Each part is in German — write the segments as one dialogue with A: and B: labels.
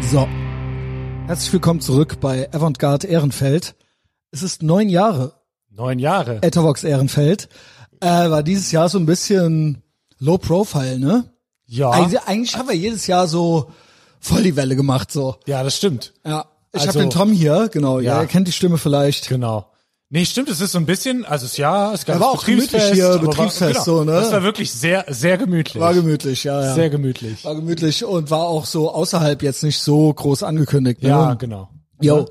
A: So, herzlich willkommen zurück bei Avantgarde Ehrenfeld. Es ist neun Jahre
B: Neun Jahre.
A: Etavox Ehrenfeld. Äh, war dieses Jahr so ein bisschen low profile, ne?
B: ja.
A: Eigentlich, eigentlich haben wir jedes Jahr so voll die Welle gemacht, so.
B: ja, das stimmt.
A: Ja. Ich hab
B: Also-
A: habe den Tom hier, genau. Ja.
B: Ja.
A: er kennt die Stimme vielleicht.
B: Genau. Nee, stimmt, es ist so ein bisschen, also es ja, es gab
A: Ja, war
B: das
A: auch gemütlich
B: Betriebsfest,
A: hier,
B: aber
A: Betriebsfest,
B: war, genau.
A: so, ne?
B: Das war wirklich sehr, sehr gemütlich.
A: War gemütlich, ja, ja.
B: Sehr gemütlich.
A: war gemütlich und war auch so außerhalb jetzt nicht so groß angekündigt. Ne?
B: ja, genau.
A: Jo.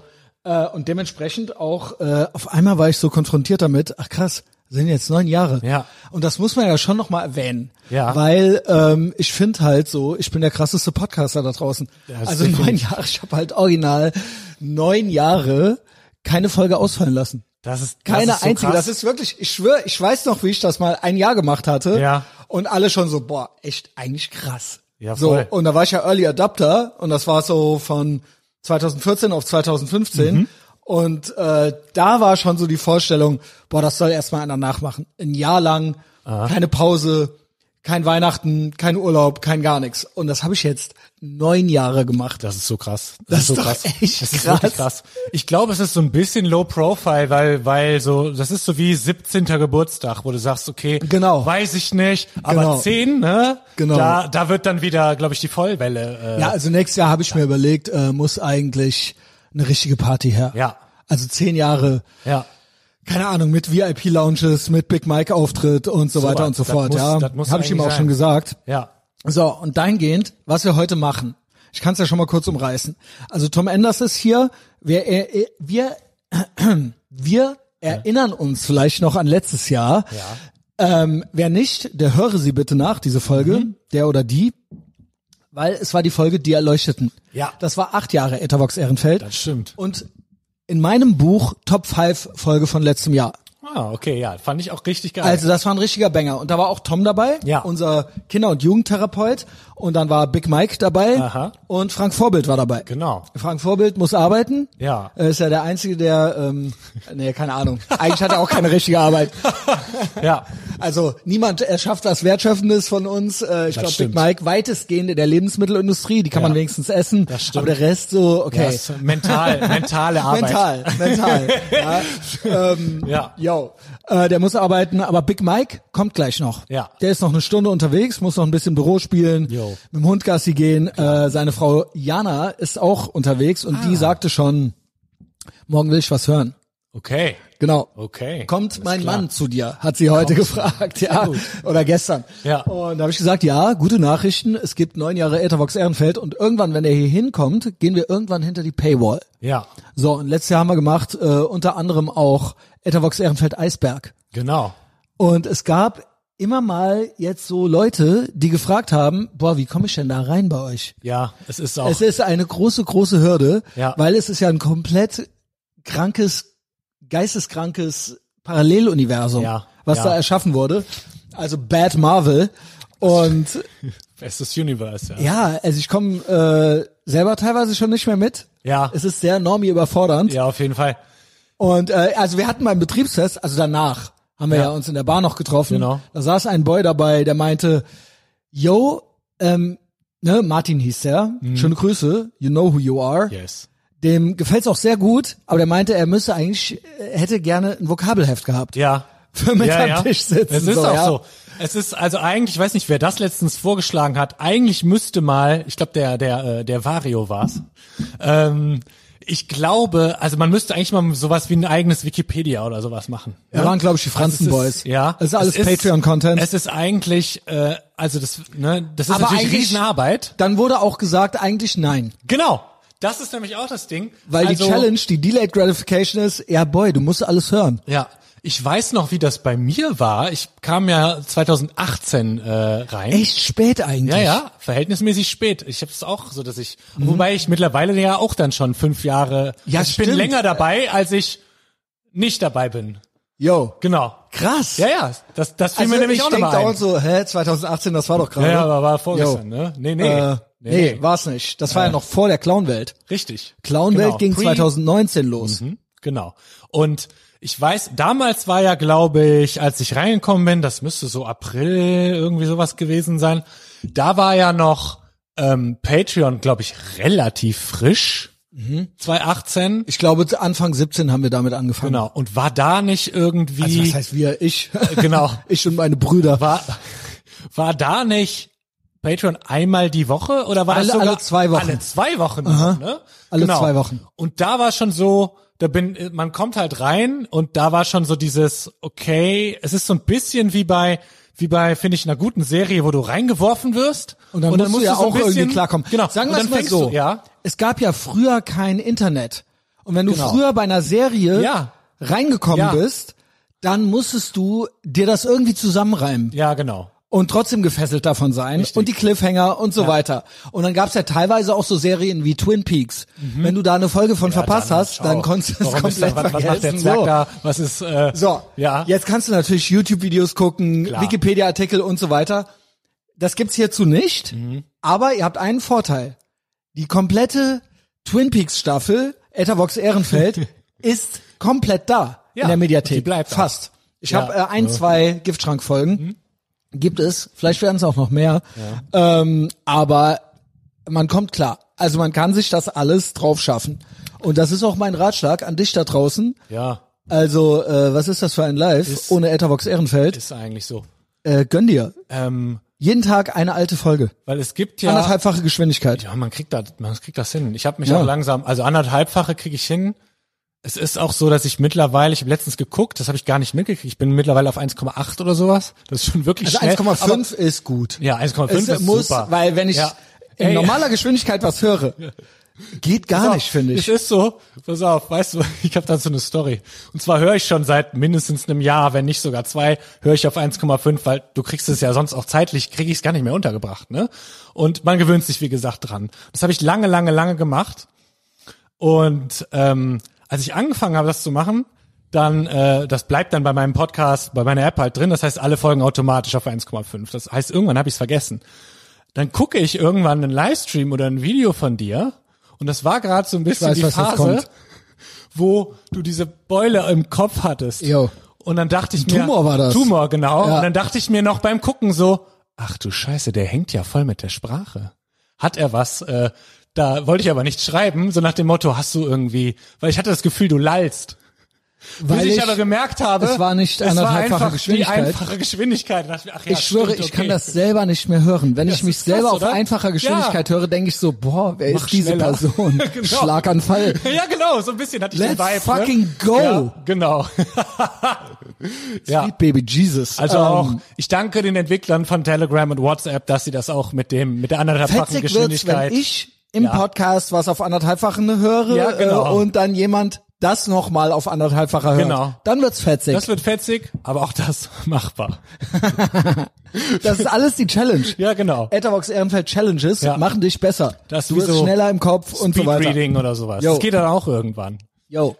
A: Äh, und dementsprechend auch, äh, auf einmal war ich so konfrontiert damit, ach krass, sind jetzt neun Jahre.
B: Ja.
A: Und das muss man ja schon nochmal erwähnen.
B: Ja.
A: Weil ähm, ich finde halt so, ich bin der krasseste Podcaster da draußen.
B: Ja, das
A: also
B: ist
A: neun Jahre, ich habe halt original neun Jahre keine Folge ausfallen lassen.
B: Das ist das
A: Keine
B: ist so
A: einzige.
B: Krass.
A: Das ist wirklich, ich schwöre, ich weiß noch, wie ich das mal ein Jahr gemacht hatte.
B: Ja.
A: Und alle schon so, boah, echt eigentlich krass.
B: Ja,
A: so,
B: voll.
A: und da war ich ja Early Adapter und das war so von 2014 auf 2015.
B: Mhm.
A: Und äh, da war schon so die Vorstellung, boah, das soll erstmal einer nachmachen. Ein Jahr lang, keine Pause, kein Weihnachten, kein Urlaub, kein gar nichts. Und das habe ich jetzt neun Jahre gemacht.
B: Das ist so krass. Das,
A: Das
B: ist so
A: ist doch
B: krass.
A: echt
B: das ist
A: krass.
B: wirklich krass. Ich glaube, es ist so ein bisschen low profile, weil, weil so, das ist so wie 17. Geburtstag, wo du sagst, okay,
A: Genau.
B: weiß ich nicht, aber
A: Genau.
B: 10, ne?
A: Genau.
B: Da, da wird dann wieder, glaube ich, die Vollwelle. Äh,
A: Ja, also nächstes Jahr habe ich mir überlegt, äh, muss eigentlich eine richtige Party her.
B: Ja.
A: Also zehn Jahre,
B: ja.
A: keine Ahnung, mit VIP-Lounges, mit Big Mike-Auftritt und so,
B: So
A: weiter
B: was.
A: und so
B: Das
A: fort.
B: muss-
A: ja,
B: das muss
A: habe ich ihm
B: eigentlich
A: auch schon
B: sein.
A: gesagt.
B: Ja.
A: So, und dahingehend, was wir heute machen. Ich kann es ja schon mal kurz umreißen. Also Tom Enders ist hier. Wir, äh, wir, wir erinnern uns vielleicht noch an letztes Jahr.
B: Ja.
A: Ähm, wer nicht, der höre sie bitte nach, diese Folge,
B: Mhm.
A: der oder die, weil es war die Folge Die Erleuchteten.
B: Ja.
A: Das war acht Jahre Etavox Ehrenfeld.
B: Das stimmt.
A: Und in meinem Buch Top 5 Folge von letztem Jahr.
B: Ah, okay, ja, fand ich auch richtig geil.
A: Also das war ein richtiger Banger. Und da war auch Tom dabei,
B: Ja.
A: unser Kinder- und Jugendtherapeut. Und dann war Big Mike dabei
B: Aha.
A: und Frank Vorbild war dabei.
B: genau.
A: Frank Vorbild muss arbeiten.
B: Ja.
A: Er ist ja der Einzige, der, ähm, nee, keine Ahnung. Eigentlich hat er auch keine richtige Arbeit.
B: Ja,
A: Also niemand erschafft was Wertschöpfendes von uns. Äh, ich
B: Das
A: glaube, Big
B: stimmt.
A: Mike weitestgehend in der Lebensmittelindustrie, die kann
B: Ja.
A: man wenigstens essen.
B: Das stimmt.
A: aber der Rest so,
B: ja
A: okay.
B: ist mental, mentale Arbeit.
A: mental, mental. ja. Ähm,
B: Ja.
A: Yo, äh, der muss arbeiten, aber Big Mike kommt gleich noch.
B: Ja.
A: Der ist noch eine Stunde unterwegs, muss noch ein bisschen Büro spielen,
B: Yo.
A: mit dem Hund Gassi gehen. Äh, seine Frau Jana ist auch unterwegs und die sagte schon, morgen will ich was hören.
B: Okay,
A: Genau.
B: okay.
A: Kommt mein
B: klar.
A: Mann zu dir, hat sie heute gefragt, ja,
B: gut.
A: oder gestern.
B: Ja.
A: Und da habe ich gesagt, ja, gute Nachrichten, es gibt neun Jahre Etherbox Ehrenfeld und irgendwann, wenn er hier hinkommt, gehen wir irgendwann hinter die Paywall.
B: Ja,
A: So, und letztes Jahr haben wir gemacht, äh, unter anderem auch Etavox Ehrenfeld Eisberg.
B: genau.
A: Und es gab immer mal jetzt so Leute, die gefragt haben, boah, wie komme ich denn da rein bei euch?
B: Ja, es ist auch.
A: Es ist eine große, große Hürde,
B: Ja.
A: weil es ist ja ein komplett krankes, geisteskrankes Paralleluniversum,
B: Ja,
A: was
B: ja.
A: da erschaffen wurde. Also Bad Marvel. Und
B: Bestes Universe, ja.
A: ja, also ich komme äh, selber teilweise schon nicht mehr mit.
B: Ja.
A: Es ist sehr normi überfordernd.
B: Ja, auf jeden Fall.
A: Und äh, also wir hatten beim Betriebsfest, also danach haben wir ja,
B: Ja.
A: uns in der Bar noch getroffen.
B: Genau.
A: Da saß ein Boy dabei, der meinte, yo, ähm, ne, Martin hieß der,
B: Mhm.
A: schöne Grüße, you know who you are.
B: Yes.
A: Dem gefällt's auch sehr gut, aber der meinte, er müsste eigentlich, er hätte gerne ein Vokabelheft gehabt.
B: Ja.
A: Für mit
B: ja,
A: am
B: ja.
A: Tisch sitzen.
B: Es ist
A: so,
B: auch
A: ja.
B: so. Es ist also eigentlich, ich weiß nicht, wer das letztens vorgeschlagen hat. Eigentlich müsste mal, ich glaube der der äh, der Vario war's. Ähm, ich glaube, also man müsste eigentlich mal sowas wie ein eigenes Wikipedia oder sowas machen. Also
A: Wir waren, glaube ich, die
B: Es ist-
A: Franzen-Boys.
B: Ja.
A: Das ist alles
B: Es
A: Patreon-Content.
B: Es ist eigentlich, äh, also das, ne, das ist
A: Aber
B: natürlich
A: eigentlich-
B: Riesenarbeit.
A: Dann wurde auch gesagt, eigentlich nein.
B: Genau. Das ist nämlich auch das Ding.
A: Weil
B: also,
A: die Challenge, die Delayed Gratification ist, ja boy, du musst alles hören.
B: Ja. Ich weiß noch, wie das bei mir war. Ich kam ja 2018 äh, rein.
A: Echt spät eigentlich.
B: Ja, ja, verhältnismäßig spät. Ich habe es auch so, dass ich, wobei ich mittlerweile ja auch dann schon fünf Jahre,
A: Mhm. Ja,
B: also ich bin
A: stimmt.
B: länger dabei, als ich nicht dabei bin.
A: Yo.
B: Genau.
A: Krass.
B: Ja, ja, das, das fiel mir
A: Also ich
B: nämlich auch
A: denk
B: nochmal ein.
A: dauernd so, hä, 2018, das war doch gerade.
B: ja, ja, aber war vorgestern, ne? Nee, nee.
A: Äh, nee, war's nicht. Das war ja noch vor der Clownwelt.
B: Richtig.
A: Clownwelt
B: Genau.
A: ging
B: Pre-
A: 2019 los.
B: Mhm, Genau. Und ich weiß, damals war ja, glaube ich, als ich reingekommen bin, das müsste so April irgendwie sowas gewesen sein, da war ja noch ähm, Patreon, glaube ich, relativ frisch. Mhm. 2018.
A: Ich glaube, Anfang 17 haben wir damit angefangen.
B: Genau. Und war da nicht irgendwie.
A: Also was heißt wir? Ich.
B: genau.
A: ich und meine Brüder.
B: War, war da nicht Patreon einmal die Woche oder war
A: Alle-
B: das sogar
A: alle zwei Wochen.
B: Alle zwei Wochen, ne?
A: Alle zwei Wochen.
B: Und da war schon so, da bin man kommt halt rein und da war schon so dieses okay, es ist so ein bisschen wie bei wie bei finde ich einer guten Serie, wo du reingeworfen wirst
A: Und dann, musst du ja
B: so ein
A: auch
B: bisschen,
A: irgendwie klarkommen.
B: Genau.
A: Sagen
B: Und
A: wir es
B: dann
A: mal
B: fängst
A: so.
B: Du, ja.
A: Es gab ja früher kein Internet. Und wenn du
B: Genau.
A: früher bei einer Serie
B: Ja.
A: reingekommen
B: Ja.
A: bist, dann musstest du dir das irgendwie zusammenreimen
B: Ja, genau.
A: und trotzdem gefesselt davon sein und die Cliffhanger und so weiter. Und dann gab's ja teilweise auch so Serien wie Twin Peaks. Wenn du da eine Folge von verpasst
B: Mhm. dann
A: hast, dann
B: schau.
A: konntest du es
B: Warum
A: komplett
B: ist da, was, was macht der
A: vergessen.
B: Zwerg
A: so.
B: da? Was ist äh,
A: So,
B: Ja.
A: jetzt kannst du natürlich YouTube-Videos gucken,
B: Klar.
A: Wikipedia-Artikel und so weiter. Das gibt's hierzu nicht,
B: Mhm.
A: aber ihr habt einen Vorteil. Die komplette Twin Peaks-Staffel, Etavox Ehrenfeld, ist komplett da
B: Ja,
A: in der Mediathek.
B: die bleibt da.
A: Fast. Ich
B: Ja. Mhm.
A: hab habe äh, ein, zwei Giftschrankfolgen. Gibt es, vielleicht werden es auch noch mehr. Ähm, aber man kommt klar. Also man kann sich das alles drauf schaffen. Und das ist auch mein Ratschlag an dich da draußen.
B: ja,
A: Also, äh, was ist das für ein Live ohne Etherbox Ehrenfeld?
B: ist eigentlich so.
A: äh, gönn dir.
B: Ähm,
A: Jeden Tag eine alte Folge.
B: weil es gibt ja
A: Anderthalbfache Geschwindigkeit.
B: Ja, man kriegt das, man kriegt das hin. Ich habe mich
A: Ja.
B: auch langsam, also anderthalbfache kriege ich hin. Es ist auch so, dass ich mittlerweile, ich habe letztens geguckt, das habe ich gar nicht mitgekriegt. Ich bin mittlerweile auf 1,8 oder sowas. Das ist schon wirklich
A: Also
B: schnell. aber-
A: 1,5 ist gut.
B: Ja, 1,5
A: es
B: ist
A: muss,
B: super.
A: weil wenn ich
B: Ja.
A: in
B: Ey,
A: normaler Geschwindigkeit was höre, geht gar nicht, finde ich.
B: Es ist so, pass auf, weißt du, ich habe dazu eine Story. Und zwar höre ich schon seit mindestens einem Jahr, wenn nicht sogar zwei, höre ich auf 1,5, weil du kriegst es ja sonst auch zeitlich, kriege ich es gar nicht mehr untergebracht. ne? Und man gewöhnt sich, wie gesagt, dran. Das habe ich lange, lange, lange gemacht. Und ähm, als ich angefangen habe, das zu machen, dann, äh, das bleibt dann bei meinem Podcast, bei meiner App halt drin. Das heißt, alle folgen automatisch auf 1,5. Das heißt, irgendwann habe ich es vergessen dann gucke ich irgendwann einen Livestream oder ein Video von dir und das war gerade so ein bisschen
A: weiß,
B: die
A: was jetzt
B: Phase,
A: kommt.
B: wo du diese Beule im Kopf hattest.
A: Jo.
B: Und dann dachte ich mir
A: Tumor war das.
B: Tumor genau.
A: Ja.
B: Und dann dachte ich mir noch beim Gucken so, ach du Scheiße, der hängt ja voll mit der Sprache. Hat er was? Äh, da wollte ich aber nicht schreiben, so nach dem Motto, hast du irgendwie, weil ich hatte das Gefühl, du lallst.
A: Weil
B: Bis ich,
A: ich-
B: aber gemerkt habe,
A: es war nicht
B: es war
A: anderthalbfache
B: einfach
A: Geschwindigkeit.
B: Die einfache Geschwindigkeit. Da dachte ich mir, ach ja,
A: ich schwöre,
B: stimmt,
A: ich kann
B: okay.
A: das selber nicht mehr hören. Wenn ich mich
B: ist krass,
A: selber auf
B: oder?
A: einfacher Geschwindigkeit höre, denke ich so, boah, wer
B: Mach
A: ist diese
B: schneller.
A: Person?
B: Genau.
A: Schlaganfall.
B: Ja, genau, so ein bisschen hatte ich
A: Let's
B: den Vibe.
A: fucking
B: ne?
A: go!
B: Ja, genau. ja,
A: Sweet Baby Jesus.
B: also
A: Ähm,
B: auch, ich danke den Entwicklern von Telegram und WhatsApp, dass sie das auch mit dem, mit der anderthalbfachen
A: Fetzig wird's,
B: Geschwindigkeit.
A: wenn ich im
B: Ja.
A: Podcast was auf anderthalbfachen höre
B: Ja, genau.
A: äh, und dann jemand das nochmal auf anderthalbfacher hört.
B: Genau.
A: Dann wird's fetzig.
B: das
A: Das,
B: wird fetzig, aber auch das machbar.
A: ist alles die Challenge.
B: Ja, genau.
A: Etherbox Ehrenfeld Challenges
B: Ja.
A: machen dich besser.
B: Das
A: du
B: wie
A: wirst
B: so
A: schneller im Kopf und so weiter.
B: Speedreading oder sowas.
A: Jo.
B: Das geht dann auch irgendwann.
A: Yo.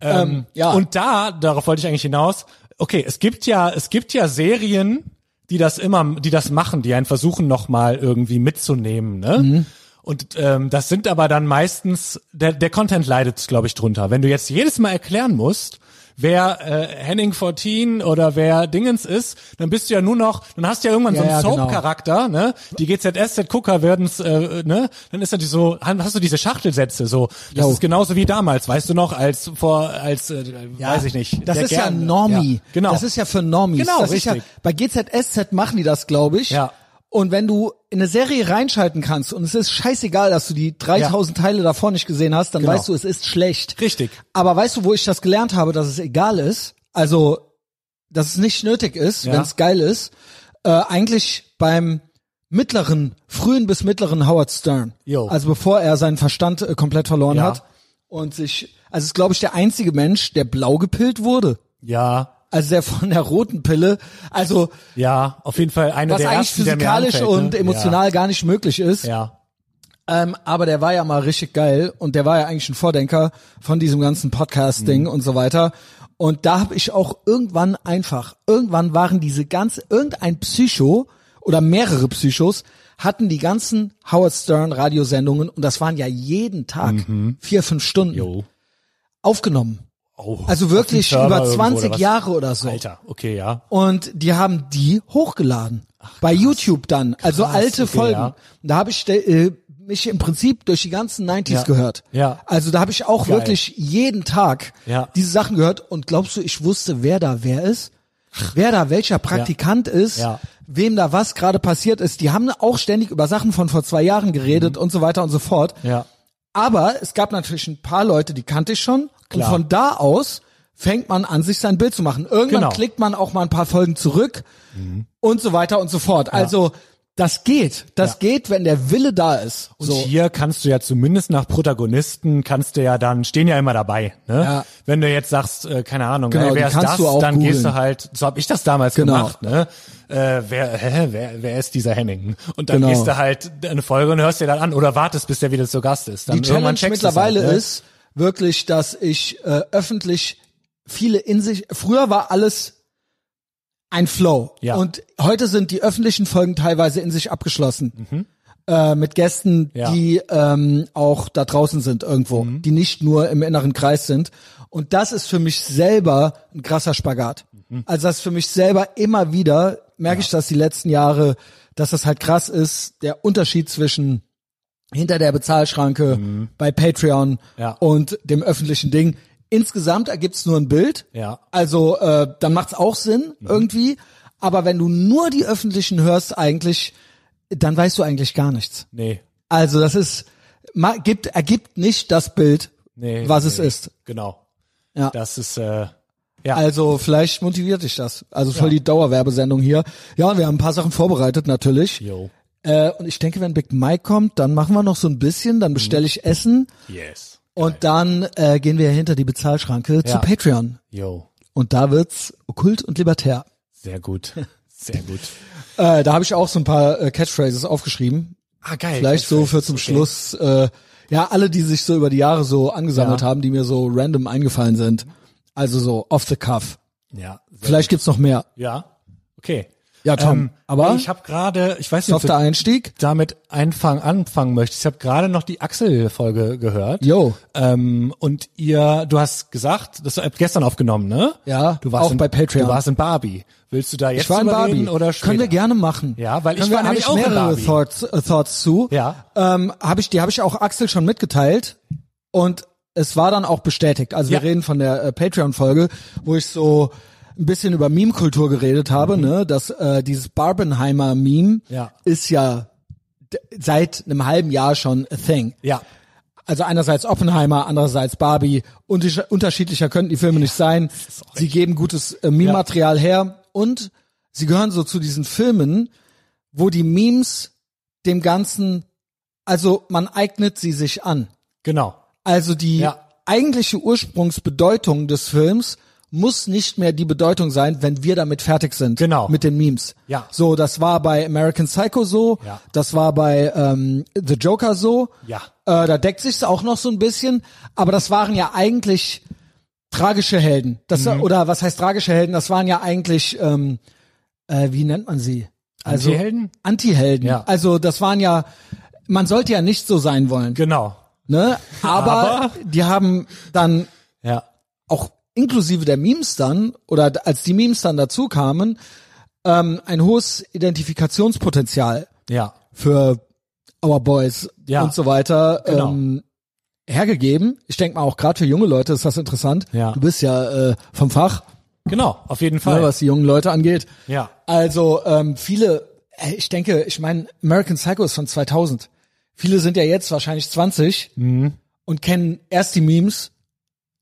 A: Ähm, ja.
B: Und da, darauf wollte ich eigentlich hinaus. Okay, es gibt ja, es gibt ja Serien, die das immer, die das machen, die einen versuchen nochmal irgendwie mitzunehmen, ne?
A: Mhm.
B: Und ähm, das sind aber dann meistens, der, der Content leidet, glaube ich, drunter. Wenn du jetzt jedes Mal erklären musst, wer äh, Henning 14 oder wer Dingens ist, dann bist du ja nur noch, dann hast du ja irgendwann
A: Ja, ja,
B: so einen
A: genau.
B: Soap-Charakter, ne? Die GZSZ-Gucker werden's, äh, ne? Dann ist natürlich so, hast du diese Schachtelsätze so. Das
A: Jo.
B: ist genauso wie damals, weißt du noch, als vor, als, äh, weiß ich nicht.
A: Das
B: der
A: ist
B: Gern-
A: ja Normie.
B: Ja, genau.
A: Das ist ja für Normies.
B: Genau,
A: das Ist ja,
B: richtig.
A: bei GZSZ machen die das, glaube ich.
B: Ja.
A: Und wenn du in eine Serie reinschalten kannst und es ist scheißegal, dass du die 3000 Teile davor nicht gesehen hast, dann
B: Genau.
A: weißt du, es ist schlecht.
B: Richtig.
A: Aber weißt du, wo ich das gelernt habe, dass es egal ist? Also, dass es nicht nötig ist,
B: Ja.
A: wenn es geil ist. Äh, eigentlich beim mittleren, frühen bis mittleren Howard Stern.
B: Jo.
A: Also bevor er seinen Verstand äh, komplett verloren
B: Ja.
A: hat. Und sich, also ist, glaube ich, der einzige Mensch, der blau gepillt wurde.
B: ja,
A: Also der von der roten Pille. Also
B: ja, auf jeden Fall eine
A: was
B: der
A: eigentlich
B: ersten, der mir
A: physikalisch
B: anfällt,
A: und
B: ne?
A: emotional gar nicht möglich ist.
B: Ja. ja.
A: Ähm, aber der war ja mal richtig geil und der war ja eigentlich ein Vordenker von diesem ganzen
B: Mhm.
A: Podcast-Ding und so weiter. Und da habe ich auch irgendwann einfach, irgendwann waren diese ganze, irgendein Psycho oder mehrere Psychos hatten die ganzen Howard Stern Radiosendungen und das waren ja jeden Tag vier, fünf Stunden
B: Mhm. Jo.
A: aufgenommen.
B: Oh,
A: Also wirklich
B: Server
A: über
B: irgendwo oder
A: 20
B: was?
A: Jahre oder so.
B: Alter, okay, ja.
A: Und die haben die hochgeladen. bei YouTube dann, also
B: Krass,
A: alte
B: okay,
A: Folgen.
B: ja.
A: Da habe ich ste- äh, mich im Prinzip durch die ganzen 90s
B: Ja.
A: gehört.
B: Ja.
A: Also da habe ich auch
B: Geil.
A: wirklich jeden Tag
B: Ja.
A: diese Sachen gehört und glaubst du, ich wusste, wer da wer ist? Wer da welcher Praktikant ist?
B: Ja.
A: Wem da was gerade passiert ist? Die haben auch ständig über Sachen von vor zwei Jahren geredet und so weiter und so fort.
B: Mhm. Ja.
A: Aber es gab natürlich ein paar Leute, die kannte ich schon.
B: Klar.
A: Und von da aus fängt man an, sich sein Bild zu machen. Irgendwann
B: Genau. Mhm.
A: klickt man auch mal ein paar Folgen zurück und so weiter und so fort. Also das geht. Das
B: Ja.
A: geht, wenn der Wille da ist.
B: Und
A: so.
B: hier kannst du ja zumindest nach Protagonisten, kannst du ja dann, stehen ja immer dabei. Ne?
A: Ja.
B: Wenn du jetzt sagst, äh, keine Ahnung,
A: Genau,
B: ey,
A: die
B: wer ist
A: kannst
B: das,
A: du auch
B: dann gehst
A: googeln.
B: du halt, so habe ich das damals
A: Genau.
B: gemacht, ne? äh, wer, hä, wer, wer ist dieser Henning? Und dann
A: Genau.
B: gehst du halt eine Folge und hörst dir dann an oder wartest, bis der wieder zu Gast ist. Dann
A: Die Challenge
B: irgendwann checkst du's
A: mittlerweile
B: halt, ne?
A: ist wirklich, dass ich äh, öffentlich viele in sich. Früher war alles ein Flow.
B: Ja.
A: Und heute sind die öffentlichen Folgen teilweise in sich abgeschlossen. Äh, mit Gästen,
B: Mhm. Ja. Mhm.
A: die ähm, auch da draußen sind irgendwo, die nicht nur im inneren Kreis sind. Und das ist für mich selber ein krasser Spagat.
B: Mhm.
A: Also das ist für mich selber immer wieder, merke ich das die letzten Jahre, dass das halt krass ist, der Unterschied zwischen hinter der Bezahlschranke bei Patreon
B: Mhm. Ja.
A: und dem öffentlichen Ding. Insgesamt ergibt's nur ein Bild.
B: Ja. Mhm.
A: Also äh, dann macht's auch Sinn irgendwie. Aber wenn du nur die öffentlichen hörst, eigentlich, dann weißt du eigentlich gar nichts.
B: Nee.
A: Also das ist ma, gibt ergibt nicht das Bild,
B: Nee.
A: was
B: nee,
A: es ist.
B: Genau.
A: Ja.
B: Das ist, äh, ja.
A: Also vielleicht motiviert dich das. Also voll die Dauerwerbesendung hier. Ja, und wir haben ein paar Sachen vorbereitet natürlich.
B: Yo.
A: Äh, und ich denke, wenn Big Mike kommt, dann machen wir noch so ein bisschen, dann
B: Mhm.
A: bestelle ich Essen.
B: Yes.
A: Und dann äh, gehen wir hinter die Bezahlschranke zu
B: Ja.
A: Patreon.
B: Yo.
A: Und da wird's okkult und libertär.
B: Sehr gut. Sehr gut.
A: Äh, da habe ich auch so ein paar äh, Catchphrases aufgeschrieben.
B: Ah, geil.
A: Vielleicht so für zum
B: Okay.
A: Schluss. Äh, ja, alle, die sich so über die Jahre so angesammelt
B: Ja.
A: haben, die mir so random eingefallen sind. Also so off the cuff.
B: Ja. Sehr
A: Vielleicht gibt's noch mehr.
B: Ja, okay. Ähm,
A: Ja, Tom, aber-
B: ich habe gerade, ich weiß nicht, ob
A: Softer
B: du
A: Einstieg.
B: damit einfang, anfangen möchtest. Ich habe gerade noch die Axel-Folge gehört.
A: Jo.
B: Ähm, und ihr, du hast gesagt, das habt gestern aufgenommen, ne?
A: Ja,
B: Du warst
A: auch
B: in,
A: bei Patreon.
B: Du warst in Barbie. Willst du da jetzt
A: Ich war in
B: drüber
A: Barbie.
B: reden oder später?
A: Können wir gerne machen.
B: Ja, weil ich
A: Können
B: war
A: wir, hab
B: nämlich
A: ich
B: auch in
A: mehrere
B: Barbie.
A: Thoughts, äh, Thoughts zu.
B: Ja.
A: Ähm, hab ich, die habe ich auch Axel schon mitgeteilt und es war dann auch bestätigt. Also
B: Ja.
A: wir reden von der äh, Patreon-Folge, wo ich so ein bisschen über Meme-Kultur geredet habe, ne? Dass äh, dieses Barbenheimer-Meme
B: Mhm. Ja.
A: ist ja d- seit einem halben Jahr schon a thing.
B: Ja.
A: Also einerseits Oppenheimer, andererseits Barbie. Unter- unterschiedlicher könnten die Filme nicht sein. Sie geben gutes äh, Meme-Material her und sie gehören so zu diesen Filmen, wo die Memes dem Ganzen, also man eignet sie sich an.
B: Genau.
A: Also die
B: Ja.
A: eigentliche Ursprungsbedeutung des Films muss nicht mehr die Bedeutung sein, wenn wir damit fertig sind.
B: Genau.
A: Mit den Memes.
B: Ja.
A: So, das war bei American Psycho so,
B: Ja.
A: das war bei ähm, The Joker so.
B: Ja.
A: Äh, da deckt sich's auch noch so ein bisschen, aber das waren ja eigentlich tragische Helden. Das
B: Mhm.
A: oder was heißt tragische Helden? Das waren ja eigentlich ähm, äh, wie nennt man sie? Also
B: Antihelden?
A: Antihelden.
B: Ja.
A: Also das waren ja man sollte ja nicht so sein wollen.
B: Genau.
A: Ne? Aber,
B: Aber-
A: die haben dann
B: Ja.
A: auch inklusive der Memes dann, oder d- als die Memes dann dazu kamen, ähm, ein hohes Identifikationspotenzial
B: Ja.
A: für Our Boys
B: Ja.
A: und so weiter
B: Genau.
A: ähm, hergegeben. Ich denke mal auch gerade für junge Leute ist das interessant.
B: Ja.
A: Du bist ja äh, vom Fach,
B: Genau. Auf jeden
A: ne,
B: Fall.
A: was die jungen Leute angeht.
B: Ja.
A: Also ähm, viele, äh, ich denke, ich meine, American Psycho ist von 2000. Viele sind ja jetzt wahrscheinlich 20
B: Mhm.
A: und kennen erst die Memes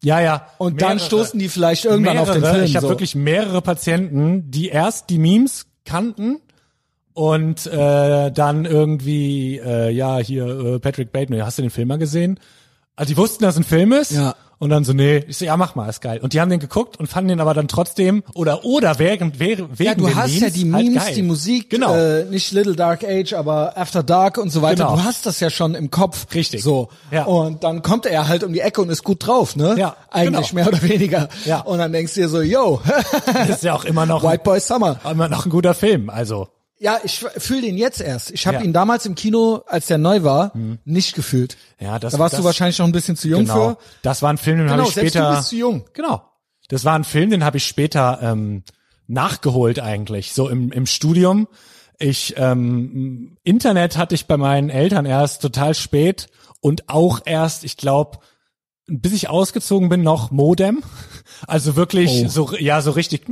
B: Ja, ja.
A: und dann
B: Mehrere.
A: stoßen die vielleicht irgendwann auf den
B: mehrere,
A: Film.
B: Ich habe
A: so.
B: wirklich mehrere Patienten, die erst die Memes kannten und äh, dann irgendwie, äh, ja, hier äh, Patrick Bateman, hast du den Film mal gesehen? Also die wussten, dass ein Film ist.
A: Ja.
B: Und dann so, nee, ich so, ja, mach mal, ist geil. Und die haben den geguckt und fanden den aber dann trotzdem, oder, oder während, während,
A: ja, du
B: den
A: hast
B: Memes
A: ja die
B: halt
A: Memes,
B: geil.
A: die Musik,
B: Genau.
A: äh, nicht Little Dark Age, aber After Dark und so weiter.
B: Genau.
A: Du hast das ja schon im Kopf.
B: Richtig.
A: So.
B: Ja.
A: Und dann kommt er halt um die Ecke und ist gut drauf, ne?
B: Ja,
A: Eigentlich
B: genau.
A: mehr oder weniger.
B: Ja.
A: Und dann denkst du dir so, yo,
B: das ist ja auch immer noch,
A: White Boy Summer.
B: immer noch ein guter Film, also.
A: Ja, ich fühle den jetzt erst. Ich habe
B: Ja. Mhm.
A: ihn damals im Kino, als der neu war, nicht gefühlt.
B: Ja, das-
A: da warst
B: das-
A: du wahrscheinlich noch ein bisschen zu jung
B: Genau.
A: für.
B: Das war ein Film, den
A: Genau,
B: habe ich
A: selbst
B: später.
A: du bist zu jung.
B: Genau. Das war ein Film, den habe ich später ähm, nachgeholt eigentlich, so im, im Studium. ich ähm, Internet hatte ich bei meinen Eltern erst total spät und auch erst, ich glaube, bis ich ausgezogen bin, noch Modem. Also wirklich
A: Oh.
B: so, ja, so richtig.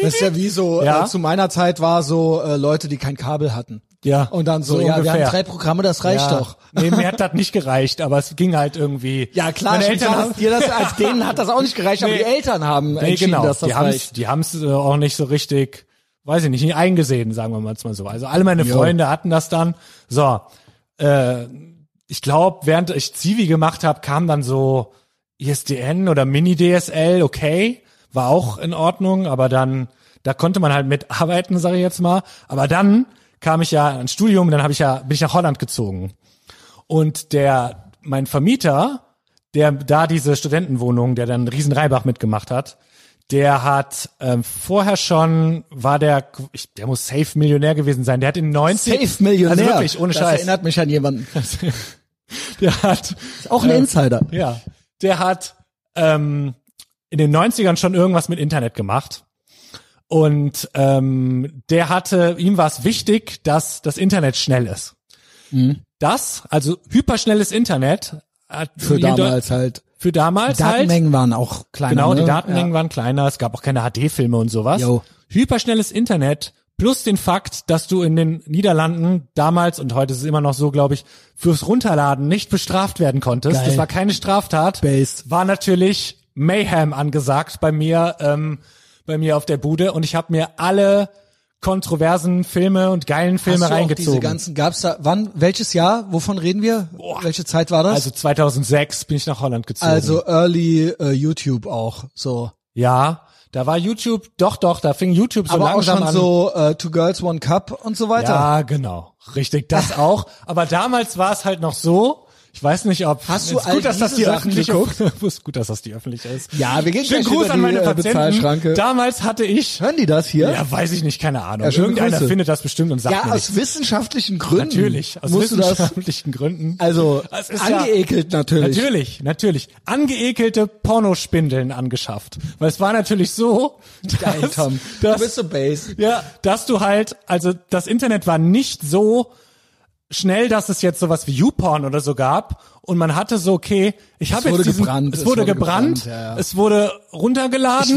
A: Das ist ja wie so,
B: Ja.
A: Äh, zu meiner Zeit war so äh, Leute, die kein Kabel hatten.
B: Ja,
A: Und dann so,
B: so
A: ja, wir
B: ungefähr.
A: haben drei Programme, das reicht
B: ja.
A: doch.
B: Nee, mir hat das nicht gereicht, aber es ging halt irgendwie.
A: Ja, klar,
B: Meine Eltern haben,
A: als, dir das, als denen hat das auch nicht gereicht, aber
B: Nee.
A: die Eltern haben
B: nee,
A: entschieden,
B: genau,
A: dass das
B: die haben's,
A: reicht.
B: die haben's äh, auch nicht so richtig, weiß ich nicht, nicht eingesehen, sagen wir mal jetzt mal so. Also alle meine
A: Jo.
B: Freunde hatten das dann. So, äh, ich glaube, während ich Zivi gemacht habe, kam dann so ISDN oder Mini-DSL, okay, war auch in Ordnung, aber dann, da konnte man halt mitarbeiten, sage ich jetzt mal. Aber dann kam ich ja ans Studium, dann habe ich ja, bin ich nach Holland gezogen. Und der, mein Vermieter, der da diese Studentenwohnung, der dann riesen Reibach mitgemacht hat, der hat ähm, vorher schon, war der, ich, der muss safe Millionär gewesen sein, der hat in 90...
A: Safe Millionär.
B: Also wirklich, ohne
A: das
B: Scheiß.
A: erinnert mich an jemanden.
B: Der hat,
A: Auch ein
B: Ähm,
A: Insider.
B: ja, der hat ähm, in den 90ern schon irgendwas mit Internet gemacht. Und ähm, der hatte, ihm war es wichtig, dass das Internet schnell ist.
A: Mhm.
B: Das, also hyperschnelles Internet, hat
A: Für
B: in Deu-
A: damals halt.
B: für damals halt
A: Datenmengen waren auch kleiner.
B: Genau,
A: ne?
B: die Datenmengen
A: Ja.
B: waren kleiner, es gab auch keine HD-Filme und sowas.
A: Jo.
B: Hyperschnelles Internet plus den Fakt, dass du in den Niederlanden damals und heute ist es immer noch so, glaube ich, fürs Runterladen nicht bestraft werden konntest.
A: Geil.
B: Das war keine Straftat.
A: Base.
B: War natürlich Mayhem angesagt bei mir, ähm, bei mir auf der Bude und ich habe mir alle kontroversen Filme und geilen Filme
A: Hast du auch
B: reingezogen.
A: Diese ganzen gab's da, wann, welches Jahr, wovon reden wir? Welche Zeit war das?
B: also 2006 bin ich nach Holland gezogen.
A: Also early äh, YouTube auch, so.
B: ja, da war YouTube, doch, doch, da fing YouTube so
A: Aber auch
B: langsam
A: schon
B: an.
A: so äh, Two Girls One Cup und so weiter.
B: Ja, genau. Richtig, das auch. Aber damals war es halt noch so. Ich weiß nicht, ob.
A: Hast du
B: Ist
A: all
B: gut, dass das
A: diese
B: die
A: Sachen
B: öffentliche
A: geguckt?
B: ist gut, dass das die öffentliche ist.
A: Ja, wir gehen
B: Schönen
A: gleich
B: Gruß
A: über
B: an
A: die,
B: meine
A: äh,
B: Patienten.
A: Bezahlschranke.
B: Damals hatte ich.
A: Hören die das hier?
B: Ja, weiß ich nicht, keine Ahnung.
A: Ja, schöne
B: Irgendeiner
A: Grüße.
B: findet das bestimmt und sagt
A: Ja,
B: mir nichts.
A: aus wissenschaftlichen Gründen.
B: Natürlich, aus
A: musst du das.
B: wissenschaftlichen Gründen.
A: Also
B: Es ist ja-
A: angeekelt natürlich.
B: Natürlich, natürlich. Angeekelte Pornospindeln angeschafft. Weil es war natürlich so, dass,
A: Geil, Tom.
B: dass
A: du bist so base.
B: Ja, dass du halt, also das Internet war nicht so schnell, dass es jetzt sowas wie YouPorn oder so gab und man hatte so, okay, ich habe jetzt
A: wurde
B: diesen,
A: gebrannt,
B: es, wurde gebrannt,
A: ja, ja.
B: es wurde runtergeladen.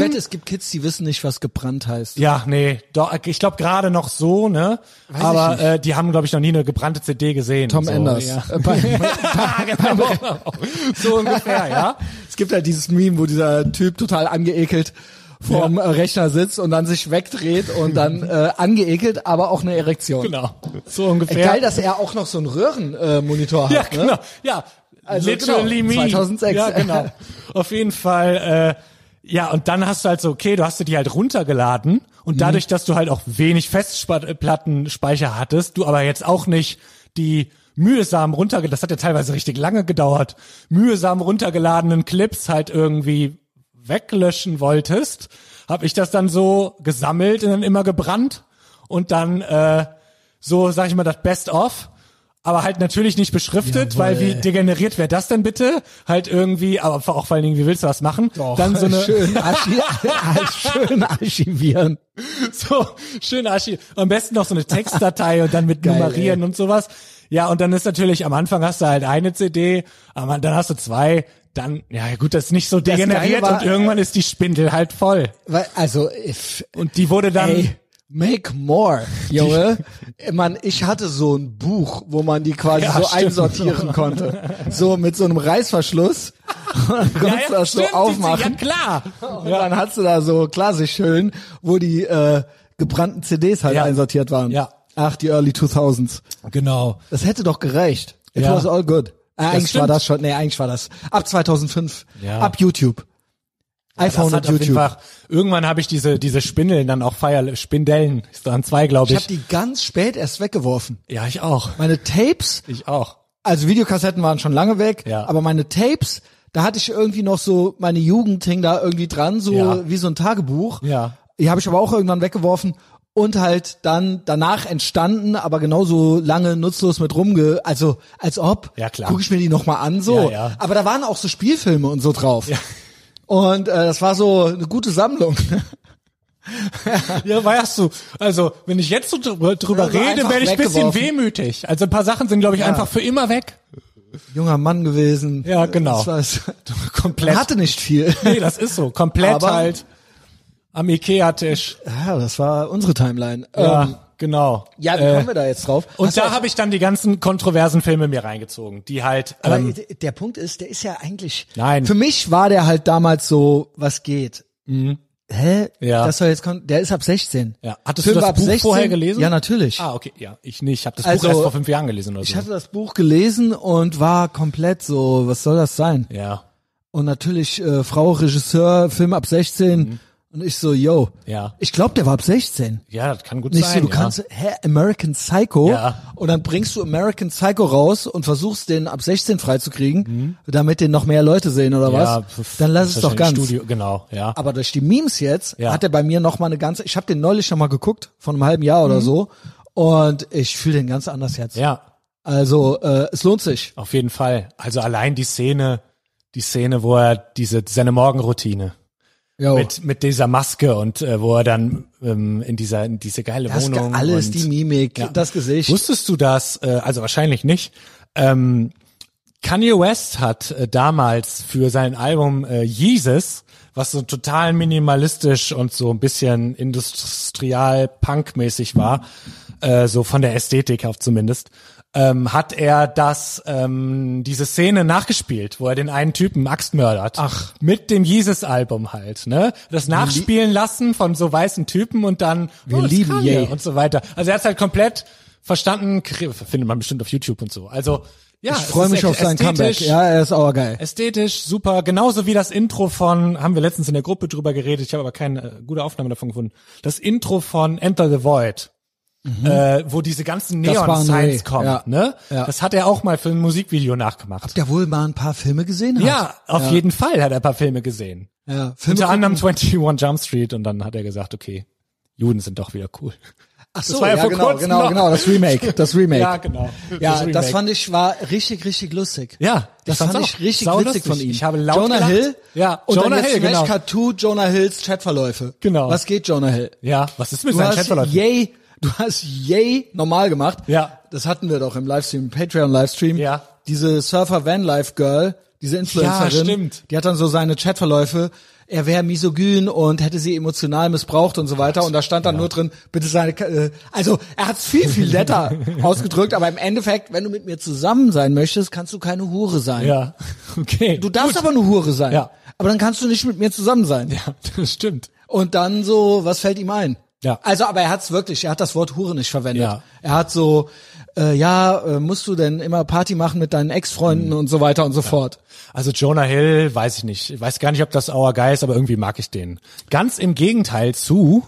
A: Ich wette, es gibt Kids, die wissen nicht, was gebrannt heißt.
B: ja, nee, doch, ich glaube gerade noch so, ne?
A: ich
B: Aber
A: nicht.
B: äh, die haben, glaube ich, noch nie eine gebrannte CD gesehen.
A: Tom
B: so,
A: Enders.
B: Ja.
A: Äh, bei-
B: genau. so ungefähr, ja.
A: Es gibt halt dieses Meme, wo dieser Typ total angeekelt vorm äh, Rechner sitzt und dann sich wegdreht und dann äh, angeekelt, aber auch eine Erektion.
B: Genau. So
A: Äh,
B: ungefähr.
A: Geil, dass er auch noch so einen Röhrenmonitor äh, Monitor
B: Ja,
A: hat. Ne?
B: genau. Ja,
A: Also
B: literally
A: genau,
B: me.
A: 2006.
B: Ja, genau. Auf jeden Fall. Äh, ja, und dann hast du halt so, okay, du hast dir die halt runtergeladen
A: Mhm.
B: und dadurch, dass du halt auch wenig Festplattenspeicher hattest, du aber jetzt auch nicht die mühsam runtergeladen, das hat ja teilweise richtig lange gedauert, mühsam runtergeladenen Clips halt irgendwie weglöschen wolltest, habe ich das dann so gesammelt und dann immer gebrannt und dann äh, so, sag ich mal, das Best of. Aber halt natürlich nicht beschriftet, weil wie degeneriert wäre das denn bitte? Halt irgendwie, aber vor- auch vor allen Dingen, wie willst du was machen? Dann so eine,
A: schön, archi schön archivieren.
B: so, schön Aschi. Am besten noch so eine Textdatei und dann mit
A: Geil,
B: Nummerieren und sowas. Ja, und dann ist natürlich, am Anfang hast du halt eine CD, aber dann hast du zwei, dann, ja gut, das ist nicht so
A: Geile
B: degeneriert
A: war-
B: und irgendwann ist die Spindel halt voll.
A: Weil, also, if,
B: Und die wurde dann,
A: ey, make more, Junge. Man, ich hatte so ein Buch, wo man die quasi
B: Ja,
A: so
B: stimmt.
A: einsortieren konnte. So mit so einem Reißverschluss. Und dann konntest du
B: ja, ja,
A: das
B: stimmt,
A: so aufmachen.
B: Die, ja klar.
A: Und dann hast du da so klassisch schön, wo die äh, gebrannten CDs halt
B: Ja.
A: einsortiert waren.
B: Ja.
A: Ach, die Early 2000s.
B: Genau.
A: Das hätte doch gereicht. It
B: Ja.
A: was all good. Äh, eigentlich war
B: stimmt.
A: das schon, nee, eigentlich war das ab 2005.
B: Ja.
A: Ab YouTube. iPhone
B: Das hat
A: und
B: auf jeden
A: YouTube.
B: Fall, irgendwann habe ich diese, diese Spindeln dann auch feier, Spindellen, ist dann zwei, glaube
A: Ich
B: ich.
A: habe die ganz spät erst weggeworfen.
B: ja, ich auch.
A: Meine Tapes,
B: Ich auch.
A: also Videokassetten waren schon lange weg,
B: Ja.
A: aber meine Tapes, da hatte ich irgendwie noch so, meine Jugend hing da irgendwie dran, so
B: Ja.
A: wie so ein Tagebuch.
B: Ja.
A: Die habe ich aber auch irgendwann weggeworfen und halt dann danach entstanden, aber genauso lange nutzlos mit rumge... Also als ob,
B: Ja, klar.
A: gucke ich mir die nochmal an so.
B: Ja, ja.
A: Aber da waren auch so Spielfilme und so drauf. Und äh, das war so eine gute Sammlung.
B: ja, weißt du, also wenn ich jetzt so drüber, drüber
A: Also
B: rede,
A: einfach
B: werde ich ein bisschen
A: weggeworfen.
B: wehmütig. Also ein paar Sachen sind, glaube ich, einfach für immer weg.
A: Junger Mann gewesen.
B: Ja, genau.
A: Das war's.
B: Komplett.
A: Hatte nicht viel.
B: Nee, das ist so. Komplett
A: Aber-
B: halt am Ikea-Tisch.
A: Ja, das war unsere Timeline.
B: Ja,
A: Ähm,
B: genau.
A: ja, wie
B: Äh,
A: kommen wir da jetzt drauf?
B: Und
A: Hast du
B: da habe ich dann die ganzen kontroversen Filme mir reingezogen, die halt.
A: Aber
B: Ähm,
A: d- der Punkt ist, der ist ja eigentlich.
B: Nein.
A: Für mich war der halt damals so, was geht. Hä?
B: Mhm. Ja.
A: Das soll jetzt kommen. Der ist ab 16.
B: ja. Hattest du
A: Film
B: das
A: ab
B: Buch vorher gelesen?
A: Ja, natürlich.
B: Ah, okay, ja, ich nicht. Ich habe das
A: Also,
B: Buch erst vor fünf Jahren gelesen oder so.
A: Ich hatte das Buch gelesen und war komplett so, was soll das sein?
B: ja,
A: Und natürlich äh, Frau Regisseur, Film ab 16 und ich so, yo.
B: Mhm. Ja.
A: Ich glaube, der war ab 16.
B: ja, das kann gut
A: Nicht
B: sein.
A: so, du
B: ja.
A: kannst, hä, American Psycho?
B: Ja.
A: Und dann bringst du American Psycho raus und versuchst den ab 16 freizukriegen, damit den noch mehr Leute sehen oder
B: Mhm. ja,
A: was? Dann lass es doch ganz.
B: Studio, genau, ja.
A: Aber durch die Memes jetzt
B: Ja.
A: hat er bei mir noch mal eine ganze, ich habe den neulich noch mal geguckt, von einem halben Jahr oder so. Und ich fühle den ganz anders jetzt.
B: Mhm. ja,
A: Also, äh, es lohnt sich.
B: auf jeden Fall. Also allein die Szene, die Szene, wo er diese seine Morgenroutine
A: Jo.
B: mit mit dieser Maske und äh, wo er dann ähm, in dieser in diese geile
A: das
B: Wohnung
A: alles,
B: und,
A: die Mimik, das Gesicht.
B: Wusstest du das? Äh, also wahrscheinlich nicht. Ähm, Kanye West hat äh, damals für sein Album äh, Jesus, was so total minimalistisch und so ein bisschen industrial punkmäßig war, äh, so von der Ästhetik auf zumindest, ähm, hat er das ähm, diese Szene nachgespielt, wo er den einen Typen Axt mördert. Ach, mit dem Jesus Album halt, ne? Das nachspielen lassen von so weißen Typen und dann
A: Wir
B: das
A: lieben
B: Kanye
A: Ye.
B: und so weiter. Also er hat halt komplett verstanden, kri- findet man bestimmt auf YouTube und so. Also ja,
A: ich freue mich auf sein
B: seinen
A: Comeback. Ja, er ist auch geil.
B: Ästhetisch, super, genauso wie das Intro von, haben wir letztens in der Gruppe drüber geredet, ich habe aber keine äh, gute Aufnahme davon gefunden. Das Intro von Enter the Void, äh, wo diese ganzen
A: Mhm. Das war neu,
B: Neon-Signs kommen,
A: ja.
B: ne?
A: Ja.
B: Das hat er auch mal für ein Musikvideo nachgemacht.
A: Der wohl mal ein paar Filme gesehen hat.
B: Ja, auf jeden Fall hat er ein paar Filme gesehen.
A: ja Filme
B: Unter
A: gucken.
B: anderem 21 Jump Street und dann hat er gesagt, okay, Juden sind doch wieder cool.
A: Ach so,
B: Das war ja
A: ja,
B: vor
A: genau,
B: kurzem
A: genau,
B: noch.
A: genau, das Remake, das Remake.
B: Ja, genau.
A: Ja,
B: Remake.
A: das fand ich war richtig, richtig lustig.
B: Ja, ich
A: das
B: fand's
A: fand
B: auch
A: ich richtig
B: sau
A: witzig
B: lustig.
A: von ihm.
B: Ich habe laut
A: Jonah
B: gelacht.
A: Hill.
B: Ja,
A: und
B: Jonah
A: dann jetzt
B: Hill,
A: Smash
B: genau.
A: Tattoo Jonah Hills Chatverläufe.
B: Genau.
A: Was geht Jonah Hill?
B: Ja, was ist mit
A: Du
B: seinen
A: hast
B: Chatverläufen?
A: yay, du hast yay normal gemacht.
B: Ja.
A: Das hatten wir doch im Livestream, im Patreon Livestream.
B: Ja.
A: Diese Surfer Van Life Girl, diese Influencerin,
B: Ja, stimmt.
A: die hat dann so seine Chatverläufe. Er wäre misogyn und hätte sie emotional missbraucht und so weiter. Und da stand dann nur drin, bitte seine, Ka- äh, also er hat's viel, viel netter ausgedrückt, aber im Endeffekt, wenn du mit mir zusammen sein möchtest, kannst du keine Hure sein.
B: Ja, okay.
A: Du darfst aber eine Hure sein.
B: Ja.
A: Aber dann kannst du nicht mit mir zusammen sein.
B: Ja, das stimmt.
A: Und dann so, was fällt ihm ein?
B: Ja.
A: Also, aber er hat's wirklich, er hat das Wort Hure nicht verwendet.
B: Ja.
A: Er hat so, äh, ja, äh, musst du denn immer Party machen mit deinen Ex-Freunden
B: Mhm.
A: und so weiter und so fort.
B: Also Jonah Hill, weiß ich nicht. Ich weiß gar nicht, ob das Our Guy ist, aber irgendwie mag ich den. Ganz im Gegenteil zu,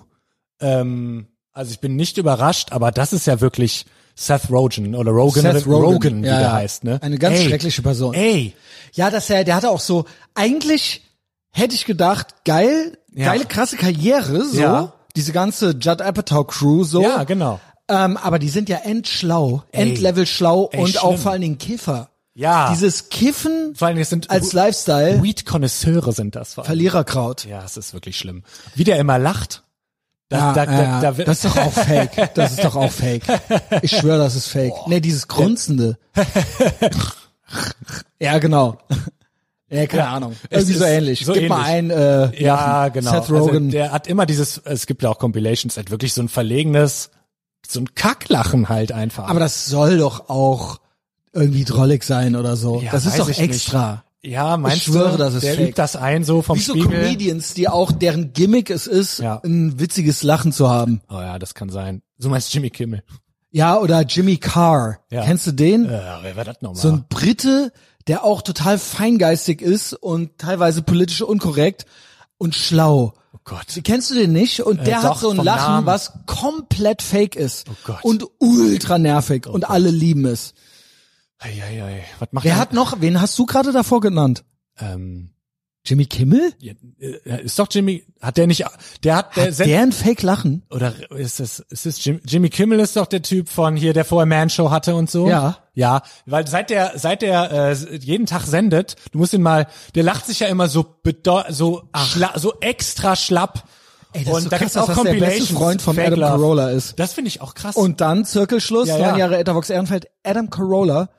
B: ähm, also ich bin nicht überrascht, aber das ist ja wirklich Seth Rogen oder Rogen,
A: Seth
B: oder
A: Rogen.
B: Rogen Genau, wie
A: Ja, ja.
B: der heißt, ne?
A: Eine ganz
B: Ey,
A: schreckliche Person.
B: Ey,
A: Ja, dass er, der hatte auch so, eigentlich hätte ich gedacht, geil,
B: Ja.
A: geile krasse Karriere, so.
B: Ja.
A: Diese ganze Judd Apatow Crew, so.
B: ja, genau.
A: Ähm, aber die sind ja endschlau,
B: Ey.
A: endlevel schlau
B: Ey,
A: und auch
B: schlimm.
A: vor allen Dingen Kiffer.
B: Ja.
A: Dieses Kiffen
B: Vor allen Dingen es sind
A: als Lifestyle,
B: Weed-Konnoisseure sind das vor allem.
A: Verliererkraut.
B: Ja, es ist wirklich schlimm. Wie der immer lacht.
A: Ja,
B: Da, da,
A: ja,
B: da,
A: ja.
B: da, wird-
A: das ist doch auch fake. Das ist doch auch fake. Ich schwöre, das ist fake. Nee, dieses Grunzende. ja, genau. Ja, keine Ahnung.
B: es
A: Irgendwie
B: ist
A: so ähnlich.
B: so
A: Gib mal ein,
B: ähnlich.
A: äh,
B: Ja, genau.
A: Seth Rogen.
B: Also, der hat immer dieses, es gibt ja auch Compilations, halt wirklich so ein verlegenes, so ein Kacklachen halt einfach.
A: aber das soll doch auch irgendwie drollig sein oder so.
B: Ja,
A: das ist
B: weiß
A: doch
B: ich nicht.
A: extra.
B: ja, meinst
A: ich schwöre,
B: du,
A: das ist
B: der
A: fake.
B: übt das ein so vom
A: Wie so
B: Spiegel.
A: Comedians, die auch, deren Gimmick es ist,
B: Ja.
A: ein witziges Lachen zu haben.
B: Oh ja, das kann sein. So meinst Jimmy Kimmel.
A: Ja, oder Jimmy Carr.
B: Ja.
A: Kennst du den?
B: Äh, wer war das nochmal?
A: So ein Brite, der auch total feingeistig ist und teilweise politisch unkorrekt und schlau.
B: oh Gott.
A: Die Kennst du den nicht? Und der hat
B: Äh, doch,
A: so ein
B: vom
A: Lachen,
B: Namen. Oh
A: was komplett fake ist.
B: Gott. Oh
A: Und ultra nervig. und alle lieben es.
B: Ei, ei, ei. Was macht
A: Wer
B: der?
A: hat noch, wen hast du gerade davor genannt?
B: Ähm,
A: Jimmy Kimmel?
B: ja, äh, ist doch Jimmy, hat der nicht, der hat, der,
A: Hat der ein Fake Lachen?
B: oder ist das, ist das Jim, Jimmy Kimmel ist doch der Typ von hier, der vorher Man Show hatte und so.
A: Ja.
B: Ja, weil seit der, seit der äh, jeden Tag sendet, du musst ihn mal, der lacht sich ja immer so bedeu so, schla, so extra schlapp.
A: Ey, das ist
B: und
A: so
B: da
A: krass,
B: gibt's
A: dass
B: auch
A: das der beste
B: Compilations.
A: Freund von
B: Fake
A: Adam
B: Love.
A: Carolla ist.
B: Das finde ich auch krass.
A: Und dann Zirkelschluss,
B: Ja, ja.
A: neun Jahre Etherbox Ehrenfeld, Adam Carolla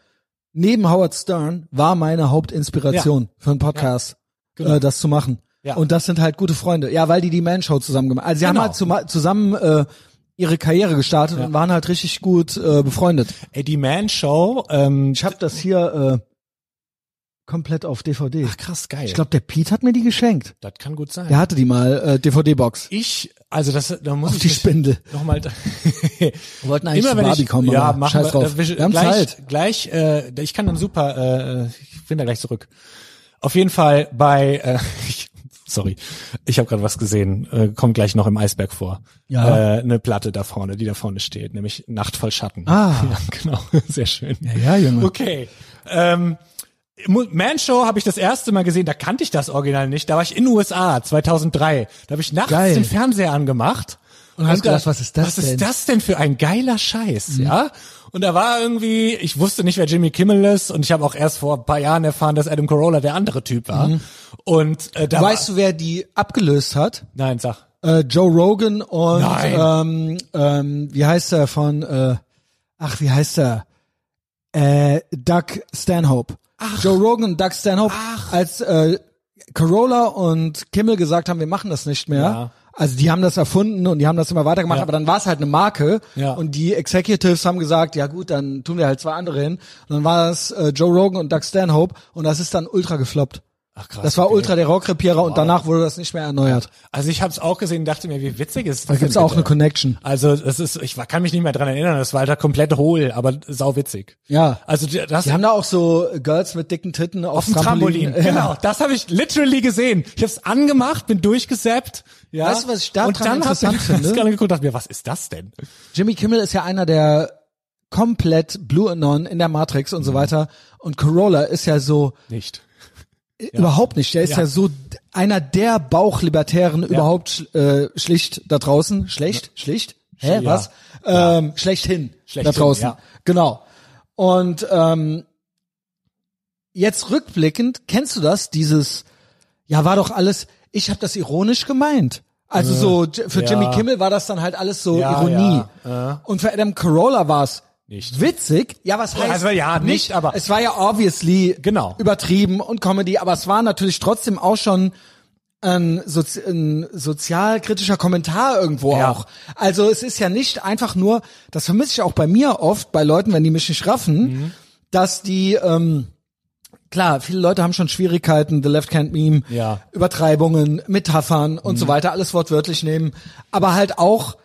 A: neben Howard Stern war meine Hauptinspiration für einen Podcast,
B: Genau.
A: äh, das zu machen.
B: Ja.
A: Und das sind halt gute Freunde. Ja, weil die die Man Show zusammen gemacht. Also sie
B: Genau.
A: haben halt zuma- zusammen äh, ihre Karriere gestartet und waren halt richtig gut äh, befreundet.
B: Eddie Man Show, ähm,
A: Ich habe das hier äh, komplett auf DVD.
B: ach krass, geil.
A: ich glaube, der Pete hat mir die geschenkt.
B: das kann gut sein.
A: Der hatte die mal äh, DVD-Box
B: Ich, also das, da muss
A: auf
B: ich
A: die
B: mich
A: Spindel.
B: nochmal,
A: Wir wollten
B: immer wenn ich,
A: kommen,
B: ja,
A: aber
B: machen
A: scheiß
B: wir, Äh,
A: drauf.
B: Wir,
A: wir halt. haben
B: gleich,
A: Zeit.
B: gleich, äh, ich kann dann super, äh, ich bin da gleich zurück. Auf jeden Fall bei, äh, ich, sorry, ich habe gerade was gesehen, äh, kommt gleich noch im Eisberg vor.
A: Ja.
B: Äh, eine Platte da vorne, die da vorne steht, nämlich Nacht voll Schatten.
A: Ah.
B: Ja, genau, sehr schön.
A: ja, Junge.
B: Okay. Ähm, Mu- Man Show habe ich das erste Mal gesehen, da kannte ich das Original nicht. Da war ich in den USA 2003. Da habe ich nachts
A: Geil.
B: den Fernseher angemacht. Und
A: hast
B: da-
A: gedacht, was ist das
B: Was ist
A: denn?
B: das denn für ein geiler Scheiß,
A: Mhm.
B: ja? Und da war irgendwie, ich wusste nicht, wer Jimmy Kimmel ist und ich habe auch erst vor ein paar Jahren erfahren, dass Adam Carolla der andere Typ war. Und äh, da
A: Weißt Mhm. du, wer die abgelöst hat?
B: war, nein, sag.
A: Äh, Joe Rogan und
B: Nein.
A: ähm, ähm, wie heißt er von äh, ach wie heißt er äh, Doug Stanhope. Ach. Joe Rogan und Doug Stanhope
B: Ach.
A: als äh, Corolla und Kimmel gesagt haben, wir machen das nicht mehr.
B: Ja.
A: Also die haben das erfunden und die haben das immer weitergemacht,
B: Ja.
A: aber dann war es halt eine Marke
B: Ja.
A: und die Executives haben gesagt, ja gut, dann tun wir halt zwei andere hin. Und dann war es äh, Joe Rogan und Doug Stanhope und das ist dann ultra gefloppt.
B: Ach krass.
A: Das war
B: okay.
A: ultra der Rohrkrepierer und danach wurde das nicht mehr erneuert.
B: Also ich habe es auch gesehen und dachte mir, wie witzig ist das
A: Da gibt's
B: denn
A: auch
B: bitte?
A: eine Connection.
B: Also es ist, ich war- kann mich nicht mehr dran erinnern, das war halt da komplett hohl, aber sau witzig.
A: Ja.
B: Also die- das
A: Die haben da auch so Girls mit dicken Titten auf,
B: auf dem Trampolin.
A: Ja.
B: Genau, das habe ich literally gesehen. Ich habe es angemacht, bin durchgesappt. Ja.
A: Weißt du, was ich da
B: und
A: dran
B: dann hab
A: interessant
B: ich,
A: finde?
B: Ich gerade geguckt und dachte mir, was ist das denn?
A: Jimmy Kimmel ist ja einer der komplett Blue Anon in der Matrix und so weiter. Und Corolla ist ja so
B: Nicht.
A: äh, überhaupt nicht. Der ist
B: Ja.
A: ja, so d- einer der Bauchlibertären überhaupt sch- äh, schlicht da draußen. Schlecht? Schlicht? Hä?
B: Ne. Ja.
A: Was? Ähm, Schlechthin.
B: Schlechthin,
A: da draußen.
B: ja.
A: Genau. Und ähm, jetzt rückblickend, kennst du das? Dieses, ja, war doch alles, ich habe das ironisch gemeint. Also so, J- für
B: Äh, ja.
A: Jimmy Kimmel war das dann halt alles so
B: Ja,
A: Ironie.
B: ja, Äh.
A: Und für Adam Carolla war es
B: Nicht.
A: witzig. Ja, was heißt
B: Also, ja, nicht, aber-
A: es war ja obviously
B: Genau.
A: übertrieben und Comedy, aber es war natürlich trotzdem auch schon ein, sozi ein sozialkritischer Kommentar irgendwo
B: Ja.
A: auch. Also es ist ja nicht einfach nur, das vermisse ich auch bei mir oft, bei Leuten, wenn die mich nicht raffen,
B: Mhm.
A: dass die, ähm, klar, viele Leute haben schon Schwierigkeiten, The Left Hand Meme,
B: Ja. Mhm.
A: Übertreibungen, Metaphern und so weiter, alles wortwörtlich nehmen, aber halt auch,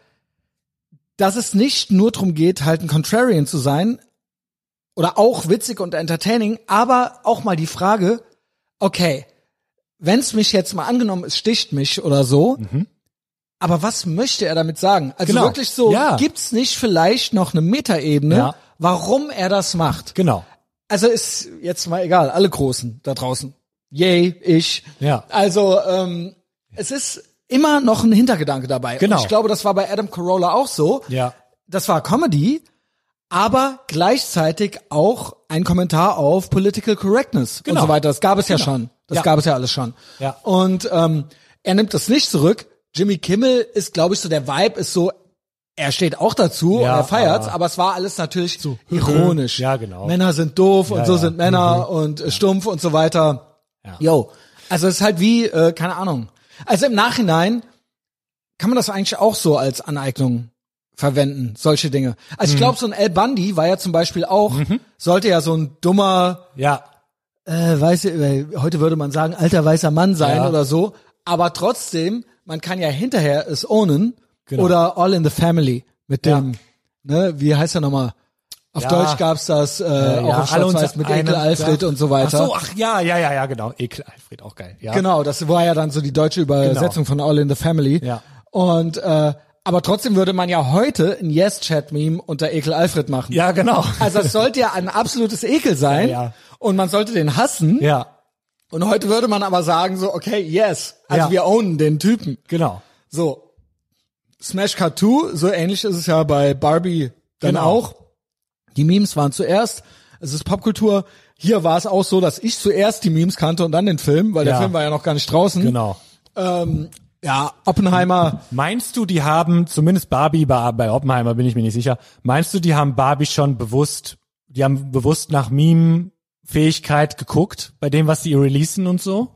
A: dass es nicht nur drum geht, halt ein Contrarian zu sein, oder auch witzig und entertaining, aber auch mal die Frage, okay, wenn's mich jetzt mal angenommen, es sticht mich oder so, aber was möchte er damit sagen? Also
B: Mhm. Genau.
A: wirklich so,
B: Ja.
A: gibt's nicht vielleicht noch eine Metaebene,
B: Ja.
A: warum er das macht?
B: Genau.
A: Also ist jetzt mal egal, alle Großen da draußen. Yay, ich.
B: Ja.
A: Also, ähm, es ist immer noch ein Hintergedanke dabei.
B: Genau.
A: Und ich glaube, das war bei Adam Carolla auch so
B: Ja.
A: das war Comedy, aber gleichzeitig auch ein Kommentar auf Political Correctness
B: Genau.
A: und so weiter. Das gab es ja schon. Das
B: Ja.
A: gab es ja alles schon.
B: Ja.
A: Und ähm, er nimmt das nicht zurück. Jimmy Kimmel ist, glaube ich, so der Vibe ist so, er steht auch dazu
B: Ja,
A: und er feiert's,
B: aber-
A: aber es war alles natürlich ironisch. Ne,
B: Ja, genau.
A: Männer sind doof und
B: Ja, Mhm.
A: so
B: ja.
A: sind Männer und äh, stumpf und so weiter.
B: Ja.
A: Yo. Also es ist halt wie, äh, keine Ahnung. Also im Nachhinein kann man das eigentlich auch so als Aneignung verwenden, solche Dinge. Also
B: Mhm.
A: ich glaube, so ein El Bundy war ja zum Beispiel auch, sollte ja so ein dummer,
B: Ja.
A: äh, weiß, äh, heute würde man sagen, alter weißer Mann sein
B: Ja.
A: oder so. Aber trotzdem, man kann ja hinterher es ownen
B: Genau.
A: oder All in the Family mit
B: Ja.
A: dem, ne, wie heißt er nochmal? Auf
B: Ja.
A: Deutsch gab's das, äh, auch
B: ja,
A: auf Schwarz-Weiß mit
B: einem-
A: Ekel Alfred
B: ja.
A: und so weiter.
B: Ach so, ach ja, ja, ja, ja, genau. Ekel Alfred, auch geil. Ja. Genau.
A: Genau, das war ja dann so die deutsche Übersetzung von All in the Family.
B: Ja.
A: Und äh, aber trotzdem würde man ja heute ein Yes-Chat-Meme unter Ekel Alfred machen.
B: Ja, genau.
A: Also es sollte ja ein absolutes Ekel sein
B: Ja, ja.
A: und man sollte den hassen.
B: ja,
A: Und heute würde man aber sagen so, okay, yes, also
B: Ja.
A: wir ownen den Typen.
B: genau.
A: So Smash Cut 2, so ähnlich ist es ja bei Barbie dann
B: Genau.
A: auch. Die Memes waren zuerst, es ist Popkultur. Hier war es auch so, dass ich zuerst die Memes kannte und dann den Film, weil
B: Ja.
A: Genau. der Film war ja noch gar nicht draußen.
B: Genau.
A: Ähm, Ja, Oppenheimer.
B: Meinst du, die haben, zumindest Barbie, bei, bei Oppenheimer bin ich mir nicht sicher, meinst du, die haben Barbie schon bewusst, die haben bewusst nach Meme-Fähigkeit geguckt, bei dem, was sie releasen und so?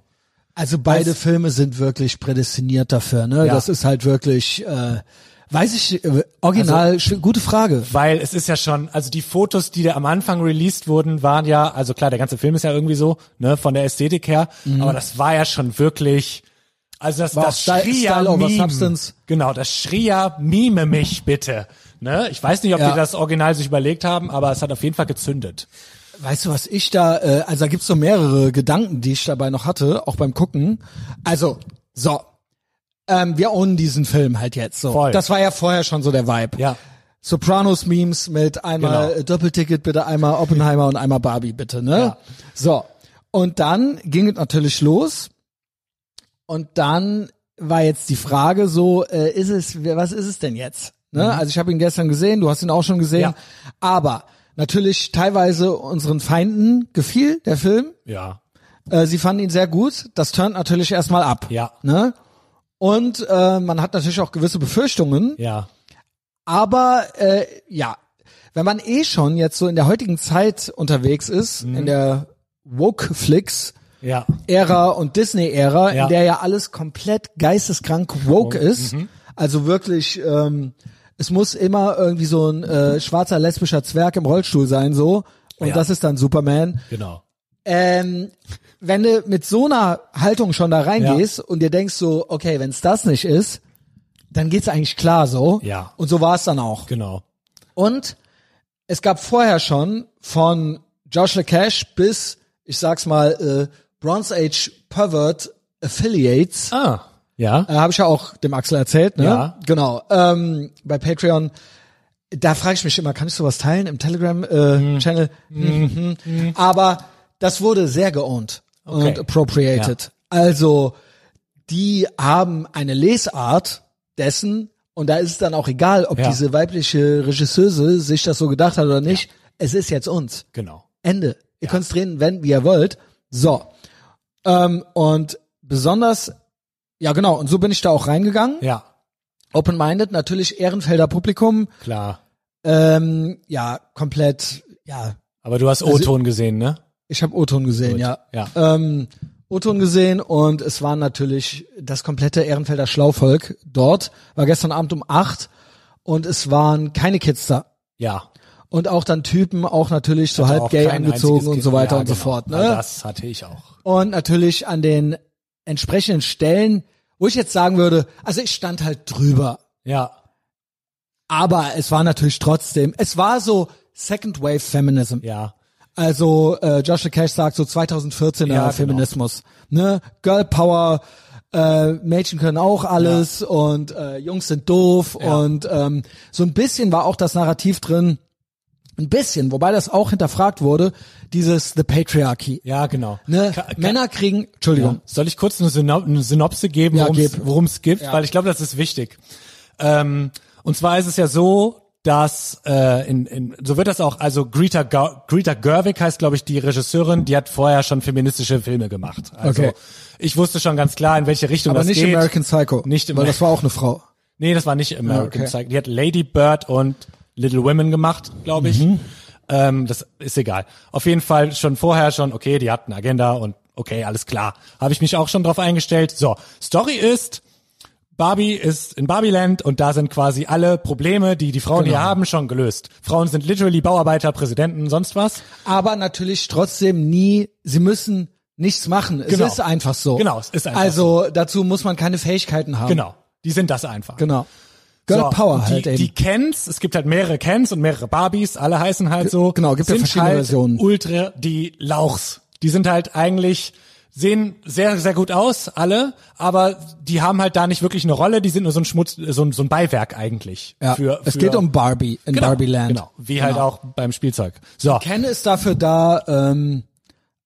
A: Also beide Filme sind wirklich prädestiniert dafür. Ne,
B: Ja.
A: das ist halt wirklich. Äh, weiß ich äh, original. schw- gute Frage.
B: Weil es ist ja schon, also die Fotos, die da am Anfang released wurden, waren ja, also klar, der ganze Film ist ja irgendwie so, ne, von der Ästhetik her, aber das war ja schon wirklich, also das,
A: Mhm. War
B: das
A: auch Style-
B: schrie ja
A: Style over
B: Meme.
A: Substance.
B: Genau, das schrie ja Mime mich bitte. Ne? Ich weiß nicht, ob
A: Ja.
B: die das Original sich überlegt haben, aber es hat auf jeden Fall gezündet.
A: Weißt du, was ich da, äh, also da gibt's so mehrere Gedanken, die ich dabei noch hatte, auch beim Gucken. Also, so. Ähm, wir ownen diesen Film halt jetzt so.
B: Voll.
A: Das war ja vorher schon so der Vibe.
B: Ja.
A: Sopranos-Memes mit einmal
B: Genau.
A: äh, Doppelticket, bitte einmal Oppenheimer und einmal Barbie, bitte, ne?
B: Ja.
A: So. Und dann ging es natürlich los. Und dann war jetzt die Frage so, äh, ist es, was ist es denn jetzt? Ne? Also ich habe ihn gestern gesehen, du hast ihn auch schon gesehen.
B: Mhm. Ja.
A: Aber natürlich teilweise unseren Feinden gefiel der Film.
B: Ja.
A: Äh, sie fanden ihn sehr gut. Das turnt natürlich erstmal ab.
B: Ja.
A: Ne? Und äh, man hat natürlich auch gewisse Befürchtungen.
B: Ja.
A: Aber äh, ja, wenn man eh schon jetzt so in der heutigen Zeit unterwegs ist,
B: Mhm.
A: in der Woke-Flix,
B: Ja.
A: Ära und Disney-Ära,
B: Ja. Mhm.
A: in der ja alles komplett geisteskrank woke ist. Also wirklich, ähm, es muss immer irgendwie so ein äh, schwarzer lesbischer Zwerg im Rollstuhl sein, so. Und
B: Ja.
A: das ist dann Superman.
B: Genau.
A: Ähm, wenn du mit so einer Haltung schon da reingehst und dir denkst so, okay, wenn es das nicht ist, dann geht's eigentlich klar so.
B: Ja.
A: Und so war es dann auch.
B: Genau.
A: Und es gab vorher schon von Josh LeCash bis, ich sag's mal, äh, Bronze Age Pervert Affiliates.
B: Ah. Ja.
A: Äh, Habe ich ja auch dem Axel erzählt, ne?
B: Ja.
A: Genau. Ähm, bei Patreon. Da frage ich mich immer, kann ich sowas teilen im Telegram-Channel? mhm. Aber das wurde sehr geowned und
B: Okay.
A: appropriated. Also die haben eine Lesart dessen und da ist es dann auch egal, ob
B: Ja.
A: diese weibliche Regisseuse sich das so gedacht hat oder nicht. Es ist jetzt uns.
B: Genau.
A: Ende. Ihr könnt's drehen, wenn, wie ihr wollt. So. Ähm, und besonders, ja genau, und so bin ich da auch reingegangen.
B: Ja.
A: Open-minded, natürlich Ehrenfelder Publikum.
B: Klar.
A: Ähm, ja, komplett, ja,
B: Aber du hast
A: Also
B: O-Ton gesehen, ne?
A: ich habe O-Ton gesehen, ja.
B: Ja.
A: Ähm, O-Ton gesehen und es war natürlich das komplette Ehrenfelder Schlauvolk dort. War gestern Abend um acht und es waren keine Kids da.
B: Ja.
A: Und auch dann Typen, auch natürlich so halb
B: Auch
A: gay
B: kein
A: angezogen
B: einziges
A: und so
B: Kind-
A: weiter
B: Ja,
A: und so
B: genau.
A: fort. Ne?
B: All Das hatte ich auch.
A: Und natürlich an den entsprechenden Stellen, wo ich jetzt sagen würde, also ich stand halt drüber.
B: Ja.
A: Aber es war natürlich trotzdem, es war so Second Wave Feminism.
B: Ja.
A: Also äh, Joshua Cash sagt so 2014er
B: Ja, genau.
A: Feminismus. Ne? Girl Power, äh, Mädchen können auch alles und äh, Jungs sind doof
B: Ja.
A: und ähm, so ein bisschen war auch das Narrativ drin, ein bisschen, wobei das auch hinterfragt wurde, dieses The Patriarchy.
B: Ja, genau.
A: Ne?
B: Ka- ka-
A: Männer kriegen, Entschuldigung,
B: Ja. Soll ich kurz eine, Synop eine Synopse geben,
A: Ja, gib.
B: worum es gibt?
A: Ja.
B: Weil ich glaube, das ist wichtig. Ähm, und zwar ist es ja so, dass äh, in, in, so wird das auch, also Greta, Ga Greta Gerwig heißt, glaube ich, die Regisseurin, die hat vorher schon feministische Filme gemacht. Also
A: Okay.
B: ich wusste schon ganz klar, in welche Richtung
A: Aber
B: das
A: nicht
B: geht.
A: American Psycho.
B: Nicht
A: Weil das war auch eine Frau.
B: Nee, das war nicht American
A: Ja, okay.
B: Psycho. Die hat Lady Bird und Little Women gemacht, glaube ich. Ähm, das ist egal. Auf jeden Fall schon vorher schon, okay, die hat eine Agenda und okay, alles klar. Habe ich mich auch schon drauf eingestellt. So, Story ist, Barbie ist in Barbieland und da sind quasi alle Probleme, die die Frauen hier haben, schon gelöst. Frauen sind literally Bauarbeiter, Präsidenten, sonst was.
A: Aber natürlich trotzdem nie, sie müssen nichts machen. Es
B: Genau.
A: ist einfach so.
B: Genau, es ist einfach
A: Also dazu muss man keine Fähigkeiten haben.
B: Genau, die sind das einfach.
A: Genau. Girl
B: So,
A: Power
B: die,
A: halt eben.
B: Die Kens, es gibt halt mehrere Kens und mehrere Barbies, alle heißen halt so.
A: genau, gibt ja
B: sind
A: verschiedene
B: halt
A: Versionen.
B: Ultra, die Lauchs. Die sind halt eigentlich, sehen sehr, sehr gut aus, alle, aber die haben halt da nicht wirklich eine Rolle, die sind nur so ein Schmutz, so ein, so ein Beiwerk eigentlich.
A: ja.
B: Für,
A: es
B: für,
A: geht um Barbie in
B: genau,
A: Barbie Land.
B: Genau, wie halt auch beim Spielzeug. So,
A: Ken ist dafür da, ähm,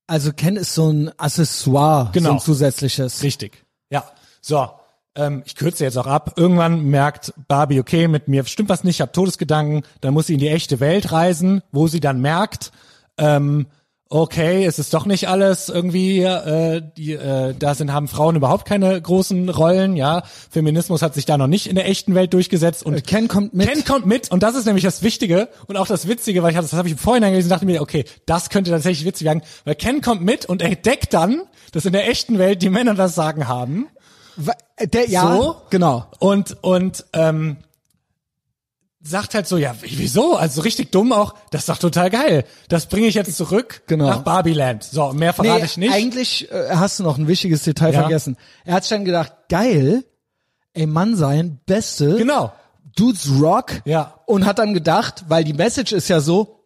A: also Ken ist so ein Accessoire, so
B: Genau.
A: ein zusätzliches.
B: richtig. Ja, so. Ähm, ich kürze jetzt auch ab. Irgendwann merkt Barbie, okay, mit mir stimmt was nicht, ich habe Todesgedanken. Dann muss sie in die echte Welt reisen, wo sie dann merkt, ähm, okay, es ist doch nicht alles irgendwie, äh, die, äh, da sind, haben Frauen überhaupt keine großen Rollen, ja. Feminismus hat sich da noch nicht in der echten Welt durchgesetzt und
A: Ken kommt mit.
B: Ken kommt mit und das ist nämlich das Wichtige und auch das Witzige, weil ich hab- das habe ich im Vorhinein gelesen und dachte mir, okay, das könnte tatsächlich witzig werden, weil Ken kommt mit und entdeckt dann, dass in der echten Welt die Männer das Sagen haben
A: Wa- äh, Der, ja,
B: So?
A: genau.
B: und und ähm, sagt halt so, ja, w- wieso? Also richtig dumm auch, das ist doch total geil. Das bringe ich jetzt zurück
A: Genau.
B: nach Barbieland. So, mehr verrate ich nicht.
A: Eigentlich äh, hast du noch ein wichtiges Detail
B: Ja.
A: vergessen. Er hat sich dann gedacht, geil, ey Mann sein, Beste.
B: Genau.
A: Dudes Rock.
B: Ja.
A: Und hat dann gedacht, weil die Message ist ja so,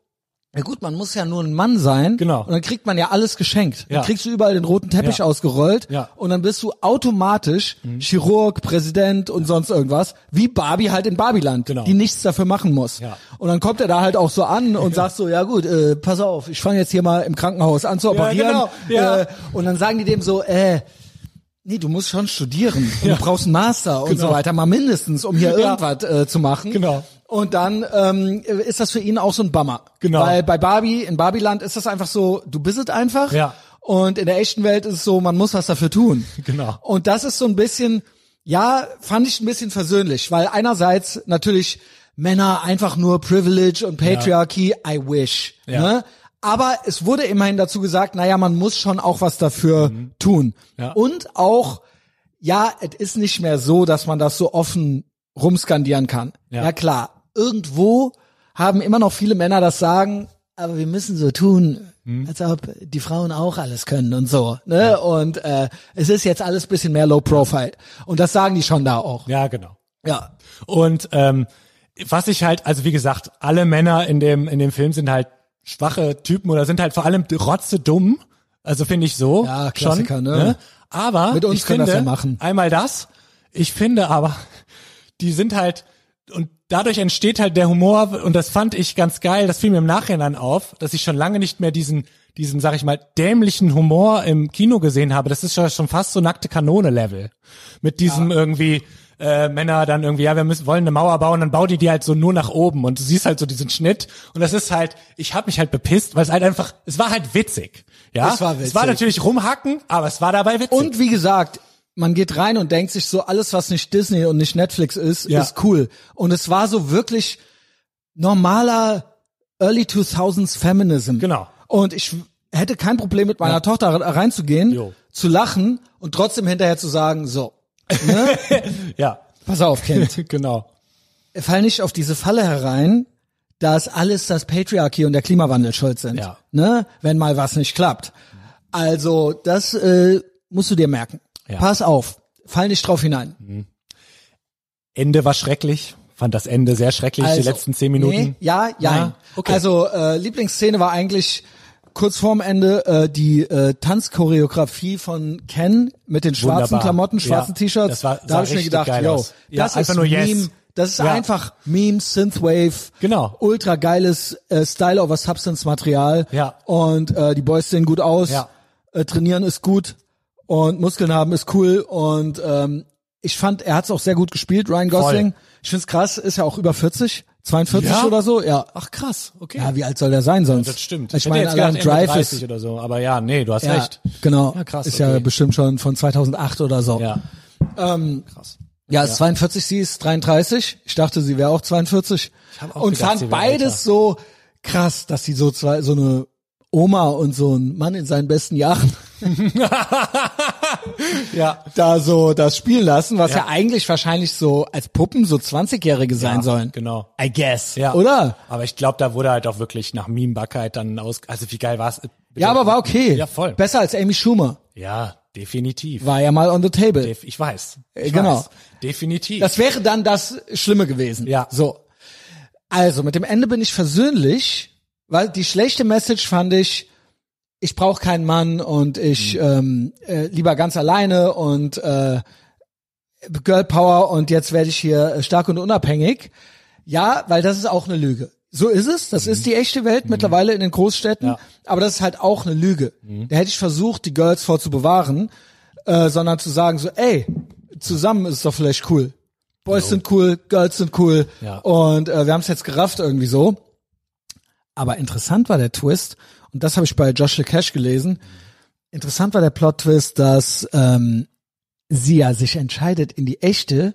A: na gut, man muss ja nur ein Mann sein.
B: Genau.
A: Und dann kriegt man ja alles geschenkt.
B: Ja.
A: Dann kriegst du überall den roten Teppich
B: Ja.
A: ausgerollt.
B: Ja. Mhm.
A: Und dann bist du automatisch Chirurg, Präsident und sonst irgendwas. Wie Barbie halt in Barbiland,
B: Genau.
A: die nichts dafür machen muss.
B: Ja.
A: Und dann kommt er da halt auch so an und sagt so, ja gut, äh, pass auf, ich fange jetzt hier mal im Krankenhaus an zu operieren.
B: genau. Ja.
A: äh, und dann sagen die dem so, äh, Nee, du musst schon studieren. Und Du brauchst einen Master und
B: Genau.
A: so weiter, mal mindestens, um hier
B: Ja.
A: irgendwas äh, zu machen.
B: Genau.
A: Und dann ähm, ist das für ihn auch so ein Bummer.
B: Genau.
A: Weil bei Barbie, in Barbieland ist das einfach so, du bist es einfach.
B: Ja.
A: Und in der echten Welt ist es so, man muss was dafür tun.
B: Genau.
A: Und das ist so ein bisschen, ja, fand ich ein bisschen versöhnlich, weil einerseits natürlich Männer einfach nur Privilege und Patriarchy, I wish.
B: Ja.
A: Ne? Aber es wurde immerhin dazu gesagt, naja, man muss schon auch was dafür tun.
B: Mhm. Ja.
A: Und auch, ja, es ist nicht mehr so, dass man das so offen rumskandieren kann.
B: Ja.
A: Ja, klar, irgendwo haben immer noch viele Männer das Sagen, aber wir müssen so tun, als ob die Frauen auch alles können und so. Ne? Und äh, es ist jetzt alles bisschen mehr Low Profile. Und das sagen die schon da auch.
B: Ja, genau.
A: Ja.
B: Und ähm, was ich halt, also wie gesagt, alle Männer in dem in dem Film sind halt schwache Typen oder sind halt vor allem rotze dumm. Also finde ich so.
A: Ja, Klassiker,
B: schon,
A: ne?
B: Aber
A: Mit uns
B: ich
A: können
B: finde,
A: das ja machen.
B: einmal das. Ich finde aber, die sind halt und dadurch entsteht halt der Humor und das fand ich ganz geil. Das fiel mir im Nachhinein auf, dass ich schon lange nicht mehr diesen diesen, sag ich mal, dämlichen Humor im Kino gesehen habe. Das ist ja schon fast so nackte Kanone-Level mit diesem irgendwie äh, Männer dann irgendwie, ja, wir müssen wollen eine Mauer bauen, dann baut die die halt so nur nach oben und du siehst halt so diesen Schnitt und das ist halt, ich habe mich halt bepisst, weil es halt einfach, es war halt witzig, ja,
A: Es war
B: es war
A: witzig.
B: natürlich rumhacken, aber es war dabei witzig.
A: Und wie gesagt, man geht rein und denkt sich so, alles, was nicht Disney und nicht Netflix ist,
B: Ja.
A: ist cool. Und es war so wirklich normaler Early 2000s Feminism.
B: Genau.
A: Und ich hätte kein Problem mit meiner Tochter re- reinzugehen,
B: Jo.
A: zu lachen und trotzdem hinterher zu sagen, so, ne?
B: ja,
A: pass auf, Kind,
B: genau,
A: fall nicht auf diese Falle herein, dass alles das Patriarchie und der Klimawandel schuld sind.
B: Ja.
A: Ne? Wenn mal was nicht klappt. Also, das äh, musst du dir merken.
B: Ja.
A: Pass auf, fall nicht drauf hinein.
B: Ende war schrecklich, fand das Ende sehr schrecklich, die letzten zehn Minuten.
A: Also, Nee, ja, ja.
B: Ja, okay.
A: okay. Also äh, Lieblingsszene war eigentlich kurz vorm Ende äh, die äh, Tanzchoreografie von Ken mit den schwarzen
B: Wunderbar.
A: Klamotten, schwarzen
B: Ja,
A: T-Shirts.
B: das war-
A: da
B: sah
A: habe ich mir
B: richtig
A: gedacht,
B: geil
A: yo,
B: aus. Ja,
A: das
B: einfach
A: ist
B: nur yes.
A: Meme, das ist
B: Ja.
A: einfach Meme, Synthwave,
B: Genau.
A: ultra geiles äh, Style over Substance Material.
B: Ja.
A: Und äh, die Boys sehen gut aus.
B: Ja.
A: Äh, trainieren ist gut und Muskeln haben ist cool und ähm, ich fand, er hat es auch sehr gut gespielt, Ryan Gosling. Ich find's krass, ist ja auch über 40, 42
B: Ja?
A: oder so, ja.
B: Ach krass, okay.
A: Ja, wie alt soll der sein sonst?
B: das stimmt.
A: Ich
B: Hätte
A: meine,
B: jetzt gedacht,
A: allein
B: Ende
A: Drive
B: 30
A: ist,
B: oder so, aber ja, nee, du hast
A: ja,
B: recht.
A: genau,
B: Ja, krass,
A: ist ja
B: okay.
A: bestimmt schon von 2008 oder so.
B: Ja.
A: Ähm, Ja, ist 42, sie ist 33. Ich dachte, sie wäre auch 42.
B: hab auch
A: und
B: gedacht, sie
A: fand
B: wär
A: beides
B: älter.
A: so krass, dass sie so zwei, so eine Oma und so ein Mann in seinen besten Jahren
B: Ja.
A: da so das spielen lassen, was ja,
B: Ja.
A: eigentlich wahrscheinlich so als Puppen so 20-Jährige sein
B: Ja,
A: sollen.
B: Genau.
A: I guess.
B: Ja.
A: Oder?
B: Aber ich glaube, da wurde halt auch wirklich nach Meme-Backheit dann aus, also wie geil war's?
A: Ja, aber war okay.
B: Ja, voll.
A: Besser als Amy Schumer.
B: Ja, definitiv.
A: War ja mal on the table.
B: Def- Ich weiß.
A: Äh,
B: Ich
A: genau.
B: Weiß. Definitiv.
A: Das wäre dann das Schlimme gewesen.
B: Ja.
A: So. Also, mit dem Ende bin ich versöhnlich, weil die schlechte Message fand ich, ich brauche keinen Mann und ich ähm, äh, lieber ganz alleine und äh, Girl Power und jetzt werde ich hier äh, stark und unabhängig. Ja, weil das ist auch eine Lüge. So ist es, das ist die echte Welt mittlerweile in den Großstädten,
B: Mhm. Ja. Mhm.
A: aber das ist halt auch eine Lüge. Da hätte ich versucht, die Girls vorzubewahren, äh, sondern zu sagen so, ey, zusammen ist es doch vielleicht cool. Boys sind cool, Girls sind cool
B: Ja.
A: und äh, wir haben es jetzt gerafft irgendwie so. Aber interessant war der Twist, und das habe ich bei Josh LeCash gelesen, interessant war der Plot-Twist, dass ähm, sie ja sich entscheidet, in die echte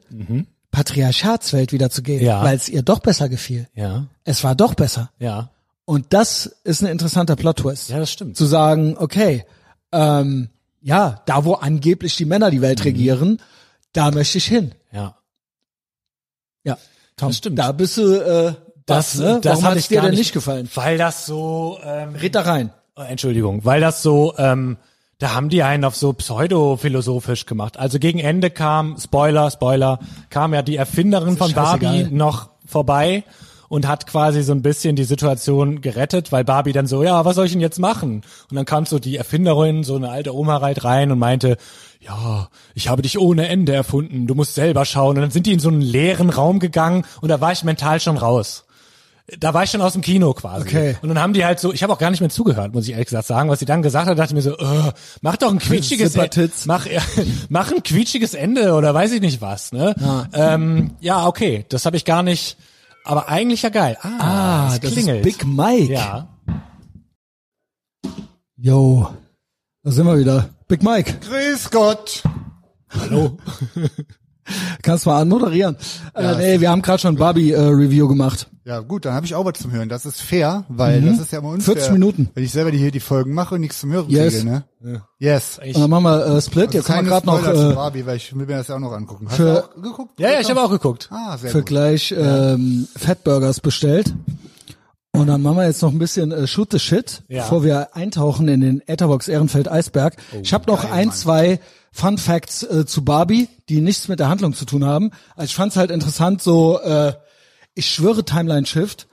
A: Patriarchatswelt wieder zu gehen,
B: Mhm. Ja.
A: weil es ihr doch besser gefiel.
B: Ja,
A: Es war doch besser.
B: ja.
A: Und das ist ein interessanter Plot-Twist.
B: Ja, das stimmt.
A: Zu sagen, okay, ähm, ja, da wo angeblich die Männer die Welt
B: Mhm.
A: regieren, da möchte ich hin.
B: Ja.
A: Ja, Tom,
B: Das stimmt.
A: da bist du, äh,
B: Das,
A: das, ne?
B: das
A: Warum
B: hab
A: hat's
B: ich
A: dir
B: gar
A: denn
B: nicht-
A: nicht gefallen?
B: Weil das so, ähm,
A: Red da rein.
B: Äh, Entschuldigung, weil das so, ähm, da haben die einen auf so pseudophilosophisch gemacht. Also gegen Ende kam, Spoiler, Spoiler, kam ja die Erfinderin von
A: scheißegal.
B: Barbie noch vorbei und hat quasi so ein bisschen die Situation gerettet, weil Barbie dann so, ja, was soll ich denn jetzt machen? Und dann kam so die Erfinderin, so eine alte Oma halt rein und meinte, ja, ich habe dich ohne Ende erfunden, du musst selber schauen. Und dann sind die in so einen leeren Raum gegangen und da war ich mental schon raus da war ich schon aus dem Kino quasi.
A: Okay.
B: Und dann haben die halt so, ich habe auch gar nicht mehr zugehört, muss ich ehrlich gesagt sagen, was sie dann gesagt hat, dachte ich mir so, äh, mach doch ein quietschiges Ende,
A: Zippertits.
B: mach, ja, mach ein quietschiges Ende oder weiß ich nicht was, ne? Ja, ähm, ja okay, das habe ich gar nicht, aber eigentlich ja geil. Ah,
A: Ah,
B: es
A: das
B: klingelt.
A: ist Big Mike.
B: ja.
A: Yo, da sind wir wieder. Big Mike,
B: Grüß Gott. Hallo.
A: kannst mal anmoderieren.
C: Ja,
A: äh, nee, wir haben gerade schon Barbie-Review gemacht.
C: Ja, gut, dann habe ich auch was zum Hören. Das ist fair, weil das ist ja immer unfair.
A: 40 Mhm. Minuten.
C: Wenn ich selber die hier die Folgen mache und nichts zum Hören
A: Yes.
C: kriege, ne? Yes.
B: Ich-
A: Und dann machen wir äh, Split. Jetzt
C: Keine
A: können wir gerade noch
C: Spoiler zu
A: äh,
C: Barbie, weil ich will mir das ja auch noch angucken. Hast
A: für-
C: du auch geguckt?
B: Ja, ja, ich habe auch geguckt.
C: Ah, sehr
A: für
C: gut.
A: gleich ähm, Fatburgers bestellt. Und dann machen wir jetzt noch ein bisschen äh, Shoot the Shit,
B: Ja.
A: bevor wir eintauchen in den Etherbox Ehrenfeld Eisberg.
C: Oh,
A: ich habe noch ein, zwei Fun Facts äh, zu Barbie, die nichts mit der Handlung zu tun haben. Also ich fand's halt interessant, so äh, ich schwöre Timeline Shift.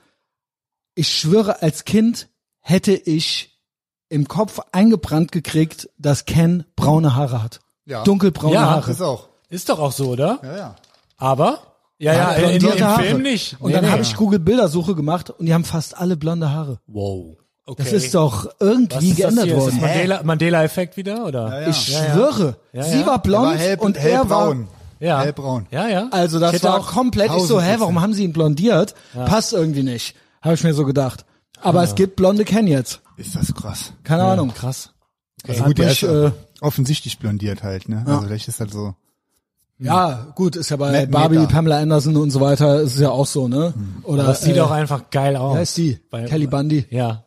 A: Ich schwöre, als Kind hätte ich im Kopf eingebrannt gekriegt, dass Ken braune Haare hat.
C: Ja.
A: Dunkelbraune
B: Ja,
A: Haare.
C: Das auch.
B: Ist doch auch so, oder?
C: Ja, ja.
B: Aber? Ja, ja,
A: Alle
B: in,
A: blondierte
B: im
A: Haare.
B: Film nicht.
A: Und dann habe ich Google Bildersuche gemacht und die haben fast alle blonde Haare.
B: Wow. Okay.
A: Das ist doch irgendwie
B: ist das
A: geändert
B: hier? Ist das
A: worden.
B: Mandela, Mandela-Effekt wieder, oder?
A: Ich schwöre,
B: Ja,
A: sie
B: ja.
A: war
C: Der
A: blond
C: war hell,
A: und er war
C: hellbraun.
B: Ja.
C: Hellbraun.
B: Ja, ja.
A: also
B: Ich
A: das
B: hätte
A: war
B: auch-
A: komplett ich so, hä,
C: 1000%.
A: warum haben sie ihn blondiert? Passt irgendwie nicht, habe ich mir so gedacht. Aber es gibt blonde Ken jetzt.
C: Ist das krass.
A: Keine Ahnung.
B: Krass.
C: Also gut, der
A: mich,
C: ist
A: äh,
C: äh, offensichtlich blondiert halt, ne? Also vielleicht ist das so.
A: Ja, gut, ist ja bei
C: Matt
A: Barbie,
C: Meta.
A: Pamela Anderson und so weiter, ist es ja auch so, ne?
B: Hm.
A: Oder
B: Das sieht
A: äh,
B: auch einfach geil aus.
A: wer ist die?
B: Bei-
A: Kelly Bundy.
B: Ja.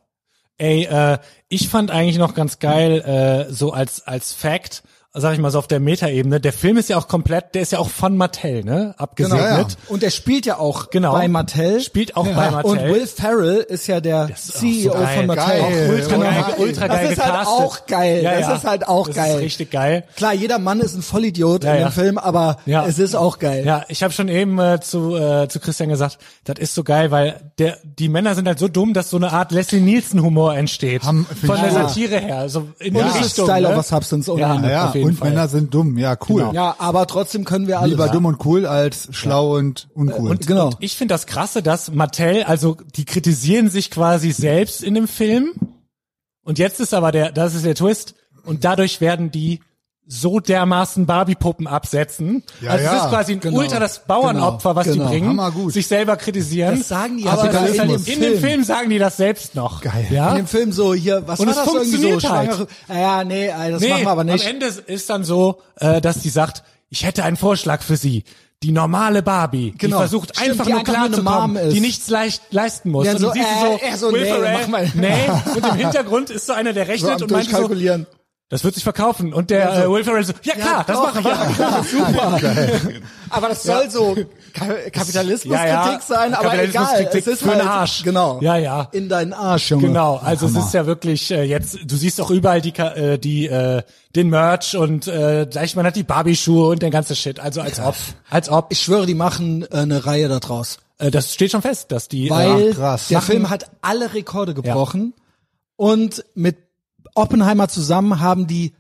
B: Ey, äh, ich fand eigentlich noch ganz geil, äh, so als, als Fact, sag ich mal so auf der Metaebene, der Film ist ja auch komplett, der ist ja auch von Mattel, ne? Abgesegnet.
A: Genau.
C: Ja, ja.
A: Und er spielt ja auch
B: Genau.
A: bei Mattel.
B: Spielt auch bei Mattel.
A: Und Will Ferrell ist ja der
B: ist auch
A: CEO
B: so geil.
A: von Mattel.
C: Geil.
A: Auch
B: ultra
C: Genau.
B: geil, ultra geil
A: Das ist halt
B: gecastet.
A: auch geil.
B: Ja,
A: Das
B: ja.
A: ist halt auch
B: das
A: geil.
B: Ist richtig geil.
A: Klar, jeder Mann ist ein Vollidiot
B: Ja,
A: in
B: ja.
A: dem Film, aber
B: Ja.
A: es ist auch geil.
B: Ja, ich habe schon eben äh, zu, äh, zu Christian gesagt, das ist so geil, weil der, die Männer sind halt so dumm, dass so eine Art Leslie Nielsen-Humor entsteht.
C: Ham-
B: von der
A: Ja.
B: Satire her. So in
A: Und
B: die
A: es ist
B: Richtung.
A: Style
B: ne?
A: over Substance ohne
B: Ja.
A: Ende.
C: Ja,
B: auf jeden
C: und
B: Fall.
C: Männer sind dumm. Ja, cool.
A: Genau. Ja, aber trotzdem können wir alle.
C: Lieber dumm und cool als schlau und uncool.
B: Und,
A: Genau.
B: und ich finde das krasse, dass Mattel, also die kritisieren sich quasi selbst in dem Film. Und jetzt ist aber der, das ist der Twist. Und dadurch werden die so dermaßen Barbie-Puppen absetzen.
C: Ja,
B: also es
C: ja.
B: ist quasi ein
A: Genau.
B: ultra das Bauernopfer, was
A: Genau.
B: die bringen.
C: Hammergut.
B: Sich selber kritisieren.
A: Das sagen die ja
B: aber
A: sogar
B: das ist
A: in
B: halt,
A: dem
B: in dem
A: Film.
B: Film sagen die das selbst noch.
C: Geil.
A: In
B: Ja?
A: dem Film so hier, was
B: Und
A: war
B: es
A: das irgendwie so?
B: funktioniert halt.
A: Schwangere- Ah, ja, nee, ah, das machen wir aber nicht.
B: Am Ende ist dann so, äh, dass die sagt, ich hätte einen Vorschlag für sie. Die normale Barbie,
A: Genau.
B: die versucht
A: Stimmt,
B: einfach
A: die
B: nur
A: einfach
B: klar
A: nur
B: zu
A: eine
B: kommen,
A: Mom ist.
B: die nichts leicht leisten muss.
A: Ja,
B: und
A: so,
B: du siehst
A: äh,
B: so,
A: äh, so,
B: Will
A: nee,
B: Ferrell,
A: mach mal.
B: nee. Und im Hintergrund ist so einer, der rechnet
A: am
B: und meint so,
A: Durchkalkulieren.
B: das wird sich verkaufen. Und der äh, Will Ferrell so, ja klar, das
A: doch,
B: machen wir.
A: ja, super. aber das soll so Ka- Kapitalismuskritik
B: Ja, ja.
A: sein, aber egal.
B: Kapitalismuskritik
A: es ist
B: für
A: halt,
B: den Arsch.
A: Genau.
B: Ja, ja.
A: In deinen Arsch, Junge.
B: Genau, also es ist ja wirklich äh, jetzt, du siehst auch überall die, Ka- äh, die äh, den Merch und äh, gleich man hat die Barbie-Schuhe und den ganzen Shit. Also als ob, als ob,
A: Ich schwöre, die machen äh, eine Reihe da draus.
B: äh, das steht schon fest, dass die. äh,
A: Weil
C: Ach, krass.
A: der
C: Sachen-
A: Film hat alle Rekorde gebrochen und mit Oppenheimer zusammen haben die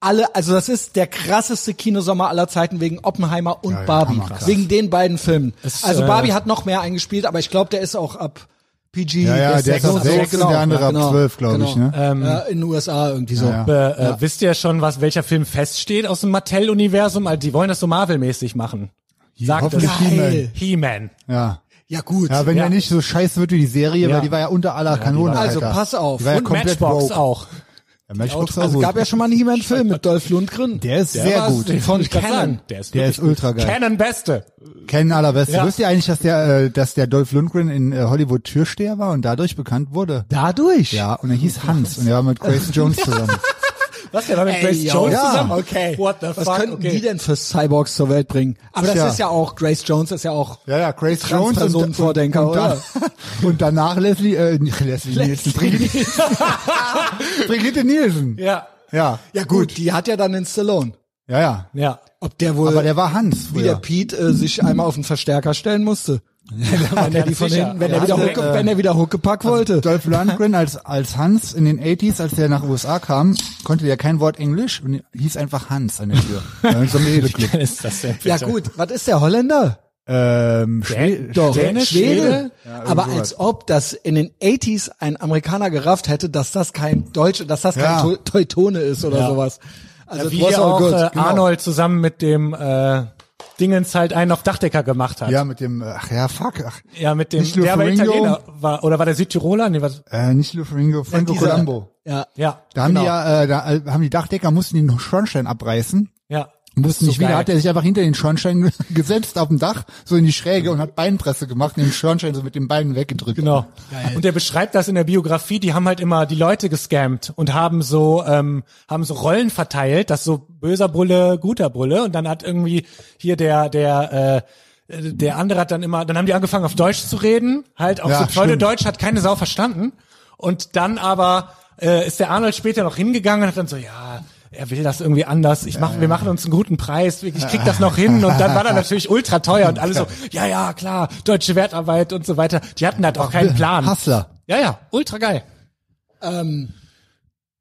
A: alle, also das ist der krasseste Kinosommer aller Zeiten wegen Oppenheimer und
C: ja,
A: Barbie.
C: Hammer, krass.
A: wegen den beiden Filmen.
B: Es,
A: also
B: äh,
A: Barbie hat noch mehr eingespielt, aber ich glaube, der ist auch ab PG.
C: Ja, ja, der ist ab
A: so, so,
C: sechs und der andere ab
A: Genau.
C: zwölf, glaub ich, ne?
A: ja, in den USA irgendwie so.
C: Ja,
B: äh, äh, Wisst ihr schon, was welcher Film feststeht aus dem Mattel-Universum? Also die wollen das so Marvel-mäßig machen. Sagt es.
C: Hoffentlich He-Man.
B: He-Man.
C: Ja.
A: Ja gut.
C: Ja, wenn
B: Ja.
C: der nicht so scheiße wird wie die Serie,
B: Ja.
C: weil die war ja unter aller Kanone.
A: Also,
C: Alter.
A: pass auf.
C: Die war ja
B: Und
C: komplett
B: Matchbox
C: broke.
B: auch.
C: Ja, Matchbox war
A: also
C: gut.
A: gab ja schon mal einen He-Man-Film mit Dolph Lundgren.
C: der ist sehr
A: war's.
C: gut.
A: Den
B: Wollte ich grad
A: Cannon.
B: sagen. Der ist,
C: Der
B: wirklich
C: ist ultra
B: gut.
C: geil.
B: Canon Beste.
C: Kennen allerbeste.
B: Ja.
C: Wisst ihr eigentlich, dass der, äh, dass der Dolph Lundgren in äh, Hollywood Türsteher war und dadurch bekannt wurde?
A: Dadurch?
C: Ja, und er hieß Hans und er war mit Grace Jones zusammen.
B: Was, der war mit
A: Ey,
B: Grace
A: yo,
B: Jones
A: ja.
B: zusammen?
A: Okay.
B: What the
A: Was
B: fuck?
A: könnten
B: okay.
A: die denn für Cyborgs zur Welt bringen? Aber das
C: Tja.
A: ist ja auch, Grace Jones ist ja auch
C: Ja, ja, Grace Jones und, und,
A: Transpersonenvordenker,
C: und, dann,
A: oder?
C: und danach Leslie, äh, nicht Leslie Nielsen, Brigitte, Brigitte Nielsen.
B: Ja.
C: Ja,
A: Ja gut, die hat ja dann den Stallone.
C: ja, ja.
B: Ja.
A: Ob der wohl,
C: Aber der war Hans
A: wie der
C: früher.
A: Pete äh, sich einmal auf den Verstärker stellen musste. wenn er die von
B: sicher.
A: hinten, wenn,
B: Ja,
A: er wieder
B: hast du
A: Hucke,
B: recht.
A: wenn er wieder Huckepack wollte.
C: Dolph Lundgren als, als Hans in den 80s, als der nach USA kam, konnte der kein Wort Englisch und hieß einfach Hans an der Tür. Ja, in so einem Edelclub.
B: Ist das denn bitte?
A: Ja gut, was ist der Holländer?
C: Ähm,
B: Schwede.
A: Doch,
B: Schwede?
A: Schwede.
B: Schwede?
A: Aber als ob das in den 80s ein Amerikaner gerafft hätte, dass das kein Deutsch, dass das
C: Ja.
A: kein Teu- Teutone ist oder
B: Ja.
A: sowas. Also
B: Wie
A: it was
B: hier
A: all
B: auch
A: good,
B: äh,
A: genau.
B: Arnold zusammen mit dem äh, Dingens halt einen auf Dachdecker gemacht hat.
C: ja, mit dem, äh, ach ja, fuck, ach,
B: Ja, mit dem,
C: Nicht nur
B: der aber
C: Flamingo.
B: Italiener war, oder war der Südtiroler? Nee, was,
C: äh, nicht Luferingo, Franco
A: Dieser-
C: Colombo.
A: Ja.
B: ja. Genau.
C: Da haben die ja, äh, da äh, haben die Dachdecker mussten den Schornstein abreißen.
B: ja.
C: Mussten
B: So
C: nicht wieder,
B: geil.
C: hat er sich einfach hinter den Schornstein gesetzt auf dem Dach, so in die Schräge und hat Beinpresse gemacht und den Schornstein so mit den Beinen weggedrückt.
B: Genau. Und der beschreibt das in der Biografie, die haben halt immer die Leute gescammt und haben so, ähm, haben so Rollen verteilt, dass so böser Bulle, guter Bulle und dann hat irgendwie hier der, der, äh, äh, der andere hat dann immer, dann haben die angefangen auf Deutsch zu reden, halt auch
C: Ja,
B: so Pseudodeutsch, hat keine Sau verstanden und dann aber äh, ist der Arnold später noch hingegangen und hat dann so, ja, er will das irgendwie anders. Ich mach, wir machen uns einen guten Preis. Ich krieg das noch hin. Und dann war er natürlich ultra teuer und alle so, ja, ja, klar, deutsche Wertarbeit und so weiter. Die hatten halt auch keinen Plan.
C: Hustler.
B: Ja, ja, ultra geil.
A: Ähm,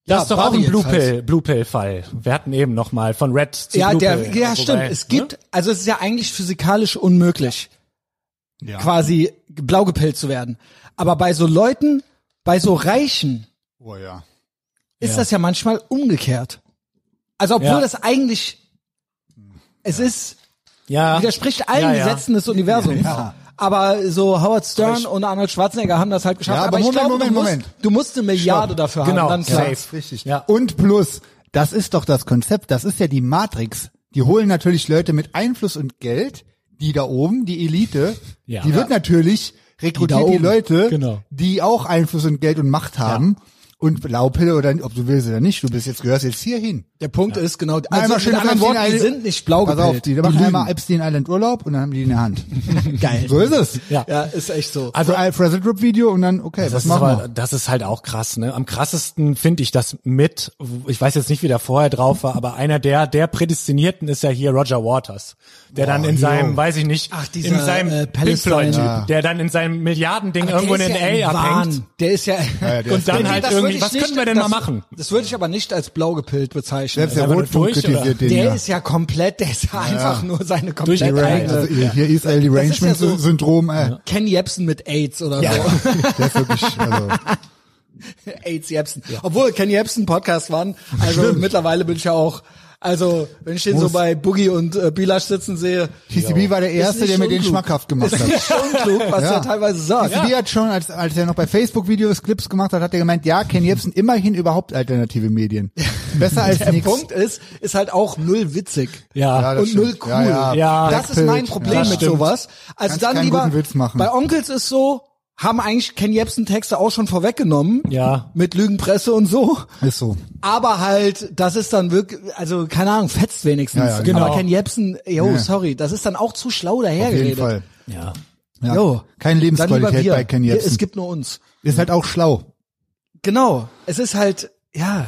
B: Das ist doch auch
A: Barry
B: ein
A: jetzt
B: Blue
A: halt.
B: Pill, Blue Pill Fall. Wir hatten eben noch mal von Red zu
A: ja,
B: Blue
A: der,
B: Pill. ne?
A: ja
B: Wobei,
A: stimmt. Es gibt, also es ist ja eigentlich physikalisch unmöglich,
C: Ja.
A: quasi blau gepillt zu werden. Aber bei so Leuten, bei so Reichen,
C: Oh ja.
A: ist das ja manchmal umgekehrt. Also obwohl
B: Ja.
A: das eigentlich, es ist,
B: Ne? Ja.
A: widerspricht allen
B: Ja, ja.
A: Gesetzen des Universums.
C: Ja.
A: Aber so Howard Stern und Arnold Schwarzenegger haben das halt geschafft.
C: Ja, aber
A: aber ich
C: Moment,
A: glaube,
C: Moment,
A: du, musst,
C: Moment.
A: du musst eine Milliarde dafür
B: Genau,
A: haben.
B: safe.
A: Dann
C: Richtig.
B: Ja.
C: Und plus, das ist doch das Konzept, das ist ja die Matrix. Die holen natürlich Leute mit Einfluss und Geld, die da oben, die Elite,
B: Ja.
C: die wird natürlich rekrutiert
A: Die
C: die,
A: da oben.
C: Leute,
B: Genau.
C: die auch Einfluss und Geld und Macht haben. Und Blaupille oder ob du willst oder nicht, du bist jetzt gehörst jetzt hier hin.
A: der Punkt ist genau, also
C: Einmal schön
A: mit anderen
C: Epstein
A: Worten, die
C: Island-
A: sind nicht blau
C: Pass auf,
A: gepillt.
C: die, die machen einmal Epstein Island Urlaub und dann haben die die in der Hand.
A: Geil.
C: so ist es.
B: Ja. Also
A: Ja, ist echt so.
C: Also ein Frazzle Drop Video und dann, okay,
B: Das
C: was
B: ist,
C: machen wir?
B: aber, das ist halt auch krass, ne? Am krassesten finde ich das mit, ich weiß jetzt nicht, wie der vorher drauf war, aber einer der, der Prädestinierten ist ja hier Roger Waters, der dann in
C: jo.
B: seinem, weiß ich nicht,
A: Ach, dieser,
B: in seinem
A: äh,
B: Pink
A: Palestine-
B: Floyd,
A: Ja.
B: der dann in seinem Milliardending
A: Aber
B: irgendwo
A: der
B: in
A: ist ja
B: L.A.
A: im
B: abhängt.
A: Wahn. Der ist ja,
C: ja, der
B: Und
C: ist
B: dann
C: der-
B: halt
A: das würde
B: irgendwie,
A: ich
B: was
A: nicht-
B: können wir denn
A: das,
B: mal machen?
A: Das würde ich aber nicht als blau gepillt bezeichnen. Also,
C: Selbst der
B: aber nur
C: Rotfunk
B: durch, oder?
C: kritisiert den
A: der
C: ja.
A: ist ja komplett, der ist ja einfach nur seine komplett
B: Durchgereicht.
A: eigene.
C: Also hier, hier ist Israel
A: Das ist ja
C: Derangement
A: so-
C: Syndrom, äh,
A: Ken Jebsen mit AIDS oder so.
C: der ist wirklich, also,
A: AIDS Jepsen. Obwohl Ken Jepsen Podcast waren. Also mittlerweile bin ich ja auch, also wenn ich den so bei Boogie und äh, Bilasch sitzen sehe,
C: TCB war der erste,
A: nicht
C: der mir den
A: unklug.
C: schmackhaft gemacht hat.
A: ist schon klug, was
C: Ja.
A: er teilweise sagt.
C: TCB hat schon, als, als er noch bei Facebook Videos Clips gemacht hat, hat er gemeint, ja, Ken Jebsen immerhin überhaupt alternative Medien. Besser als
A: Der
C: nichts.
A: Punkt ist, ist halt auch null witzig.
B: Ja,
C: Ja, das
A: und null
C: stimmt.
A: cool.
C: Ja, ja.
B: Ja.
A: das ist mein
C: Blackpilled.
A: Problem
C: Ja,
A: mit
B: stimmt.
A: sowas. Also
C: Kannst
A: dann
C: keinen
A: lieber
C: guten Witz machen.
A: bei Onkels ist so, haben eigentlich Ken Jebsen Texte auch schon vorweggenommen.
B: Ja.
A: Mit Lügenpresse und so.
C: Ist so.
A: Aber halt, das ist dann wirklich, also keine Ahnung, fetzt wenigstens.
C: Ja, ja,
B: genau.
A: Aber Ken Jebsen, yo,
C: Ja.
A: sorry, das ist dann auch zu schlau
C: Auf jeden
A: dahergeredet.
C: Fall.
B: ja.
C: Ja.
A: Jo.
C: Keine
A: Dann lieber
C: Lebensqualität
A: wir.
C: bei Ken
A: Wir-
C: Jebsen.
A: Es gibt nur uns.
C: ist halt auch schlau.
A: Genau. Es ist halt, ja,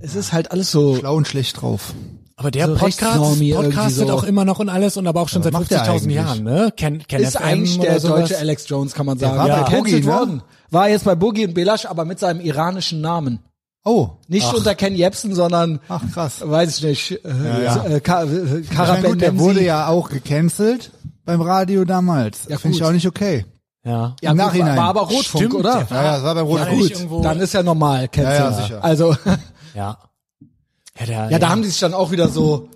A: es ist halt alles so.
C: Schlau und schlecht drauf.
B: Aber der
A: So
B: Podcast,
A: Rechtsnormi irgendwie
B: podcastet
A: so.
B: auch immer noch und alles und aber auch schon seit
C: macht der
B: 50.000
C: eigentlich?
B: Jahren, ne? Ken, Ken
A: Ist
B: FM
A: eigentlich
B: oder
A: der
B: sowas.
A: deutsche Alex Jones, kann man sagen.
C: war
B: bei
A: Cancelled
C: Boogie, ne?
A: worden. War jetzt bei Boogie und Belash, aber mit seinem iranischen Namen.
C: Oh.
A: Nicht unter Ken Jebsen, sondern,
C: Ach, krass.
A: weiß ich nicht, äh,
C: ja.
A: äh, Ka äh,
C: Ich meine,
A: Karaben
C: gut, der wurde ja auch gecancelt beim Radio damals.
A: Ja,
C: Finde ich
A: gut.
C: auch nicht okay.
B: Ja.
A: ja,
C: im
A: gut,
C: Nachhinein.
A: War aber Rotfunk,
B: Stimmt,
A: oder?
B: der
C: Ja, ja, das war beim Rot.
B: Ja,
C: Gut.
B: nicht irgendwo-
A: Dann ist ja normal, Cancel.
C: Ja, ja, sicher.
A: Also,
B: Ja. Ja, der,
A: ja, da haben die sich dann auch wieder so,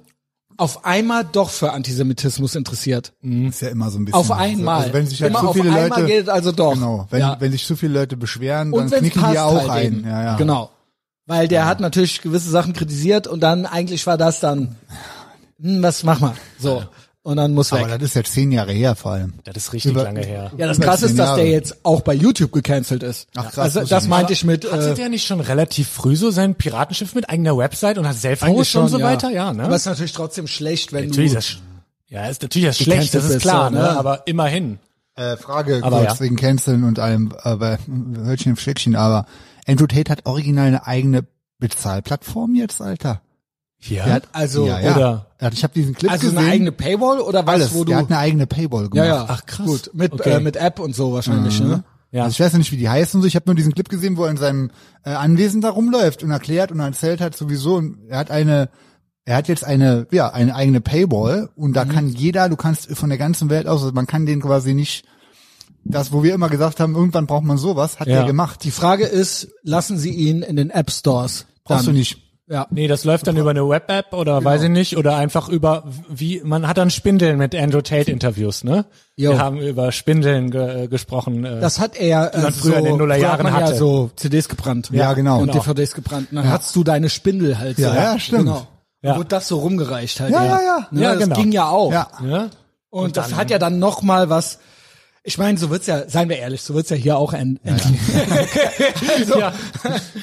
A: auf einmal doch für Antisemitismus interessiert.
C: Ist ja immer so ein bisschen.
A: Auf einmal.
C: So. Also wenn sich halt
A: Immer
C: so
A: auf
C: viele
A: einmal
C: Leute,
A: gilt also doch.
C: Genau. Wenn,
A: Ja.
C: wenn sich zu viele Leute beschweren, dann
A: Und wenn
C: knicken
A: passt
C: die auch
A: halt
C: ein.
A: eben.
C: Ja, ja.
A: Genau. Weil der hat natürlich gewisse Sachen kritisiert und dann eigentlich war das dann, hm, was mach mal? So. Und dann muss
C: Aber
A: weg.
C: das ist ja zehn Jahre her vor allem.
B: Das ist richtig
C: Über-
B: lange her.
A: Ja, das
C: über
A: krasse
C: zehn
A: ist, dass der
C: Jahre.
A: jetzt auch bei YouTube gecancelt ist.
C: Ach, krass,
A: also,
C: wusste
A: das
C: ich
A: meinte ich mit,
B: Hatte
A: äh,
B: der nicht schon relativ früh so sein Piratenschiff mit eigener Website und hat
A: eigentlich
B: Self-Host
A: schon,
B: und so weiter? Ja, ne?
A: Aber es ist natürlich trotzdem schlecht, wenn
B: natürlich
A: du,
B: ist das, ja, ist natürlich das schlecht, das ist
A: bist,
B: klar,
A: so,
B: ne?
A: ne?
B: Aber immerhin.
C: Äh, Frage
B: Aber
C: kurz
B: ja.
C: wegen Canceln und allem, aber Hörtchen auf Schäckchen, aber Andrew Tate hat original eine eigene Bezahlplattform jetzt, Alter.
B: Ja.
C: Der hat
A: also,
C: ja, ja.
B: Oder-
C: Er hat- Ich habe diesen Clip
A: also
C: gesehen.
A: eine eigene Paywall oder was,
C: alles.
A: wo du,
C: der hat eine eigene Paywall gemacht.
A: ja, ja.
B: Ach, krass.
A: Gut, mit,
B: Okay.
A: äh, mit App und so wahrscheinlich, ne?
B: Ja.
C: Also ich weiß ja nicht, wie die heißen und so. Ich habe nur diesen Clip gesehen, wo er in seinem äh, Anwesen da rumläuft und erklärt und erzählt hat sowieso. Und er hat eine, er hat jetzt eine, ja, eine eigene Paywall und da kann jeder, du kannst von der ganzen Welt aus, also man kann den quasi nicht, das, wo wir immer gesagt haben, irgendwann braucht man sowas, hat
B: Ja.
C: er gemacht.
A: Die Frage ist, lassen sie ihn in den App Stores?
C: brauchst du nicht.
A: Ja. Genau.
B: Nee, das läuft dann über eine Web-App oder weiß ich nicht, oder einfach über, wie, man hat dann Spindeln mit Andrew Tate-Interviews, ne?
A: Jo.
B: Wir haben über Spindeln ge gesprochen. äh,
A: Das hat er äh,
B: man
A: so,
B: früher in den Nullerjahren
A: früher hat man
B: hatte.
A: Ja so CDs gebrannt.
C: Ja, genau.
A: Und
C: Genau.
A: DVDs gebrannt. Und dann hattest du deine Spindel halt.
C: Ja,
A: so.
C: ja, stimmt.
A: Genau.
B: Ja.
A: Und Wurde das so rumgereicht halt.
C: Ja, ja, ja.
A: Ne,
B: Ja,
A: das
B: genau.
A: ging ja auch.
C: Ja.
B: ne?
A: Und, das hat ja dann noch mal was. Ich meine, so wird's ja, seien wir ehrlich, so wird's ja hier auch enden.
B: ja.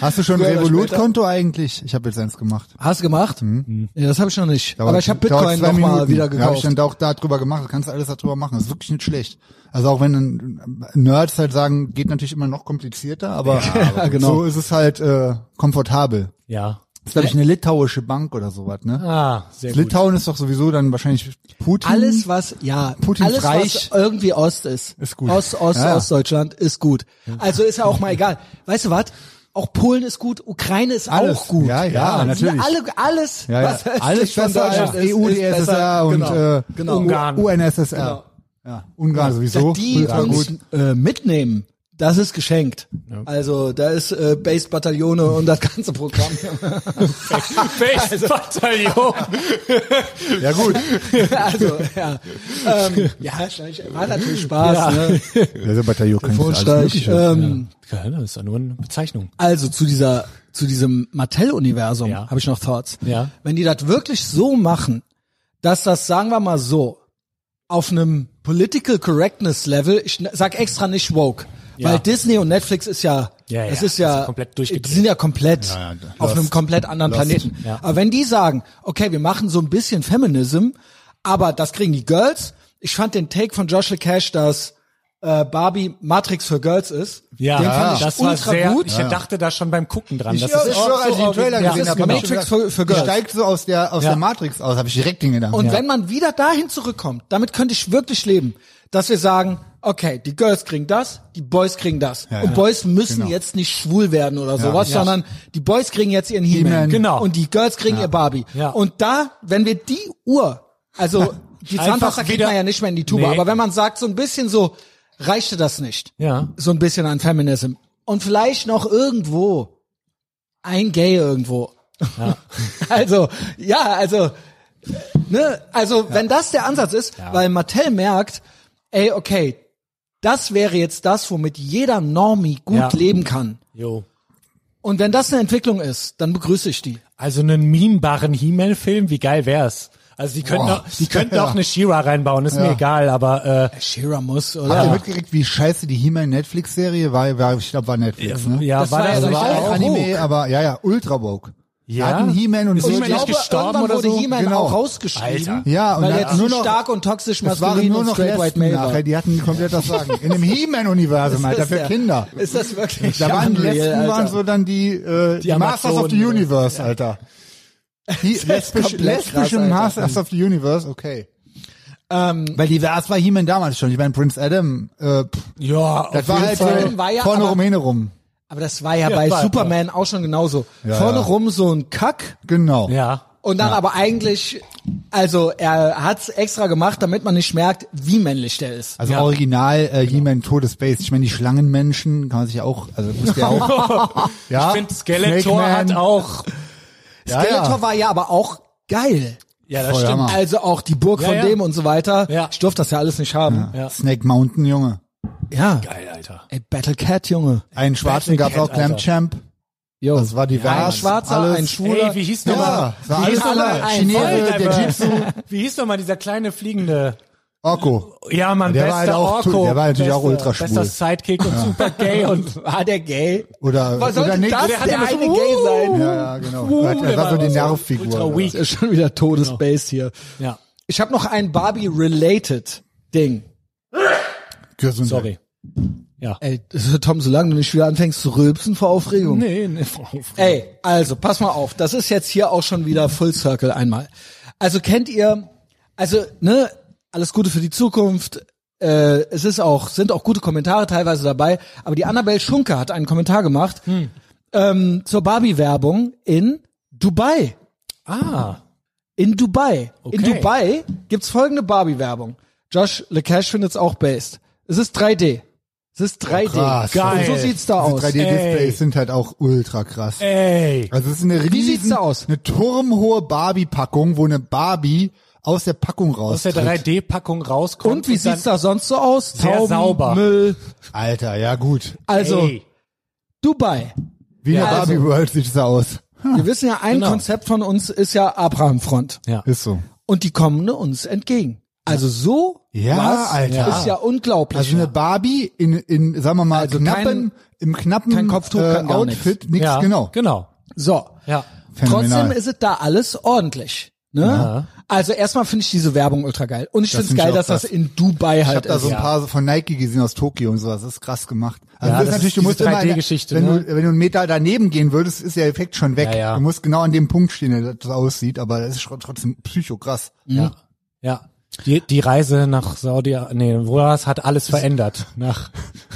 C: Hast du schon
A: Früher
C: ein
A: oder
C: Revolut-Konto eigentlich? Ich habe jetzt eins gemacht.
A: Hast du gemacht? Ja, das habe ich noch nicht. Aber, ich habe
C: Mhm. dauert
A: Bitcoin
C: zwei
A: noch mal
C: Minuten.
A: wieder
C: Ja, Habe ich
A: gekauft.
C: dann auch da drüber gemacht. Kannst du alles darüber machen. ist wirklich nicht schlecht. Also auch wenn äh, Nerds halt sagen, geht natürlich immer noch komplizierter, aber, aber
A: genau.
C: so ist es halt äh, komfortabel.
B: Ja.
C: Das ist, glaube ich, eine litauische Bank oder sowas, ne?
B: Ah, sehr gut.
C: Litauen ist doch sowieso dann wahrscheinlich Putin.
A: Alles was ja,
C: Putin
A: alles
C: reich.
A: was irgendwie Ost ist,
C: Ist gut.
A: Ost, Ost,
C: Ja, ja.
A: Ostdeutschland ist gut. Also ist ja auch mal egal. Weißt du was? Auch Polen ist gut, Ukraine ist
C: Alles.
A: auch gut.
C: Ja, ja, natürlich.
A: Alle, alles,
C: Ja, ja.
A: was östlich
C: Alles
A: von
C: besser als E
A: Deutschland ist,
C: EU,
A: ist
C: die SSR
A: besser.
C: und
A: genau.
C: äh,
A: genau.
C: U-
B: Ungarn.
C: UNSSR. Ja, Ungarn sowieso.
A: Dass die
C: Ungarn
A: uns äh, mitnehmen, das ist geschenkt. Also da ist äh, Base Bataillone und das ganze Programm.
B: Face Bataillon.
C: Ja gut.
A: also ja, ähm, ja, war natürlich Spaß.
B: Ja.
A: Ne?
C: Ja, so Bataillon kann ich alles
A: Telefonstreich.
C: Mögliche.
A: Ähm,
B: Ja, das ist ja nur eine Bezeichnung.
A: Also zu dieser zu diesem Mattel-Universum
B: Ja.
A: habe ich noch Thoughts.
B: Ja.
A: Wenn die das wirklich so machen, dass das, sagen wir mal so, auf einem Political Correctness Level, ich n- sag extra nicht woke,
B: Ja.
A: weil Disney und Netflix ist ja,
B: Ja, ja,
A: es ist ja,
B: ist komplett durchgedreht.
A: die sind ja komplett
C: ja, da-
A: auf
C: Lost.
A: einem komplett anderen
C: Lost.
A: Planeten.
B: Ja.
A: Aber wenn die sagen, okay, wir machen so ein bisschen Feminism, aber das kriegen die Girls. Ich fand den Take von Joshua Cash, dass äh, Barbie Matrix für Girls ist.
B: Ja,
A: den fand ich
B: das war
A: ultra
B: sehr,
A: gut.
B: ich dachte da schon beim Gucken dran.
C: Ich,
B: Das
C: ja,
B: ist
C: ich schwöre, als ich den Trailer
B: ja, Genau.
C: gesehen
B: das
C: habe,
B: ist
C: hab ich
A: genau. Matrix
C: gedacht,
A: für- für
C: die
A: Girls.
C: steigt so aus der aus
B: Ja.
C: der Matrix aus, habe ich direkt den Gedanken.
A: Und
C: ja.
A: wenn man wieder dahin zurückkommt, damit könnte ich wirklich leben, dass wir sagen, okay, die Girls kriegen das, die Boys kriegen das.
C: Ja,
A: und
C: ja.
A: Boys müssen
C: Genau.
A: jetzt nicht schwul werden oder sowas,
C: ja.
A: sondern die Boys kriegen jetzt ihren He-Man.
C: He-Man.
B: Genau.
A: Und die Girls kriegen ihr Barbie.
B: Ja.
A: Und da, wenn wir die Uhr, also die
B: Einfach
A: Zahnpasta kriegt
B: wieder-
A: man ja nicht mehr in die Tube,
B: Nee.
A: aber wenn man sagt, so ein bisschen so, reichte das nicht.
B: Ja.
A: So ein bisschen an Feminism. Und vielleicht noch irgendwo ein Gay irgendwo. also, ja, also, ne, also wenn das der Ansatz ist, weil Mattel merkt, ey, okay, das wäre jetzt das, womit jeder Normie gut
B: Ja.
A: leben kann.
B: Jo.
A: Und wenn das eine Entwicklung ist, dann begrüße ich die.
B: Also einen memebaren He-Man-Film, wie geil wär's? Also die könnten,
C: Boah.
B: auch, die könnten
C: Ja.
B: auch eine She-Ra reinbauen, ist mir egal, aber äh,
A: Shira muss,
C: Habt ihr
A: oder?
C: mitgekriegt, wie scheiße die He-Man Netflix-Serie war? war ich glaube, war Netflix, ne?
B: ja,
A: Das
B: war
A: war
B: das
A: ja
B: nicht
A: aber
C: War
A: auch
C: auch Anime, aber ja, ja, ultra woke.
B: Ja?
C: Da hatten He-Man und
B: Ist
C: so.
B: He-Man
C: die-
B: nicht gestorben
A: irgendwann
B: oder
A: wurde
B: so?
A: He-Man
C: Genau.
A: auch rausgeschrieben.
B: Alter.
C: Ja, und
A: weil
C: dann
A: er zu
C: nur noch-
A: stark und toxisch
C: es waren
A: maskulin
C: nur
A: und
C: noch
A: straight white
C: Lesben
A: male war.
C: nachher, die hatten komplett das Sagen. In dem He-Man-Universum, Alter,
A: Das
C: für
A: ist ja-
C: Kinder.
A: Ist das wirklich?
C: Da waren die
A: unreal,
C: letzten
A: Alter.
C: waren so dann die, äh, die, Masters of the
B: Amazonen,
C: Universe, Alter. Die lesbische,
A: komplett krass,
C: lesbische
A: Alter.
C: Masters of the Universe, okay. Ähm, Weil divers war He-Man damals schon. Ich meine, Prince Adam, äh, pff,
B: Ja,
C: das war halt
A: Fall.
C: äh,
A: War ja
C: vorne
A: aber-
C: Rumäne rum.
A: Aber das war ja,
B: Ja,
A: bei
B: war-
A: Superman auch schon genauso.
C: Ja,
A: Vorne
C: ja.
A: rum so ein Kack
C: Genau.
B: ja.
A: und dann aber eigentlich, also er hat's extra gemacht, damit man nicht merkt, wie männlich der ist.
C: Also
B: Ja.
C: original äh, He-Man Todesbase. Ich meine, die Schlangenmenschen kann man sich ja auch, also wusste ja auch. ja,
B: Ich finde, Skeletor
C: Ah, Snake
B: hat
C: Man.
B: auch
C: Ja,
A: Skeletor
C: ja.
A: war ja aber auch geil.
B: Ja, das
C: Voll
B: stimmt.
C: Hammer.
A: Also auch die Burg
B: Ja,
A: von
B: ja.
A: dem und so weiter.
B: Ja.
A: Ich durfte das ja alles nicht haben.
B: Ja.
C: Snake Mountain, Junge.
A: Ja.
B: Geil, Alter.
A: Ey, Battle Cat, Junge.
C: Einen Schwarzen
B: Battle
C: gab's auch
B: Cat, Alter.
C: Clam Champ.
A: Jo.
C: Das war divers.
A: ein Schwarzer,
C: alles.
A: ein Schwuler.
B: Ey, wie hieß
C: Ja,
B: noch mal?
C: war
B: wie
C: alles
B: hieß noch
A: alle
B: mal-
A: ein
B: Voll
C: Chinese, der
B: divers.
C: Jitsu.
B: Wie hieß noch mal dieser kleine fliegende?
C: Orko.
B: Ja, Mann,
C: Der
B: bester
C: war halt auch
B: Orko.
C: cool. Der war natürlich
B: bester,
C: auch ultra schwul.
B: Bester Sidekick und super gay und
A: War der gay?
C: Oder,
A: Was
C: oder
A: sollte
C: Nick.
A: das
B: Der hat
A: der
B: immer so,
A: eine gay
B: uh,
A: sein?
C: Ja, ja, genau.
B: Uh,
C: Er
B: der
C: war so die
B: immer
C: Nervfigur,
B: Ultra
C: oder?
A: Das
B: weak.
A: ist schon wieder Todesbase hier.
B: Ja,
A: Ich habe noch ein Barbie-related Ding.
C: Gesundheit.
B: sorry. Ja.
A: Ey, das ist, Tom, solange du nicht wieder anfängst zu rülpsen vor Aufregung.
B: Nee, nee.
A: Ey, also, pass mal auf. Das ist jetzt hier auch schon wieder Full Circle einmal. Also kennt ihr, also, ne, alles Gute für die Zukunft. Äh, es ist auch, sind auch gute Kommentare teilweise dabei. Aber die Annabelle Schunke hat einen Kommentar gemacht ähm, zur Barbie-Werbung in Dubai.
B: Ah.
A: In Dubai.
B: Okay.
A: In Dubai gibt's folgende Barbie-Werbung. Josh LeCash findet's auch based. Es ist 3D. Es ist 3D.
C: Oh, krass.
B: Geil.
A: Und Also so sieht's da aus.
C: Diese
B: Ey.
C: 3D-Displays sind halt auch ultra krass.
B: Ey.
C: Also es ist eine riesen,
A: sieht's da aus?
C: eine turmhohe Barbie-Packung, wo eine Barbie aus der Packung
B: Aus der
C: raustritt.
B: 3D-Packung rauskommt.
A: Und wie
B: dann-
A: sieht's da sonst so aus?
B: Sehr
A: Tauben,
B: sauber.
A: Müll.
C: Alter, ja gut.
A: Also
B: Ey.
A: Dubai.
C: Wie eine
A: Ja, also-
C: Barbie World sieht's da aus.
A: Wir wissen ja, ein
B: Genau.
A: Konzept von uns ist ja Abraham-Front.
B: Ja.
C: Ist so.
A: Und die kommen uns entgegen. Also so
C: Ja,
A: was
C: Alter.
A: ist ja unglaublich.
C: Also eine Barbie in, in sagen wir mal,
A: Also
C: knappen, im knappen
A: kein Kopftuch,
C: äh,
A: kein gar
C: Outfit, nix,
B: ja.
C: genau.
B: Genau.
A: so.
B: Ja.
C: Phänomenal.
A: Trotzdem ist es da alles ordentlich. Ne?
B: Ja.
A: Also erstmal finde ich diese Werbung ultra geil. Und ich finde es
C: find ich
A: geil,
C: auch
A: dass das
C: krass.
A: in Dubai
C: Ich
A: halt
C: habe da
A: ist.
C: so ein
B: Ja.
C: paar von Nike gesehen aus Tokio und sowas. Das ist krass gemacht. Also
B: Ja,
C: das ist
B: das
C: natürlich,
B: ist
C: du musst
B: diese
C: immer, eine-
B: 3D-Geschichte,
C: wenn,
B: ne?
C: du, wenn du einen Meter daneben gehen würdest, ist der Effekt schon weg.
B: Ja, ja.
C: Du musst genau an dem Punkt stehen, der das aussieht, aber das ist schon trotzdem psycho krass.
A: Mhm.
B: Ja. Ja. Die, die Reise nach Saudi, nee, wo war es, hat alles verändert. Nach,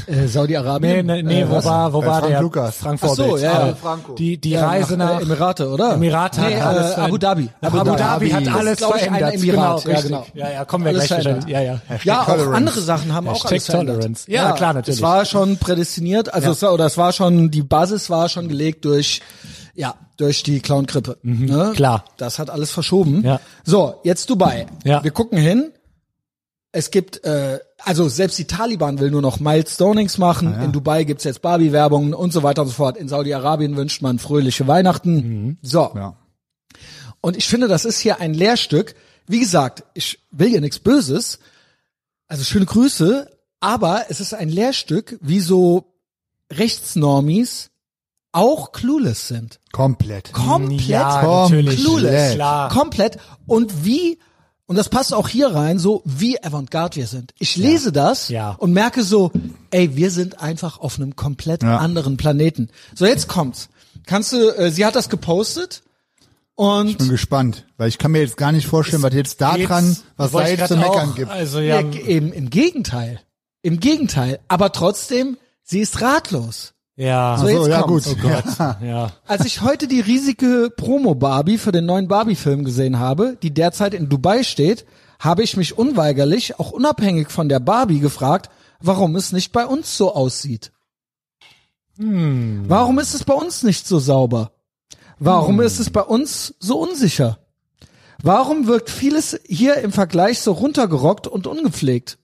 A: äh,
B: nee,
A: Saudi-Arabien.
B: nee, nee
A: äh,
B: wo
A: was?
B: war, wo
C: Äh,
B: war
C: Frank
B: der?
C: Lukas.
B: Frank
A: Ach so,
B: Vorbild.
A: ja,
B: Aber
A: ja.
C: Franco.
B: Die, die
A: Ja,
B: Reise nach,
A: äh, Emirate, oder?
B: Emirate
A: nee, äh,
B: hat alles verändert.
A: Abu Dhabi.
B: Abu, Dhabi,
A: Das
B: hat
A: ist,
B: alles
A: glaub ich, ein
B: verändert.
A: Emirat,
B: genau,
A: ja,
B: richtig.
A: genau.
B: Ja, ja, kommen wir
A: Alles
B: gleich
A: verändert.
B: wahrscheinlich. Ja, ja.
A: Ja, auch
C: Tolerance.
A: andere Sachen haben auch
B: Hashtag
A: alles verändert.
B: Tolerance. Ja, klar, natürlich.
A: Es war schon prädestiniert, also es war, oder es war schon, die Basis war schon gelegt durch, ja, durch die Clown-Krippe. ne?
B: Mhm. klar.
A: Das hat alles verschoben.
B: Ja.
A: So, jetzt Dubai.
B: Ja.
A: Wir gucken hin. Es gibt, äh, also selbst die Taliban will nur noch Milestonings machen.
B: Ah,
A: In Dubai gibt's jetzt Barbie-Werbungen und so weiter und so fort. In Saudi-Arabien wünscht man fröhliche Weihnachten.
B: Mhm.
A: So.
C: Ja.
A: Und ich finde, das ist hier ein Lehrstück. Wie gesagt, ich will hier nichts Böses. Also schöne Grüße. Aber es ist ein Lehrstück, wie so Rechtsnormis auch clueless sind.
C: Komplett.
A: Komplett
B: Ja, natürlich.
A: clueless.
B: Klar.
A: Komplett. Und wie, und das passt auch hier rein, so wie Avantgarde wir sind. Ich lese das
B: Ja.
A: und merke so, ey, wir sind einfach auf einem komplett
C: Ja.
A: anderen Planeten. So, jetzt kommt's. Kannst du, äh, sie hat das gepostet und
C: Bin gespannt, weil ich kann mir jetzt gar nicht vorstellen, was jetzt da
B: Geht's-
C: dran, was da
B: Wollte ich
C: jetzt zu
B: grad
C: meckern
B: auch.
C: gibt.
B: Also, ja,
A: Ja, eben, Im Gegenteil. Im Gegenteil. Aber trotzdem, sie ist ratlos.
B: ja,
A: So,
C: Ach so,
A: jetzt
C: ja
A: kommt's. Oh
C: gut.
B: ja.
A: Als ich heute die riesige Promo-Barbie für den neuen Barbie-Film gesehen habe, die derzeit in Dubai steht, habe ich mich unweigerlich, auch unabhängig von der Barbie, gefragt, warum es nicht bei uns so aussieht.
C: Hm.
A: Warum ist es bei uns nicht so sauber? Warum
C: Hm.
A: ist es bei uns so unsicher? Warum wirkt vieles hier im Vergleich so runtergerockt und ungepflegt?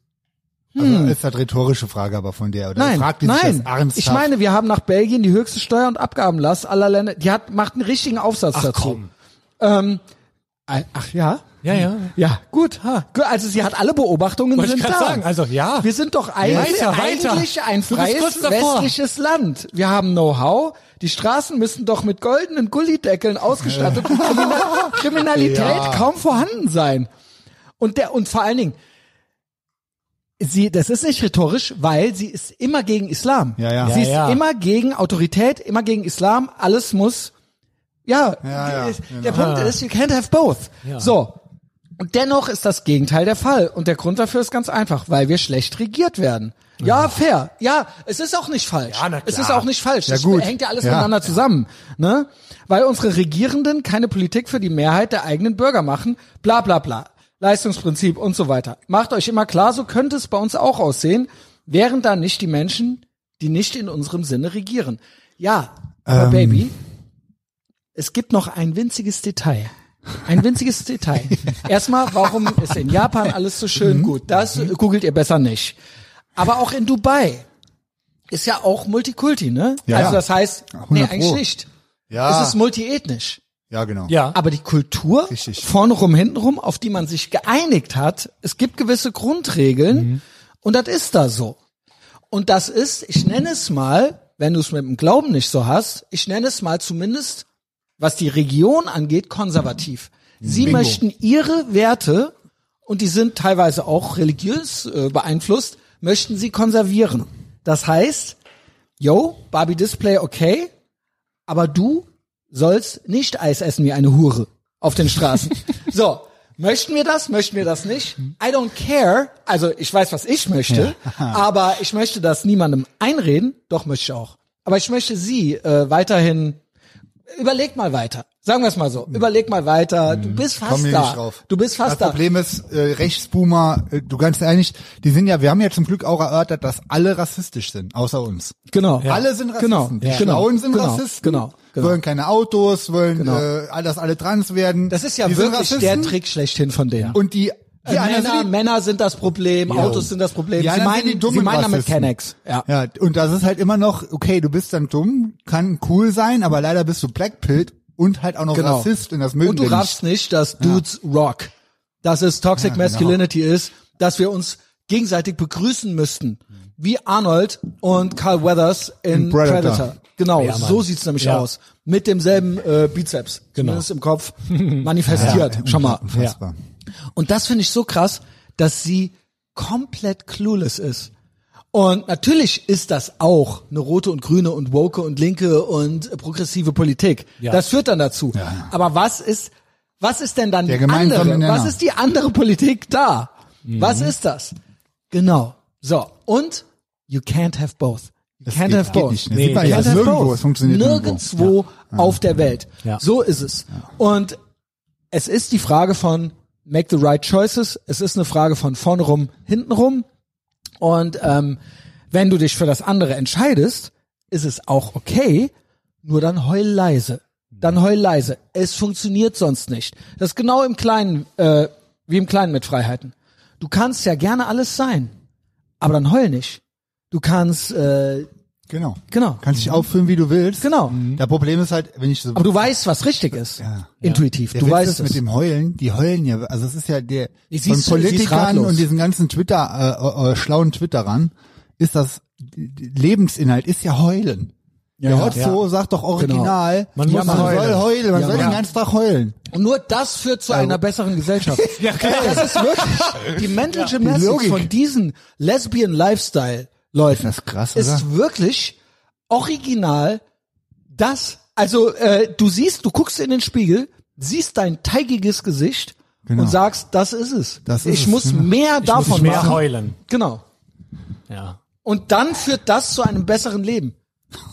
C: Also, ist das rhetorische Frage aber von der, oder?
A: Nein,
C: Fragt die sich
A: nein.
C: das ernsthaft?
A: ich meine, wir haben nach Belgien die höchste Steuer- und Abgabenlast aller Länder. Die hat macht einen richtigen Aufsatz dazu.
B: komm.
A: Ähm, äh, ach ja,
B: Ja, ja.
A: ja, gut. Ha. Gu- Also sie hat alle Beobachtungen
B: Wollte ich
A: sind
B: grad
A: da.
B: sagen, also ja.
A: wir sind doch eigentlich,
B: Weiter, weiter.
A: eigentlich ein
B: Du bist
A: freies
B: kurz davor.
A: westliches Land. Wir haben Know-how. Die Straßen müssen doch mit goldenen Gullideckeln ausgestattet und Kriminal Kriminalität
C: Ja.
A: kaum vorhanden sein. Und der und vor allen Dingen sie das ist nicht rhetorisch, weil sie ist immer gegen Islam.
C: Ja, ja.
A: Sie
C: Ja,
A: ist
B: ja.
A: immer gegen Autorität, immer gegen Islam, alles muss ja,
C: Ja, ja,
A: der
C: genau.
A: Punkt ist, you can't have both. So. Und dennoch ist das Gegenteil der Fall. Und der Grund dafür ist ganz einfach, weil wir schlecht regiert werden. Ja, fair. Ja, es ist auch nicht falsch.
B: Ja, na
A: Es
B: klar.
A: ist auch nicht falsch.
C: Ja,
A: das
C: gut.
A: hängt ja alles
C: Ja.
A: miteinander zusammen. Ne? Weil unsere Regierenden keine Politik für die Mehrheit der eigenen Bürger machen. Bla bla bla. Leistungsprinzip und so weiter. Macht euch immer klar, so könnte es bei uns auch aussehen, wären da nicht die Menschen, die nicht in unserem Sinne regieren. Ja, aber Baby, es gibt noch ein winziges Detail. Ein winziges Detail. Erstmal, warum ist in Japan alles so
C: Mhm.
A: schön gut? Das googelt ihr besser nicht. Aber auch in Dubai ist ja auch Multikulti, ne?
C: Ja,
A: also
C: ja.
A: das heißt, nee,
C: 100 Pro. Ah.
A: eigentlich nicht.
C: Ja.
A: Es ist multiethnisch.
C: Ja, genau.
B: Ja.
A: Aber die Kultur,
C: Richtig.
A: vorne rum, hinten rum, auf die man sich geeinigt hat, es gibt gewisse Grundregeln
C: Mhm.
A: und das ist da so. Und das ist, ich nenne es mal, wenn du es mit dem Glauben nicht so hast, ich nenne es mal zumindest, was die Region angeht, konservativ. Sie
C: Bingo.
A: möchten ihre Werte, und die sind teilweise auch religiös äh, beeinflusst, möchten sie konservieren. Das heißt, yo, Barbie Display okay, aber du sollst nicht Eis essen wie eine Hure auf den Straßen. so, möchten wir das, möchten wir das nicht? I don't care. Also ich weiß, was ich möchte, aber ich möchte das niemandem einreden, doch möchte ich auch. Aber ich möchte sie äh, weiterhin, überleg mal weiter. Sagen wir es mal
C: Mhm.
A: so, überleg mal weiter. Du bist fast
C: Kommen wir
A: da.
C: Mhm. nicht drauf.
A: Du bist fast
C: das
A: da.
C: Problem ist, äh, Rechtsboomer, äh, du kannst eigentlich, die sind ja, wir haben ja zum Glück auch erörtert, dass alle rassistisch sind, außer uns.
A: Genau.
C: Alle sind Rassisten.
A: Genau.
C: Die
A: Ja.
C: Schlauen
A: Genau.
C: sind
A: Genau.
C: Rassisten.
A: Genau. Genau.
C: Wollen keine Autos, wollen,
A: Genau.
C: äh, dass alle trans werden.
A: Das ist ja
C: die sind
A: wirklich der
C: Rassisten.
A: Trick schlechthin von denen.
C: Und die, die
A: Äh,
C: anderen
A: Männer,
C: sind die-
A: Männer sind das Problem, Autos sind das Problem.
C: Die
A: sie
C: anderen sind
A: meinen,
C: die dummen
A: sie meinen damit
C: Rassisten.
A: Kennex. Ja.
C: Ja, und das ist halt immer noch, okay, du bist dann dumm, kann cool sein, aber leider bist du blackpilled und halt auch noch
A: Genau.
C: Rassist und das mögen
A: Und du
C: wir nicht.
A: raffst nicht, dass Dudes Rock, dass es Toxic
C: Ja, genau.
A: Masculinity ist, dass wir uns gegenseitig begrüßen müssten. Wie Arnold und Carl Weathers in
C: In Predator.
A: Predator. Genau,
B: Ja, Mann.
A: so sieht's nämlich
B: Ja.
A: aus. Mit demselben äh, Bizeps.
B: Genau.
A: Zumindest im Kopf. Manifestiert. Schau mal.
C: Unfassbar.
A: Und das finde ich so krass, dass sie komplett clueless ist. Und natürlich ist das auch eine rote und grüne und woke und linke und progressive Politik.
B: Ja.
A: Das führt dann dazu. Aber was ist, was ist denn dann
C: Der
A: die
C: gemeinsame
A: andere?
C: Nenner. Mhm.
A: Was ist die andere Politik da? Was ist das? Genau. So. Und you can't have both. You
C: Das
A: can't
C: geht,
A: have
C: geht
A: both.
C: nicht. Das sieht man
A: You
C: ja
A: can't have
C: nirgendwo.
A: both.
C: Es funktioniert nirgendwo.
A: nirgendwo auf der Welt.
B: Ja.
A: So ist es. Und es ist die Frage von make the right choices. Es ist eine Frage von vorne rum, hinten rum. Und ähm, wenn du dich für das andere entscheidest, ist es auch okay, nur dann heul leise. Dann heul leise. Es funktioniert sonst nicht. Das ist genau im Kleinen, äh, wie im Kleinen mit Freiheiten. Du kannst ja gerne alles sein, aber dann heul nicht. Du kannst, äh,
C: Genau.
A: genau,
C: Kannst dich aufführen, wie du willst.
A: genau.
C: Das Problem ist halt, wenn ich so
A: Aber du weißt, was richtig ist. Intuitiv.
C: Der
A: Du
C: Witz
A: weißt
C: ist
A: es.
C: mit dem Heulen, die heulen ja, also es ist ja der
A: Ich
C: von
A: sieh's- ich sieh's
C: Politikern
A: ratlos.
C: und diesen ganzen Twitter äh, äh, äh, schlauen Twitterern ist das d- d- Lebensinhalt ist ja heulen. der
A: ja, Genau.
C: Hotzo sagt doch original,
B: Man muss
C: man
B: heulen.
C: soll heulen, man
A: Ja,
C: soll
A: Mann.
C: den ganzen Tag heulen.
A: Und nur das führt zu
C: Also-
A: einer besseren Gesellschaft. ja, das ist wirklich die Mental
C: Die
A: Gymnastics
C: Logik.
A: von diesen Lesbian Lifestyle Leuten.
C: Ist das krass,
A: Ist
C: oder?
A: wirklich original das. Also äh, du siehst, du guckst in den Spiegel, siehst dein teigiges Gesicht
C: Genau.
A: und sagst, das ist es.
C: Das ist
A: ich
C: es,
A: muss
C: genau.
A: mehr davon
B: muss ich mehr
A: machen.
B: heulen.
A: Genau.
B: Ja.
A: Und dann führt das zu einem besseren Leben.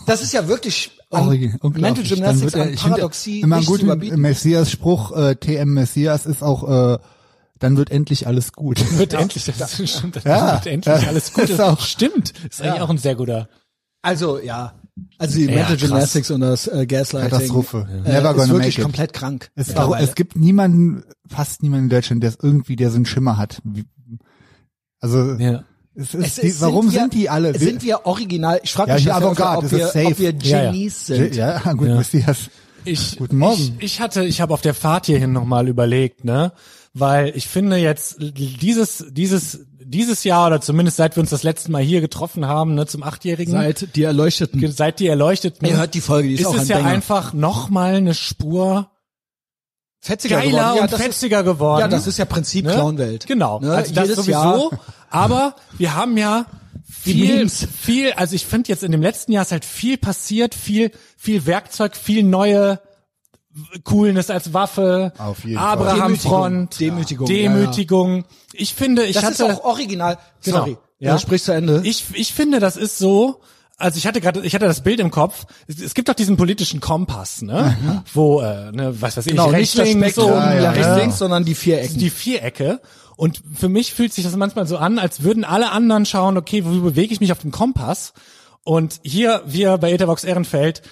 A: Das ist ja wirklich an
C: Origi- Oh, unglaublich.
A: Mental
C: Dann
A: Gymnastics,
C: wird er-
A: an
C: ich finde,
A: Paradoxie
C: Immer ein
A: nicht zu
C: guter
A: überbieten.
C: Messias-Spruch, äh, TM Messias ist auch, äh, dann wird endlich alles gut.
B: Wird endlich, das stimmt, das
C: Ja.
B: wird endlich alles gut.
C: Ist auch-
B: stimmt. Ist eigentlich auch ein sehr guter.
A: Also ja, also die Mental
B: krass.
A: Gymnastics und das äh, Gaslighting
C: Katastrophe.
A: äh,
C: Never
A: ist
C: gonna
A: wirklich
C: make it.
A: komplett krank.
C: Es, war,
A: mittlerweile.
C: es gibt niemanden, fast niemanden in Deutschland, der es irgendwie, der so einen Schimmer hat. Wie- Also,
B: Ja.
C: es ist,
A: Es
C: die,
A: ist-
C: warum
A: wir-
C: sind die alle?
A: Sind wir original? Ich frage
C: Ja,
A: mich,
C: die
A: das
C: Avantgarde,
A: ob,
C: das
A: wir,
C: ist safe.
A: ob wir
B: Ja, ja.
A: Genies sind.
C: ja, gut, Messias.
B: Ich,
C: Guten Morgen.
B: Ich, ich hatte, ich habe auf der Fahrt hierhin nochmal überlegt, ne, weil ich finde jetzt dieses, dieses, dieses Jahr oder zumindest seit wir uns das letzte Mal hier getroffen haben, ne, zum Achtjährigen,
A: Seid die Erleuchteten.
B: seit die Erleuchteten,
A: Ihr hört die Folge, die ist,
B: ne? ist
A: auch ein
B: es ja
A: Banger.
B: einfach nochmal eine Spur
A: fetziger
B: geiler
A: geworden. Ja,
B: und
A: das
B: fetziger
A: Ist,
B: geworden.
A: ja, das ist ja Prinzip
B: ne?
A: Clownwelt.
B: Genau.
A: Ne?
B: Also das
A: Jedes
B: sowieso.
A: Jahr
B: Aber wir haben ja
A: Die
B: viel,
A: Memes.
B: viel, also ich finde jetzt in dem letzten Jahr ist halt viel passiert, viel, viel Werkzeug, viel neue Coolness als Waffe,
C: Auf jeden Fall.
B: Abraham-Front,
A: Demütigung. Demütigung, ja, ja.
B: Demütigung. Ich finde, ich
A: Das
B: hatte
A: ist auch original.
B: Genau.
A: Sorry.
B: Ja.
A: Ja. Sprich zu Ende.
B: ich, ich finde, das ist so, also ich hatte gerade, ich hatte das Bild im Kopf, es, es gibt doch diesen politischen Kompass, ne? Wo, äh, ne, was weiß ich,
A: Mhm. genau,
B: rechts,
A: nicht das
B: links,
A: Spektrum,
B: oben,
C: Ja, ja,
A: rechts,
C: ja.
A: links, sondern die vier Ecken.
B: die Vierecke. Und für mich fühlt sich das manchmal so an, als würden alle anderen schauen, okay, wo bewege ich mich auf dem Kompass? Und hier, wir bei Etherbox Ehrenfeld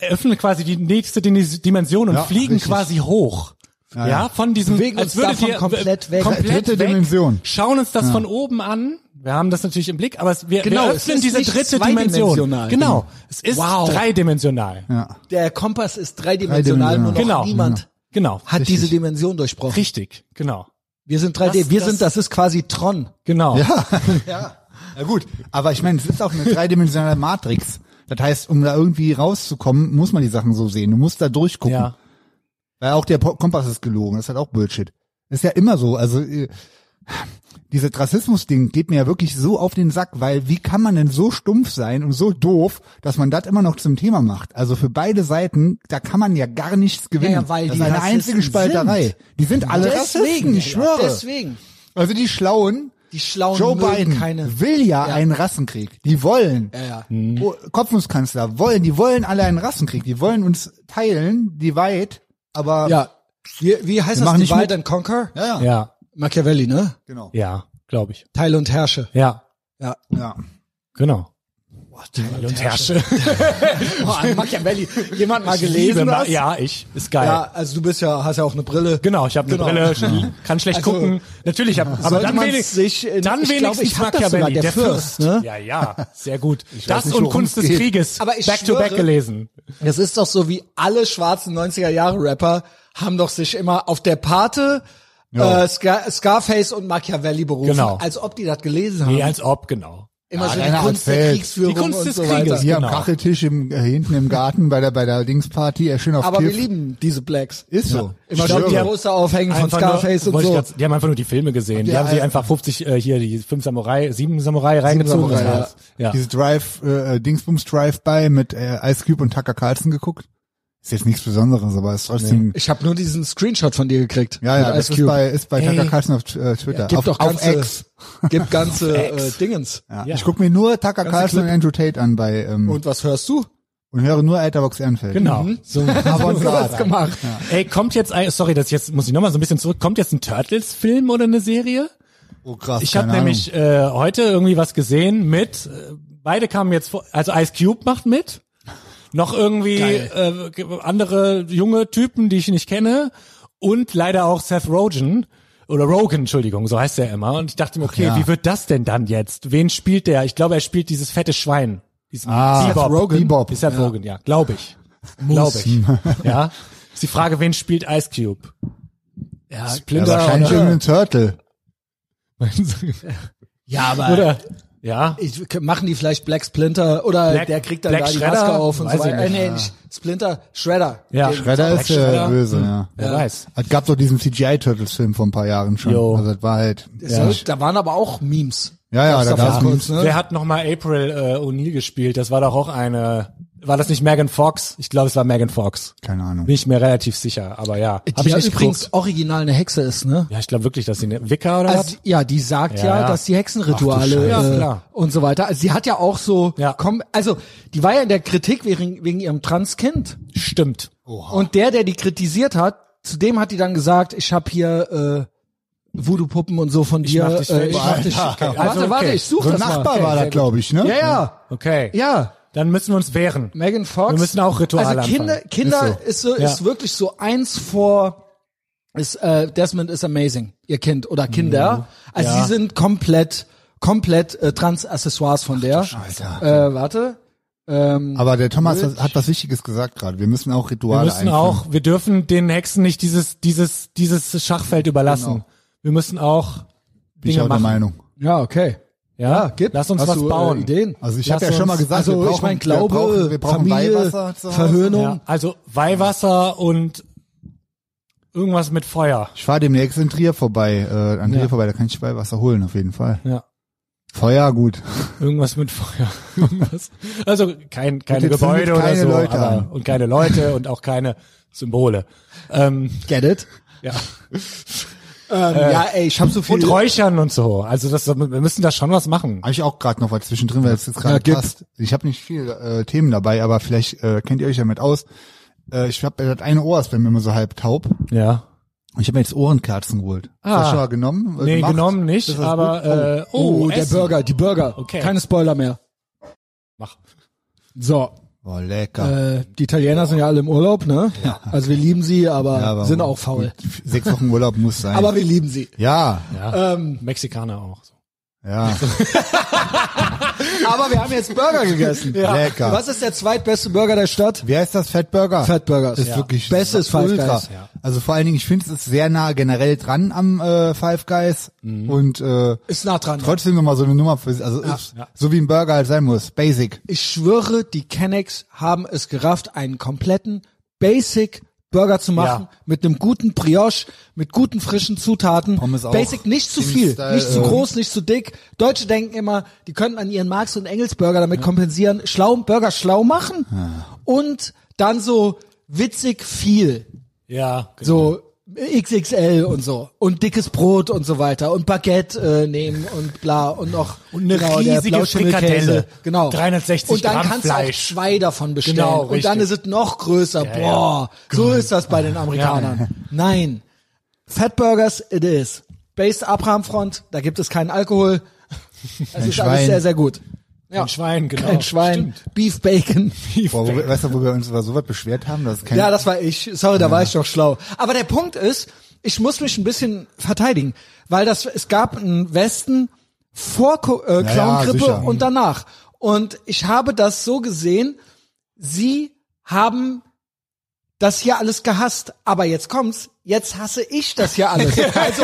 B: öffnen quasi die nächste Din- Dimension und
C: Ja,
B: fliegen
C: richtig.
B: quasi hoch. Ja,
C: ja.
B: von diesem,
A: Bewegen
B: als
A: uns
B: würdet
A: davon
B: ihr
A: komplett weg.
B: komplett
C: Dritte
B: weg,
C: Dimension.
B: Schauen uns das von oben an. Wir haben das natürlich im Blick, aber es, wir,
A: Genau,
B: wir
A: es
B: öffnen
A: ist
B: diese
A: nicht
B: dritte Dimension.
A: zweidimensional. Mhm.
B: Genau, es ist
A: Wow.
B: dreidimensional.
A: Der Kompass ist dreidimensional, nur noch
B: Genau.
A: niemand
B: Genau,
A: hat diese Dimension durchbrochen.
B: richtig, genau,
A: Wir sind 3D,
B: Das-
A: wir
B: das-
A: sind, das ist quasi Tron.
B: genau.
C: Na gut, aber ich meine, es ist auch eine dreidimensionale Matrix. Das heißt, um da irgendwie rauszukommen, muss man die Sachen so sehen. Du musst da durchgucken.
B: ja.
C: Weil auch der Po- Kompass ist gelogen. Das ist halt auch Bullshit. Das ist ja immer so. Also äh, dieses Rassismus-Ding geht mir ja wirklich so auf den Sack, weil wie kann man denn so stumpf sein und so doof, dass man das immer noch zum Thema macht? Also für beide Seiten, da kann man ja gar nichts gewinnen.
A: Ja, ja, weil
C: das
A: die
C: ist eine
A: Rassisten
C: einzige Spalterei.
A: sind.
C: Die sind alle Rassisten, ich schwöre.
A: Deswegen.
C: also die Schlauen,
A: Die Schlauen
C: Joe
A: mögen
C: Biden
A: keine. Äh.
C: will ja, einen Rassenkrieg. Die wollen.
A: Ja, ja.
C: Oh, Kopfnusskanzler wollen, die wollen alle einen Rassenkrieg. Die wollen uns teilen, die weit, aber
A: Ja. Wie, wie heißt das?
C: Wir machen nicht
A: Divide
C: mit.
A: and Conquer?
C: ja, ja.
B: Ja,
A: Machiavelli, ne?
C: genau.
B: ja, glaube ich.
A: Teil und Herrsche.
B: Ja,
A: Ja.
C: Ja.
B: genau. Teil und Herrsche.
A: Boah, Machiavelli. Jemand mal
B: Ich
A: gelesen
B: liebe Ma-
A: das?
B: Ja, ich. Ist geil.
A: Ja, also du bist ja, hast ja auch eine Brille.
B: Genau, ich habe eine
A: Genau.
B: Brille, sch- kann schlecht
A: Also,
B: gucken. Natürlich, hab, aber
A: Sollte
B: dann,
A: man
B: wenig,
A: sich in,
B: dann
A: ich glaube,
B: wenigstens
A: ich hab das sogar,
B: Machiavelli,
A: der, Fürst. Ne?
B: Ja, ja, sehr gut. das
C: nicht,
B: und
C: worum
B: Kunst
C: es
B: des
C: geht.
B: Krieges.
A: Aber ich
B: back to back
A: schwöre-
B: gelesen.
A: Das ist doch so wie alle schwarzen 90er Jahre Rapper haben doch sich immer auf der Pate äh, Scar Scarface und Machiavelli berufen,
B: Genau.
A: als ob die das gelesen haben.
B: Nee, als ob, genau.
A: immer
C: Ja,
A: so die
C: einer
A: Kunst der
C: erzählt.
A: Kriegsführung
B: Die Kunst
A: und
B: des
A: so
B: Krieges.
A: weiter.
C: Hier am
B: Genau.
C: Kacheltisch im, äh, hinten im Garten bei der, bei der Dingsparty, äh, schön auf
A: Aber wir
C: Kiff.
A: lieben diese Blacks.
C: Ist so.
A: Immer
C: Ich
A: schon
C: schwöre.
A: die Poster aufhängen von
B: Einfach nur-
A: Scarface und
B: wollte ich
A: so.
B: grad- die haben einfach nur die Filme gesehen. Die
C: Ja,
B: haben sie
C: also-
B: einfach 50 äh, hier die fünf Samurai, sieben Samurai reingezogen.
C: Samurai,
B: das war's. ja.
C: Diese Drive, äh, Dingsbums Drive-By mit äh, Ice Cube und Tucker Carlson geguckt. Ist jetzt nichts Besonderes, aber ist trotzdem.
A: Ich habe nur diesen Screenshot von dir gekriegt.
C: Ja, ja,
A: mit
C: das
A: Ice
C: ist
A: Cube.
C: bei, ist bei
B: Ey.
C: Tucker Carlson auf äh, Twitter.
A: Gib
C: auf,
A: doch
C: auf
A: ganze,
C: X.
A: gib ganze äh,
B: X.
A: Dingens.
C: Ja.
B: Ja.
C: Ich guck mir nur Tucker
A: Ganze
C: Carlson und
A: Clip.
C: Andrew Tate an bei ähm, und,
A: Und was hörst du?
C: höre nur Etherbox Ehrenfeld. Mhm.
B: Genau.
A: So, hast du
C: Avantgarde.
A: was gemacht?
B: Ey, kommt jetzt, ein- sorry, das jetzt muss ich nochmal so ein bisschen zurück, kommt jetzt ein Turtles-Film oder eine Serie?
C: Oh krass.
B: Ich habe
C: keine Ahnung.
B: nämlich äh, heute irgendwie was gesehen mit, äh, beide kamen jetzt vor, also Ice Cube macht mit, noch irgendwie äh, ge- andere junge Typen, die ich nicht kenne und leider auch Seth Rogen oder Rogen, Entschuldigung, so heißt er immer. Und ich dachte mir, okay,
C: ja.
B: wie wird das denn dann jetzt? Wen spielt der? Ich glaube, er spielt dieses fette Schwein. Diesen
C: Ah,
B: Bebop. Hm?
C: Seth Rogen? Bebop.
B: Ist Seth Rogen, ja, glaube ich. Glaube ich. ja. Ist die Frage, wen spielt Ice Cube? Ja,
C: ja,
B: Splinter
C: wahrscheinlich
A: äh,
C: irgendein Turtle.
B: oder,
A: Ja, aber
B: oder ja.
A: Ich, machen die vielleicht Black Splinter oder
B: Black-
A: der kriegt dann
B: Black
A: da die
B: Shredder?
A: Maske auf und
B: Weiß
A: so weiter. Äh,
B: ich nicht.
A: nee, nicht Splinter, Shredder.
B: Ja,
A: Den-
C: Shredder
B: Black
C: ist äh,
B: Shredder.
C: böse, ja.
B: Wer weiß.
C: Es gab doch diesen CGI-Turtles-Film -Film vor ein paar Jahren schon.
B: Jo.
C: Also das war halt.
A: Es soll- Da waren aber auch Memes.
C: Ja, ja,
A: Gab's
C: da
A: doch
C: gab's
A: mal
C: Memes.
A: ne?
B: Wer hat nochmal April äh, O'Neil gespielt? Das war doch auch eine. War das nicht Megan Fox? Ich glaube, es war Megan Fox.
C: Keine Ahnung.
B: Bin ich mir relativ sicher, aber ja. Hab
A: Die
B: ich
A: ja
B: nicht
A: übrigens
B: geguckt.
A: original eine Hexe ist, ne?
B: Ja, ich glaube wirklich, dass sie eine Wicker oder
A: Also, ja, die sagt ja,
B: Ja, ja.
A: dass die
C: Ach du
A: Hexenrituale
B: Scheiße. Ja,
A: äh,
B: klar.
A: und so weiter. Also sie hat ja auch so,
B: Ja.
A: komm, also die war ja in der Kritik wegen, wegen ihrem Transkind.
B: was? Stimmt.
A: Und der, der die kritisiert hat, zu dem hat die dann gesagt, ich hab hier äh, Voodoo-Puppen und so von dir.
B: mach dich
A: äh,
B: fertig.
A: ich mach dich,
B: Alter.
A: Warte,
B: Also, okay.
A: warte, ich such
C: So ein
A: das mal.
C: Nachbar war das, glaube ich, ne?
A: Ja, ja,
B: Okay.
A: ja.
B: Dann müssen wir uns wehren.
A: Megan Fox.
B: Wir müssen auch Rituale
A: Also Kinder,
B: anfangen.
A: Kinder ist so, ist,
B: Ja.
A: wirklich so eins vor ist äh, Desmond is amazing, ihr Kind oder Kinder. Also
B: Mhm. Ja.
A: sie sind komplett komplett äh, Trans-Accessoires von der.
C: Scheiße.
A: äh, warte. Ähm,
C: Aber der Thomas hat was Wichtiges gesagt gerade. Wir müssen auch
B: Wir
C: Rituale
B: müssen
C: einführen.
B: auch, wir dürfen den Hexen nicht dieses, dieses, dieses Schachfeld überlassen.
C: Genau.
B: Wir müssen auch
C: Bin ich
B: Dinge
C: auch der
B: machen.
C: Meinung.
A: ja, okay.
B: Ja,
A: gibt.
B: Lass uns
A: Hast
B: was
A: du,
B: bauen.
A: Äh, Ideen.
C: Also ich
B: Lass
C: habe ja schon mal
B: uns-
C: gesagt,
A: also
C: wir brauchen,
A: ich meine
C: wir
A: Glaube,
C: brauchen, wir brauchen
A: Familie,
C: Weihwasser zu Hause.
A: Verhöhnung.
B: Ja, also Weihwasser und irgendwas mit Feuer.
C: Ich fahre demnächst in Trier vorbei, äh, an Trier vorbei, da kann ich Weihwasser holen auf jeden Fall.
B: Ja.
C: Feuer gut.
B: Irgendwas mit Feuer. Irgendwas. Also kein, keine
C: jetzt
B: Gebäude
C: zündet
B: oder
C: keine
B: so.
C: Leute an.
B: aber, und keine Leute und auch keine Symbole. Ähm,
A: Get it?
B: ja.
A: Ähm, ja, ey, ich habe so viel.
B: Und Räuchern und so. Also das, wir müssen da schon was machen.
C: Habe ich auch gerade noch was zwischendrin, weil es jetzt
A: Ja,
C: gerade
A: gib.
C: passt. Ich habe nicht viel äh, Themen dabei, aber vielleicht äh, kennt ihr euch damit aus. Äh, ich habe das eine Ohr ist bei mir immer so halb taub.
B: Ja.
C: Und Ich habe mir jetzt Ohrenkerzen geholt.
B: Ah.
C: Hast du schon mal genommen? äh,
B: Nee,
C: gemacht?
B: genommen
C: Ist
B: nicht,
C: das
B: aber
C: gut?
B: äh,
A: oh,
B: oh,
A: der
B: Essen.
A: Burger, die Burger.
B: Okay.
A: Keine Spoiler mehr.
B: Mach.
A: So.
C: Oh, lecker.
A: Äh, die Italiener sind ja alle im Urlaub, ne? Ja. Also wir lieben sie, aber,
C: Ja, aber
A: sind auch faul.
C: gut, Sechs Wochen Urlaub muss sein.
A: Aber wir lieben sie.
C: ja,
B: Ja. Mexikaner auch.
C: ja,
A: Aber wir haben jetzt Burger gegessen.
C: lecker.
A: Was ist der zweitbeste Burger der Stadt?
C: Wie heißt das? Fatburger?
A: Fat Burgers.
C: Ist
A: Ja.
C: wirklich
A: Beste ist Five
C: ultra.
A: Guys.
B: Ja.
C: Also vor allen Dingen, ich finde es ist sehr nah generell dran am äh, Five Guys
A: Mhm.
C: und äh,
A: Ist nah dran.
C: trotzdem nochmal so eine Nummer für also ist,
B: Ja.
C: so wie ein Burger halt sein muss. Basic.
A: Ich schwöre, die Kennex haben es gerafft, einen kompletten Basic Burger zu machen
B: Ja.
A: mit einem guten Brioche, mit guten frischen Zutaten.
C: Pommes auch.
A: Basic nicht zu
C: Im
A: viel,
C: Style,
A: nicht zu
C: ähm.
A: groß, nicht zu dick. Deutsche denken immer, die könnten an ihren Marx und Engels Burger damit kompensieren, schlau Burger schlau machen und dann so witzig viel,
B: Ja, genau.
A: so XXL und so und dickes Brot und so weiter und Baguette äh, nehmen und bla und noch genau,
B: Und eine
A: der
B: riesige
A: Blauschimmelkäse.
B: Frikadelle.
A: genau
B: 360
A: und dann
B: Gramm
A: kannst
B: Fleisch.
A: du auch zwei davon bestellen
B: Genau,
A: und dann ist
B: richtig.
A: es noch größer
B: Ja, ja.
A: boah so ist das bei den Amerikanern nein Fatburgers it is based Abrahamfront da gibt es keinen Alkohol es ist alles
C: Schwein.
A: sehr sehr gut ja.
B: Ein Schwein, genau.
A: kein Schwein Beef Bacon
C: Boah, wo, wir- weißt du, wo wir uns über sowas beschwert haben? Das ist kein
A: ja, das war ich. Sorry, da war ich doch schlau. Aber der Punkt ist, ich muss mich ein bisschen verteidigen, weil das es gab einen Westen vor Co- äh,
C: ja,
A: Clown-Grippe
C: sicher.
A: und danach. Und ich habe das so gesehen, sie haben das hier alles gehasst, aber jetzt kommt's, jetzt hasse ich das hier alles. Also,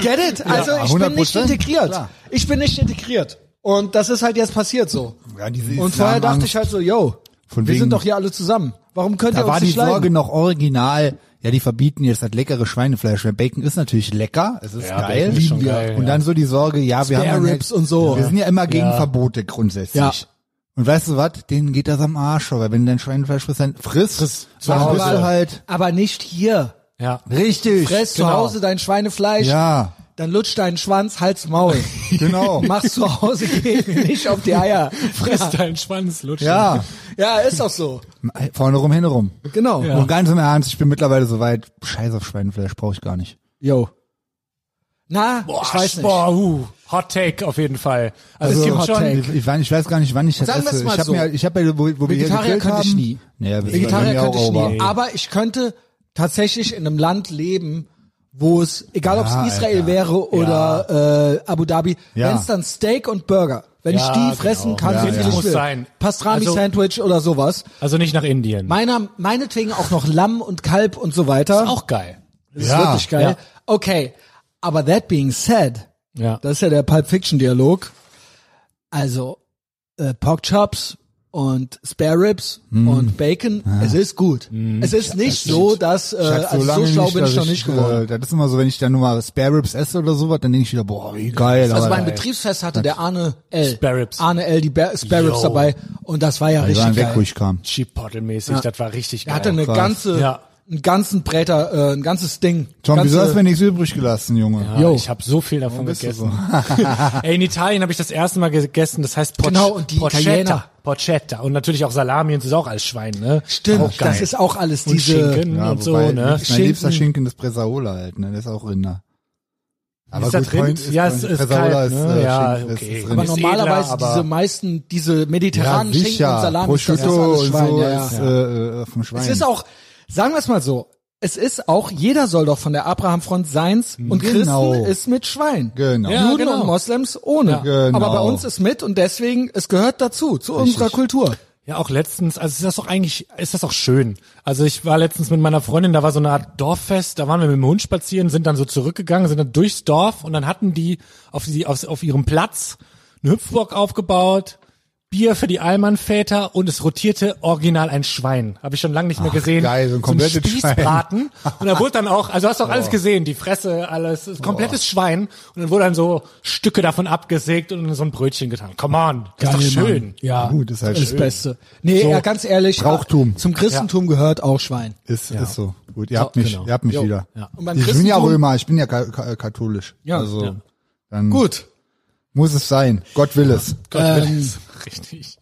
A: get it? Also, ich bin nicht
C: 100%,
A: integriert.
C: klar.
A: Ich bin nicht integriert. Und das ist halt jetzt passiert so.
C: Ja, diese
A: Und vorher dachte ich halt so, yo,
C: Von
A: wir
C: wegen-
A: sind doch hier alle zusammen. Warum könnt ihr
C: da
A: uns
C: war die
A: nicht leiden?
C: Sorge noch original. Ja, die verbieten jetzt das leckere Schweinefleisch. Weil Bacon ist natürlich lecker, es ist
B: Ja,
C: geil,
B: Bacon ist schon geil,
C: und
B: ja.
C: dann so die Sorge, ja, wir
A: Spare
C: haben ja-
A: Ribs und so.
C: Wir sind ja immer gegen
B: Ja.
C: Verbote grundsätzlich.
A: Ja.
C: Und weißt du was? Denen geht das am Arsch, weil wenn du dein Schweinefleisch frisst, dann friss, friss
B: zu
C: dann
B: Hause.
C: bist du halt
A: Aber nicht hier.
B: Ja.
C: richtig.
A: Fress zu
B: Genau.
A: Hause dein Schweinefleisch,
C: Ja,
A: dann lutsch deinen Schwanz, halt's Maul.
C: genau.
A: Mach's zu Hause gegen, nicht auf die Eier.
B: Friss deinen Schwanz, lutsch.
C: ja,
A: Ja, ist doch so.
C: vorne rum, hin rum.
A: Genau.
C: Und ganz im Ernst, ich bin mittlerweile so weit, scheiß auf Schweinefleisch brauche ich gar nicht.
A: Yo. Na,
B: Boah,
A: ich weiß nicht.
B: Boah, uh, Hot Take auf jeden Fall. Also,
A: ist
B: es
A: ein
B: gibt
A: Hot
B: schon,
A: Take.
C: Ich, ich, weiß- ich weiß gar nicht, wann ich das
A: Sagen wir's
C: esse.
A: mal
C: ich habe
A: so.
C: mir, halt- ich habe ja, wo, wo wir hier
A: Vegetarier
C: gegrillt
A: könnte
C: haben.
A: ich nie.
C: Naja, das
A: Vegetarier
C: war bei mir
A: könnte ich
C: auch, aber-
A: nie. Ah, Aber ich könnte tatsächlich in einem Land leben, wo es, egal ob
C: Ja,
A: es Israel
C: Alter.
A: wäre oder äh, Abu Dhabi,
C: Ja.
A: wenn es dann Steak und Burger, wenn
B: Ja,
A: ich die fressen
B: genau.
A: kann,
B: Ja,
A: so viel
B: ja.
A: ich
B: Muss
A: will.
B: sein. Also-
A: Pastrami-Sandwich oder sowas.
B: also nicht nach Indien.
A: Meiner, meinetwegen auch noch Lamm und Kalb und so weiter.
B: ist auch geil.
A: Das ist
C: Ja,
A: wirklich geil.
B: ja.
A: Okay, aber that being said,
B: Ja.
A: das ist ja der Pulp Fiction Dialog. Also äh, Pork Chops und Spare Ribs
C: Mm.
A: und Bacon,
C: Ah.
A: es ist gut.
B: Mm.
A: Es ist nicht so, dass äh,
C: Ich
A: also
C: hatte so
A: so,
C: lange
A: schlau
C: nicht,
A: bin
C: dass
A: ich noch nicht
C: Äh,
A: geworden.
C: das ist immer so, wenn ich dann nur mal Spare Ribs esse oder sowas, dann denke ich wieder, boah, wie geil.
A: Also
C: aber
A: beim Betriebsfest hatte der Arne L.
B: Spare Ribs.
A: Arne L. die Ba- Spare Ribs
B: Yo.
A: dabei und das war ja
C: die waren
A: richtig
C: weg, wo
A: geil.
C: ich kam.
B: Chipotle-mäßig, das war richtig geil.
A: Er hatte eine
C: krass.
A: ganze,
B: Ja.
A: einen ganzen Bräter, äh, ein ganzes Ding.
C: Tom,
A: ganze,
C: wieso hast du mir nichts übrig gelassen, Junge?
B: ja,
A: Yo.
B: ich habe so viel davon
C: bist du
B: gegessen. Ey, in Italien habe ich das erste Mal gegessen, das heißt Porch
A: Genau, und die Italiener.
B: Porchetta. Porchetta. Und natürlich auch Salami und das ist auch alles Schwein, ne?
A: Stimmt,
B: auch geil.
A: das ist auch alles
B: und
A: diese
B: Schinken
C: Ja,
B: und so,
C: wobei,
B: ne?
C: Mein liebster
A: Schinken.
C: Schinken ist Bresaola halt, ne? Der ist auch Rinder. Aber
B: Ist das
C: gut, Point
B: Rind? Ja, es ist
C: Bresaola
B: kalt,
C: ist,
B: ne?
C: äh,
B: Ja,
C: Schinken,
B: okay.
C: es ist
A: Aber
C: Rind.
B: Ist
A: normalerweise
B: edler, aber-
A: diese meisten, diese
C: Ja,
A: mediterranen Schinken und
C: sicher.
A: Salamis, das ist
C: Prosciutto
A: alles
C: und
A: Schwein,
C: so
A: ja, ja.
C: ist äh, äh, vom Schwein.
A: Es ist auch, sagen wir es mal so, es ist auch, jeder soll doch von der Abraham-Front seins und
C: Genau.
A: Christen ist mit Schwein.
C: Genau.
B: Ja,
A: Juden
B: genau.
A: und Moslems ohne.
C: Ja. Genau.
A: Aber bei uns ist mit und deswegen, es gehört dazu, zu unserer Kultur.
B: Ja, auch letztens, also ist das doch eigentlich, ist das auch schön. Also ich war letztens mit meiner Freundin, da war so eine Art Dorffest, da waren wir mit dem Hund spazieren, sind dann so zurückgegangen, sind dann durchs Dorf und dann hatten die auf, die, auf, auf ihrem Platz eine Hüpfburg aufgebaut, Bier für die Allmannväter und es rotierte original ein Schwein. Habe ich schon lange nicht mehr gesehen.
C: geil, so ein komplettes
B: Spießbraten. Und da wurde dann auch, also hast du auch alles gesehen, die Fresse, alles, das komplettes Schwein. Und dann wurde dann so Stücke davon abgesägt und in so ein Brötchen getan. Come on, das ist doch
A: Geil,
B: schön.
A: Mann. Ja,
C: Gut, ist halt
A: das
C: schön.
A: Beste. Nee, ja, ganz ehrlich,
C: Brauchtum.
A: zum Christentum gehört auch Schwein.
C: Ist, ist so. Gut, ihr habt mich,
B: genau.
C: ihr habt mich
A: Jo.
C: wieder.
B: Ja.
A: Und beim
C: ich bin ja
A: Christentum-
C: Römer, ich bin ja ka ka katholisch.
A: Ja.
C: Also,
B: Ja.
C: dann
A: Gut.
C: muss es sein. Gott will es.
B: Gott will
A: Ähm,
B: es. Richtig.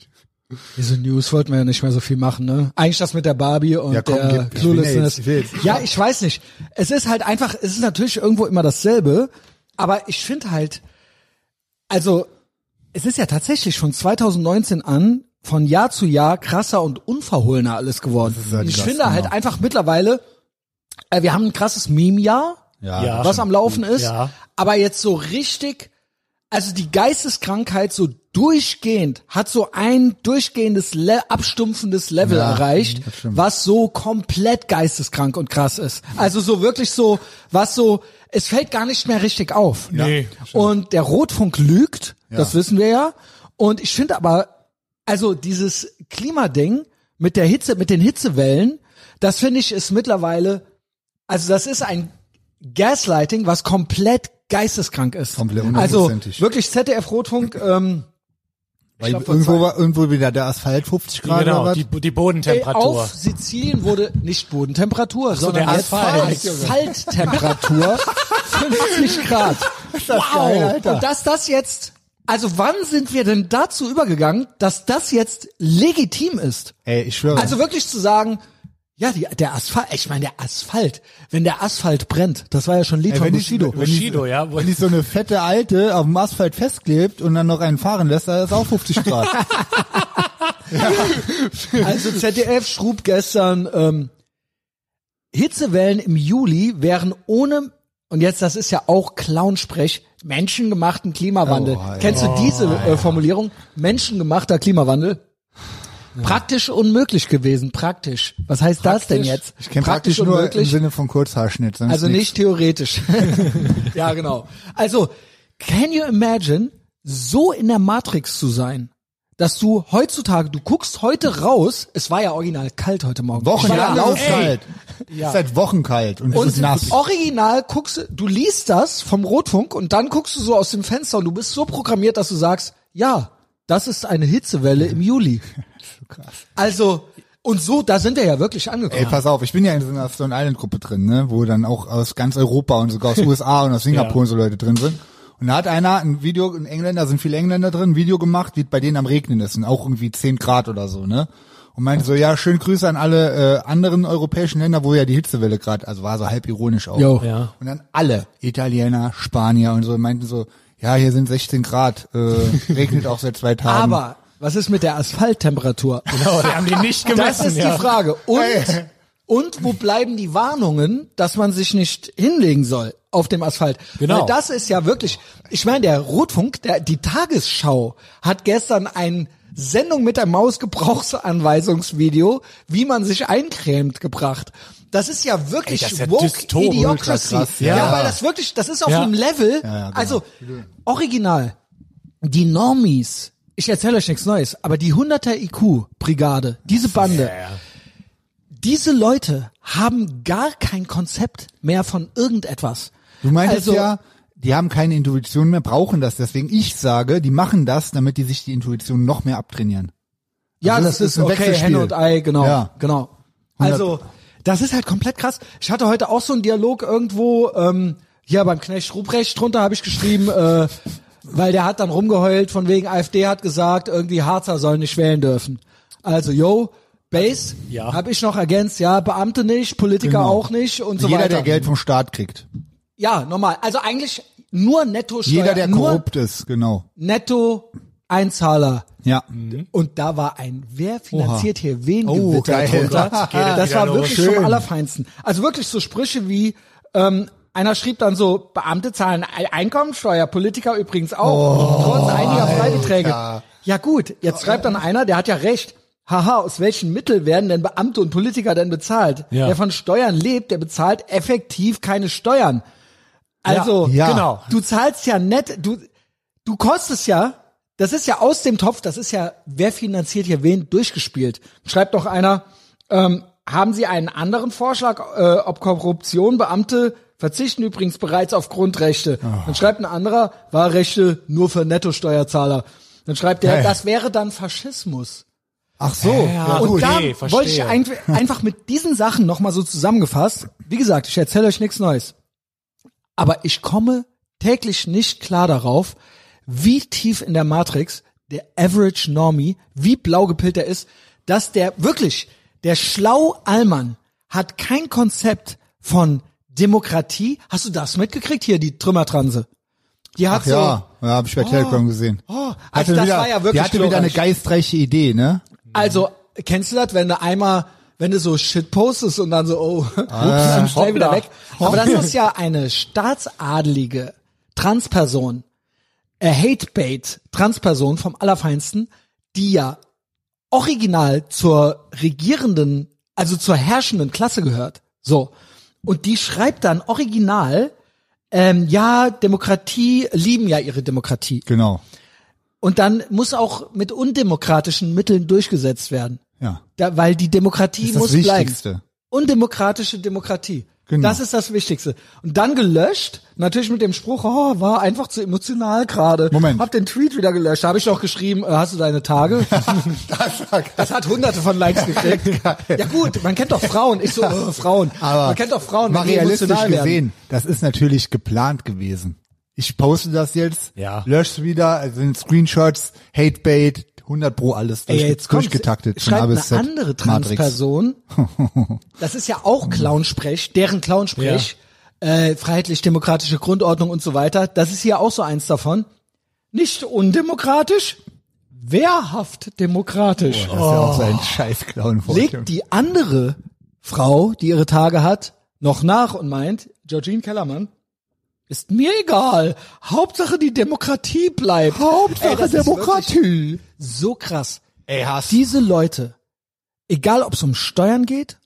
A: Diese News wollten wir ja nicht mehr so viel machen, ne? Eigentlich das mit der Barbie und
C: Ja, komm,
A: der
C: gib- ich will
A: Cluelessness.
C: jetzt, ich will jetzt.
A: ja, ich weiß nicht. Es ist halt einfach, es ist natürlich irgendwo immer dasselbe, aber ich finde halt, also es ist ja tatsächlich von 2019 an von Jahr zu Jahr krasser und unverhohlener alles geworden.
C: Das ist halt
A: Und ich
C: krass,
A: finde halt
C: genau.
A: einfach mittlerweile, äh, wir haben ein krasses Meme-Jahr,
C: Ja.
B: Ja.
A: was am Laufen ist,
B: Ja.
A: aber jetzt so richtig, also die Geisteskrankheit so durchgehend hat so ein durchgehendes, le abstumpfendes Level
C: Ja,
A: erreicht,
C: das stimmt.
A: was so komplett geisteskrank und krass ist. Also so wirklich so, was so, es fällt gar nicht mehr richtig auf. ne?
B: Nee.
A: Und der Rotfunk lügt,
C: Ja.
A: das wissen wir ja. Und ich finde aber, also dieses Klimading mit der Hitze, mit den Hitzewellen, das finde ich ist mittlerweile, also das ist ein Gaslighting, was komplett geisteskrank ist.
C: Komplett
A: also
C: hundertprozentig.
A: wirklich ZDF Rotfunk, ähm,
C: Weil
A: glaub, vor
C: irgendwo
A: zwei-
C: war irgendwo wieder der Asphalt 50 Grad oder
B: Genau,
C: was.
B: die, die Bodentemperatur.
A: auf Sizilien wurde nicht Bodentemperatur, sondern
B: der
A: jetzt
B: Asphalt.
A: Asphalttemperatur 50 Grad. wow.
C: geil, Alter.
A: Und dass das jetzt, also wann sind wir denn dazu übergegangen, dass das jetzt legitim ist?
C: Ey, ich schwöre.
A: Also wirklich zu sagen, ja, die, der Asphalt, ich meine der Asphalt, wenn der Asphalt brennt, das war ja schon ein Lied
C: Ey,
A: von
C: wenn ich-
A: Bushido.
C: wenn ich-
B: Bushido, ja.
C: Wenn dich so eine fette Alte auf dem Asphalt festklebt und dann noch einen fahren lässt, dann ist auch 50 Grad.
A: Also ZDF schrub gestern ähm, Hitzewellen im Juli wären ohne und jetzt das ist ja auch Clownsprech menschengemachten Klimawandel.
C: Oh, ja.
A: Kennst du diese äh, Formulierung? Menschengemachter Klimawandel. Praktisch unmöglich gewesen, praktisch. Was heißt das denn jetzt?
C: Ich kenne praktisch, nur im Sinne von Kurzhaarschnitt. sonst
A: Also
C: nix.
A: nicht theoretisch. ja, genau. Also, can you imagine, so in der Matrix zu sein, dass du heutzutage, du guckst heute raus, es war ja original kalt heute Morgen.
C: Wochen
A: Ich war
C: lang
A: ja raus.
C: kalt. Ist seit Wochen kalt und, es ist
A: Und
C: nass.
A: original guckst du- du, liest das vom Rotfunk und dann guckst du so aus dem Fenster und du bist so programmiert, dass du sagst, ja, das ist eine Hitzewelle im Juli. Also, und so, da sind wir ja wirklich angekommen.
C: Ey, pass auf, ich bin ja in so einer Stone Island Gruppe drin, ne, wo dann auch aus ganz Europa und sogar aus USA und aus Singapur
B: Ja.
C: und so Leute drin sind. Und da hat einer ein Video, ein Engländer, sind viele Engländer drin, ein Video gemacht, wie es bei denen am Regnen ist und auch irgendwie 10 Grad oder so, ne? Und meinte so, ja, schönen Grüße an alle äh, anderen europäischen Länder, wo ja die Hitzewelle gerade, also war so halb ironisch auch.
A: Jo.
B: Ja.
C: Und dann alle, Italiener, Spanier und so, meinten so, ja, hier sind 16 Grad, äh, regnet auch seit zwei Tagen.
A: Aber, was ist mit der Asphalttemperatur?
B: Genau, die haben die nicht gemessen.
A: Das ist
B: ja.
A: die Frage. Und, und wo bleiben die Warnungen, dass man sich nicht hinlegen soll auf dem Asphalt?
B: Genau.
A: Weil das ist ja wirklich, ich meine, der Rotfunk, der, die Tagesschau hat gestern ein Sendung mit der Maus Gebrauchsanweisungsvideo, wie man sich eincremt, gebracht. Das ist ja wirklich
B: Ey, das ist ja
A: woke
B: dystopisch,
A: Idiocracy.
C: ultra krass,
A: ja.
C: ja.
A: weil das wirklich, das ist auf
B: Ja.
A: einem Level,
C: ja, genau.
A: also original die Normies, ich erzähle euch nichts Neues, aber die 100er IQ-Brigade, diese Bande, diese Leute haben gar kein Konzept mehr von irgendetwas.
C: Du meintest
A: also,
C: ja, die haben keine Intuition mehr, brauchen das. Deswegen ich sage, die machen das, damit die sich die Intuition noch mehr abtrainieren.
A: ja,
C: also
A: das,
C: das ist
A: ist,
C: ein
A: okay,
C: Wechselspiel.
A: Henne und Ei, genau,
C: Ja.
A: genau. Also, das ist halt komplett krass. Ich hatte heute auch so einen Dialog irgendwo, ähm, hier beim Knecht Ruprecht drunter habe ich geschrieben, äh, weil der hat dann rumgeheult von wegen AfD hat gesagt, irgendwie Harzer sollen nicht wählen dürfen. Also, yo, Base,
B: Ja.
A: habe ich noch ergänzt, ja, Beamte nicht, Politiker
C: Genau.
A: auch nicht und so
C: Jeder,
A: weiter.
C: der Geld vom Staat kriegt.
A: Ja, normal. Also eigentlich nur Netto-Steuer.
C: Jeder, der
A: nur
C: korrupt ist, genau.
A: Netto-Einzahler.
C: Ja.
A: Und da war ein, wer finanziert
C: Mhm. Oha.
A: hier wen
C: Oh,
A: Gewitter
C: geil.
A: drunter.
C: Geht
B: das
A: das
B: wieder
A: war
B: los.
A: wirklich
C: Schön.
A: vom Allerfeinsten. Also wirklich so Sprüche wie, ähm, einer schrieb dann so, Beamte zahlen Ei- Einkommensteuer, Politiker übrigens
C: Oh,
A: auch, trotz einiger Freibeträge. Ja gut, jetzt schreibt dann einer, der hat ja recht. Haha, aus welchen Mitteln werden denn Beamte und Politiker denn bezahlt?
B: Ja.
A: Der von Steuern lebt, der bezahlt effektiv keine Steuern. Also,
C: Ja, ja.
B: genau.
A: du zahlst ja nett, du, du kostest ja, das ist ja aus dem Topf, das ist ja, wer finanziert hier wen durchgespielt. Schreibt doch einer, ähm, haben Sie einen anderen Vorschlag, äh, ob Korruption, Beamte verzichten übrigens bereits auf Grundrechte. Dann schreibt ein anderer, Wahlrechte nur für Nettosteuerzahler. Dann schreibt der,
C: Hey.
A: das wäre dann Faschismus.
C: Ach so. Oh,
B: Ja,
C: gut.
A: Und
B: okay,
A: da
B: verstehe.
A: wollte ich ein, einfach mit diesen Sachen nochmal so zusammengefasst. Wie gesagt, ich erzähle euch nichts Neues. Aber ich komme täglich nicht klar darauf, wie tief in der Matrix der Average Normie, wie blau gepillt er ist, dass der wirklich, der schlau Allmann hat kein Konzept von Demokratie. Hast du das mitgekriegt hier, die Trümmertranse? Die hat
C: Ach
A: so,
C: ja, ja, habe ich bei Telegram gesehen.
A: oh,
C: Hatte
A: also das
C: wieder,
A: war ja wirklich
C: die hatte wieder eine
A: glorreich.
C: geistreiche Idee, ne?
A: Also, kennst du das, wenn du einmal, wenn du so Shit postest und dann so, oh, ups, schnell wieder
B: Ah, hoppla.
A: weg. Aber das ist ja eine staatsadelige Transperson, äh, Hatebait Transperson vom Allerfeinsten, die ja original zur regierenden, also zur herrschenden Klasse gehört. So. Und die schreibt dann original, ähm, ja, Demokratie, lieben ja ihre Demokratie.
C: Genau.
A: Und dann muss auch mit undemokratischen Mitteln durchgesetzt werden.
C: Ja.
A: Da, weil die Demokratie
C: Das ist
A: muss
C: das
A: bleiben.
C: Wichtigste.
A: Undemokratische Demokratie.
C: Genau.
A: Das ist das Wichtigste. Und dann gelöscht, natürlich mit dem Spruch, oh, war einfach zu emotional gerade.
C: Moment.
A: Hab den Tweet wieder gelöscht. Da habe ich noch geschrieben, äh, hast du deine Tage?
C: Das war geil.
A: Das hat hunderte von Likes gekriegt. ja gut, man kennt doch Frauen. Ich so, oh, Frauen.
C: Aber
A: man kennt doch Frauen,
C: mal
A: wenn die
C: realistisch
A: emotional
C: gesehen,
A: werden.
C: das ist natürlich geplant gewesen. Ich poste das jetzt,
B: Ja.
C: lösche wieder, also sind Screenshots, Hatebait, 100 pro alles durch,
A: Ey, jetzt kommt's.
C: durchgetaktet von A
A: Schreibt
C: bis Z.
A: eine andere
C: Matrix. Oh,
A: Transperson. Das ist ja auch Clownsprech, deren Clownsprech, äh, freiheitlich-demokratische Grundordnung und so weiter. Das ist hier auch so eins davon. Nicht undemokratisch, wehrhaft demokratisch.
C: Das ist ja auch so ein scheiß clown
A: Oh. Legt die andere Frau, die ihre Tage hat, noch nach und meint, Georgine Kellermann, ist mir egal. Hauptsache die Demokratie bleibt. Ey, das ist
C: Demokratie.
A: wirklich So krass
C: Ey, hast
A: diese Leute, egal ob es um Steuern geht,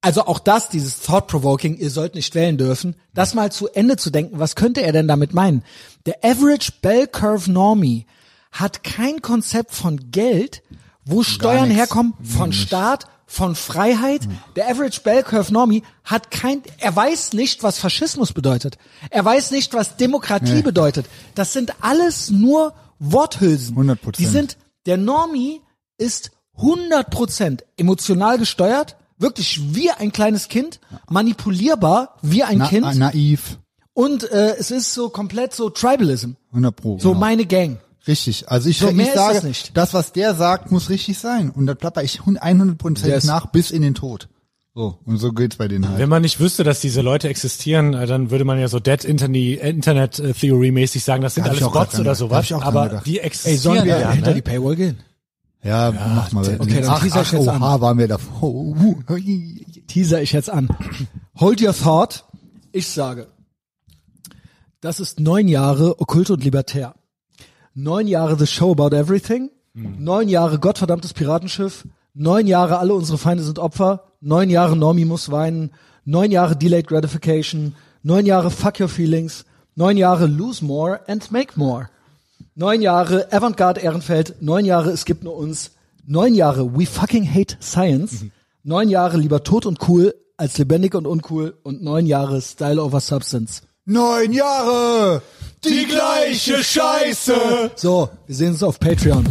A: also auch das, dieses Thought-Provoking, ihr sollt nicht wählen dürfen, das mal zu Ende zu denken, was könnte er denn damit meinen? Der Average Bell Curve Normie hat kein Konzept von Geld, wo Steuern
C: nix.
A: herkommen, von Staat, von Freiheit. Der Average Bell Curve Normie hat kein, er weiß nicht, was Faschismus bedeutet. Er weiß nicht, was Demokratie bedeutet. Das sind alles nur Worthülsen.
C: 100%.
A: Die sind der Normie ist 100% emotional gesteuert, wirklich wie ein kleines Kind, manipulierbar wie ein
C: Na,
A: Kind
C: ah, naiv.
A: und äh, es ist so komplett so Tribalism,
C: 100 pro.
A: so
C: genau.
A: meine Gang.
C: Richtig. Also ich,
A: So, mehr
C: ich
A: ist
C: sage,
A: das nicht.
C: das, was der sagt, muss richtig sein. Und dann plapper ich 100%
A: Yes.
C: nach bis in den Tod. So. Und so geht's bei denen halt.
B: Wenn man nicht wüsste, dass diese Leute existieren, äh, dann würde man ja so Dead Internet, Internet äh, Theory mäßig sagen, das sind
C: Da hab ich
B: alles
C: auch grad
B: Bots
C: dran
B: oder
C: gedacht. Da
B: sowas.
C: hab ich auch dran
B: Aber
C: gedacht.
B: die
A: Ey,
B: existieren
A: sollen wir
B: ja.
A: hinter
B: Ne?
A: die Paywall gehen?
C: Ja, mach mal.
A: okay, dann
C: ach,
A: teaser ich
C: ach,
A: jetzt
C: oha,
A: an.
C: waren wir davor. Oh, uh, hui.
A: Teaser ich jetzt an. Hold your thought. Ich sage, das ist neun Jahre okkult und libertär. Neun Jahre The Show About Everything. Neun Jahre Gottverdammtes Piratenschiff. Neun Jahre Alle unsere Feinde sind Opfer. Neun Jahre Normie muss weinen. Neun Jahre Delayed Gratification. Neun Jahre Fuck Your Feelings. Neun Jahre Lose More and Make More. Neun Jahre Avantgarde Ehrenfeld, neun Jahre Es gibt nur uns, neun Jahre We fucking hate Science, neun Jahre lieber tot und cool als lebendig und uncool und neun Jahre Style over Substance.
C: Neun Jahre! Die
B: gleiche Scheiße!
A: So, wir sehen uns auf Patreon.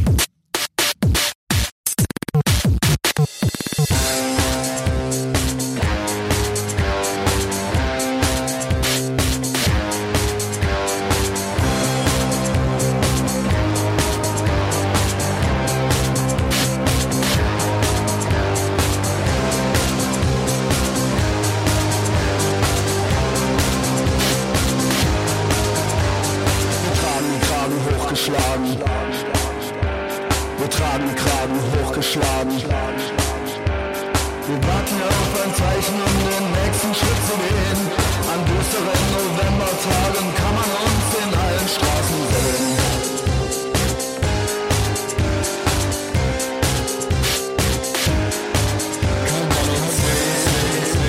D: Wir tragen Kragen hochgeschlagen. Wir tragen Kragen hochgeschlagen. Wir warten auf ein Zeichen, um den nächsten Schritt zu gehen. An düsteren Novembertagen kann man uns in allen Straßen sehen. Kann man uns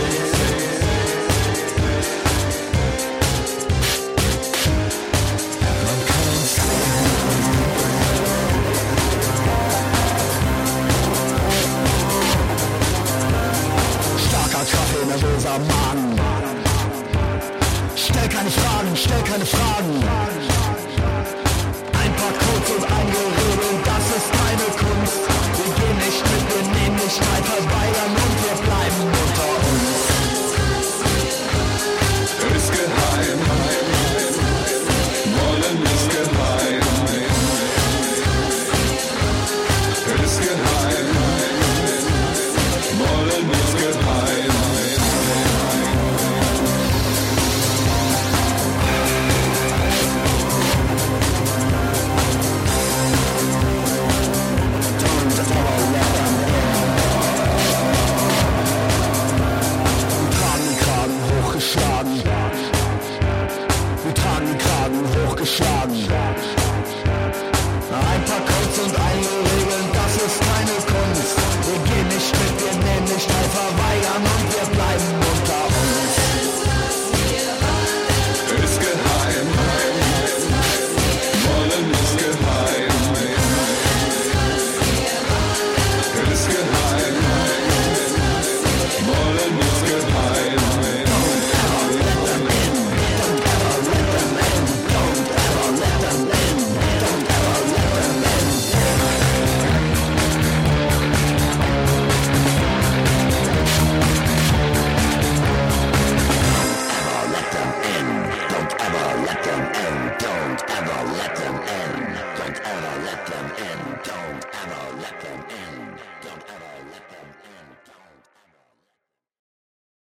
D: Starker Kaffee, nervöser Magen. Stell keine Fragen, stell keine Fragen.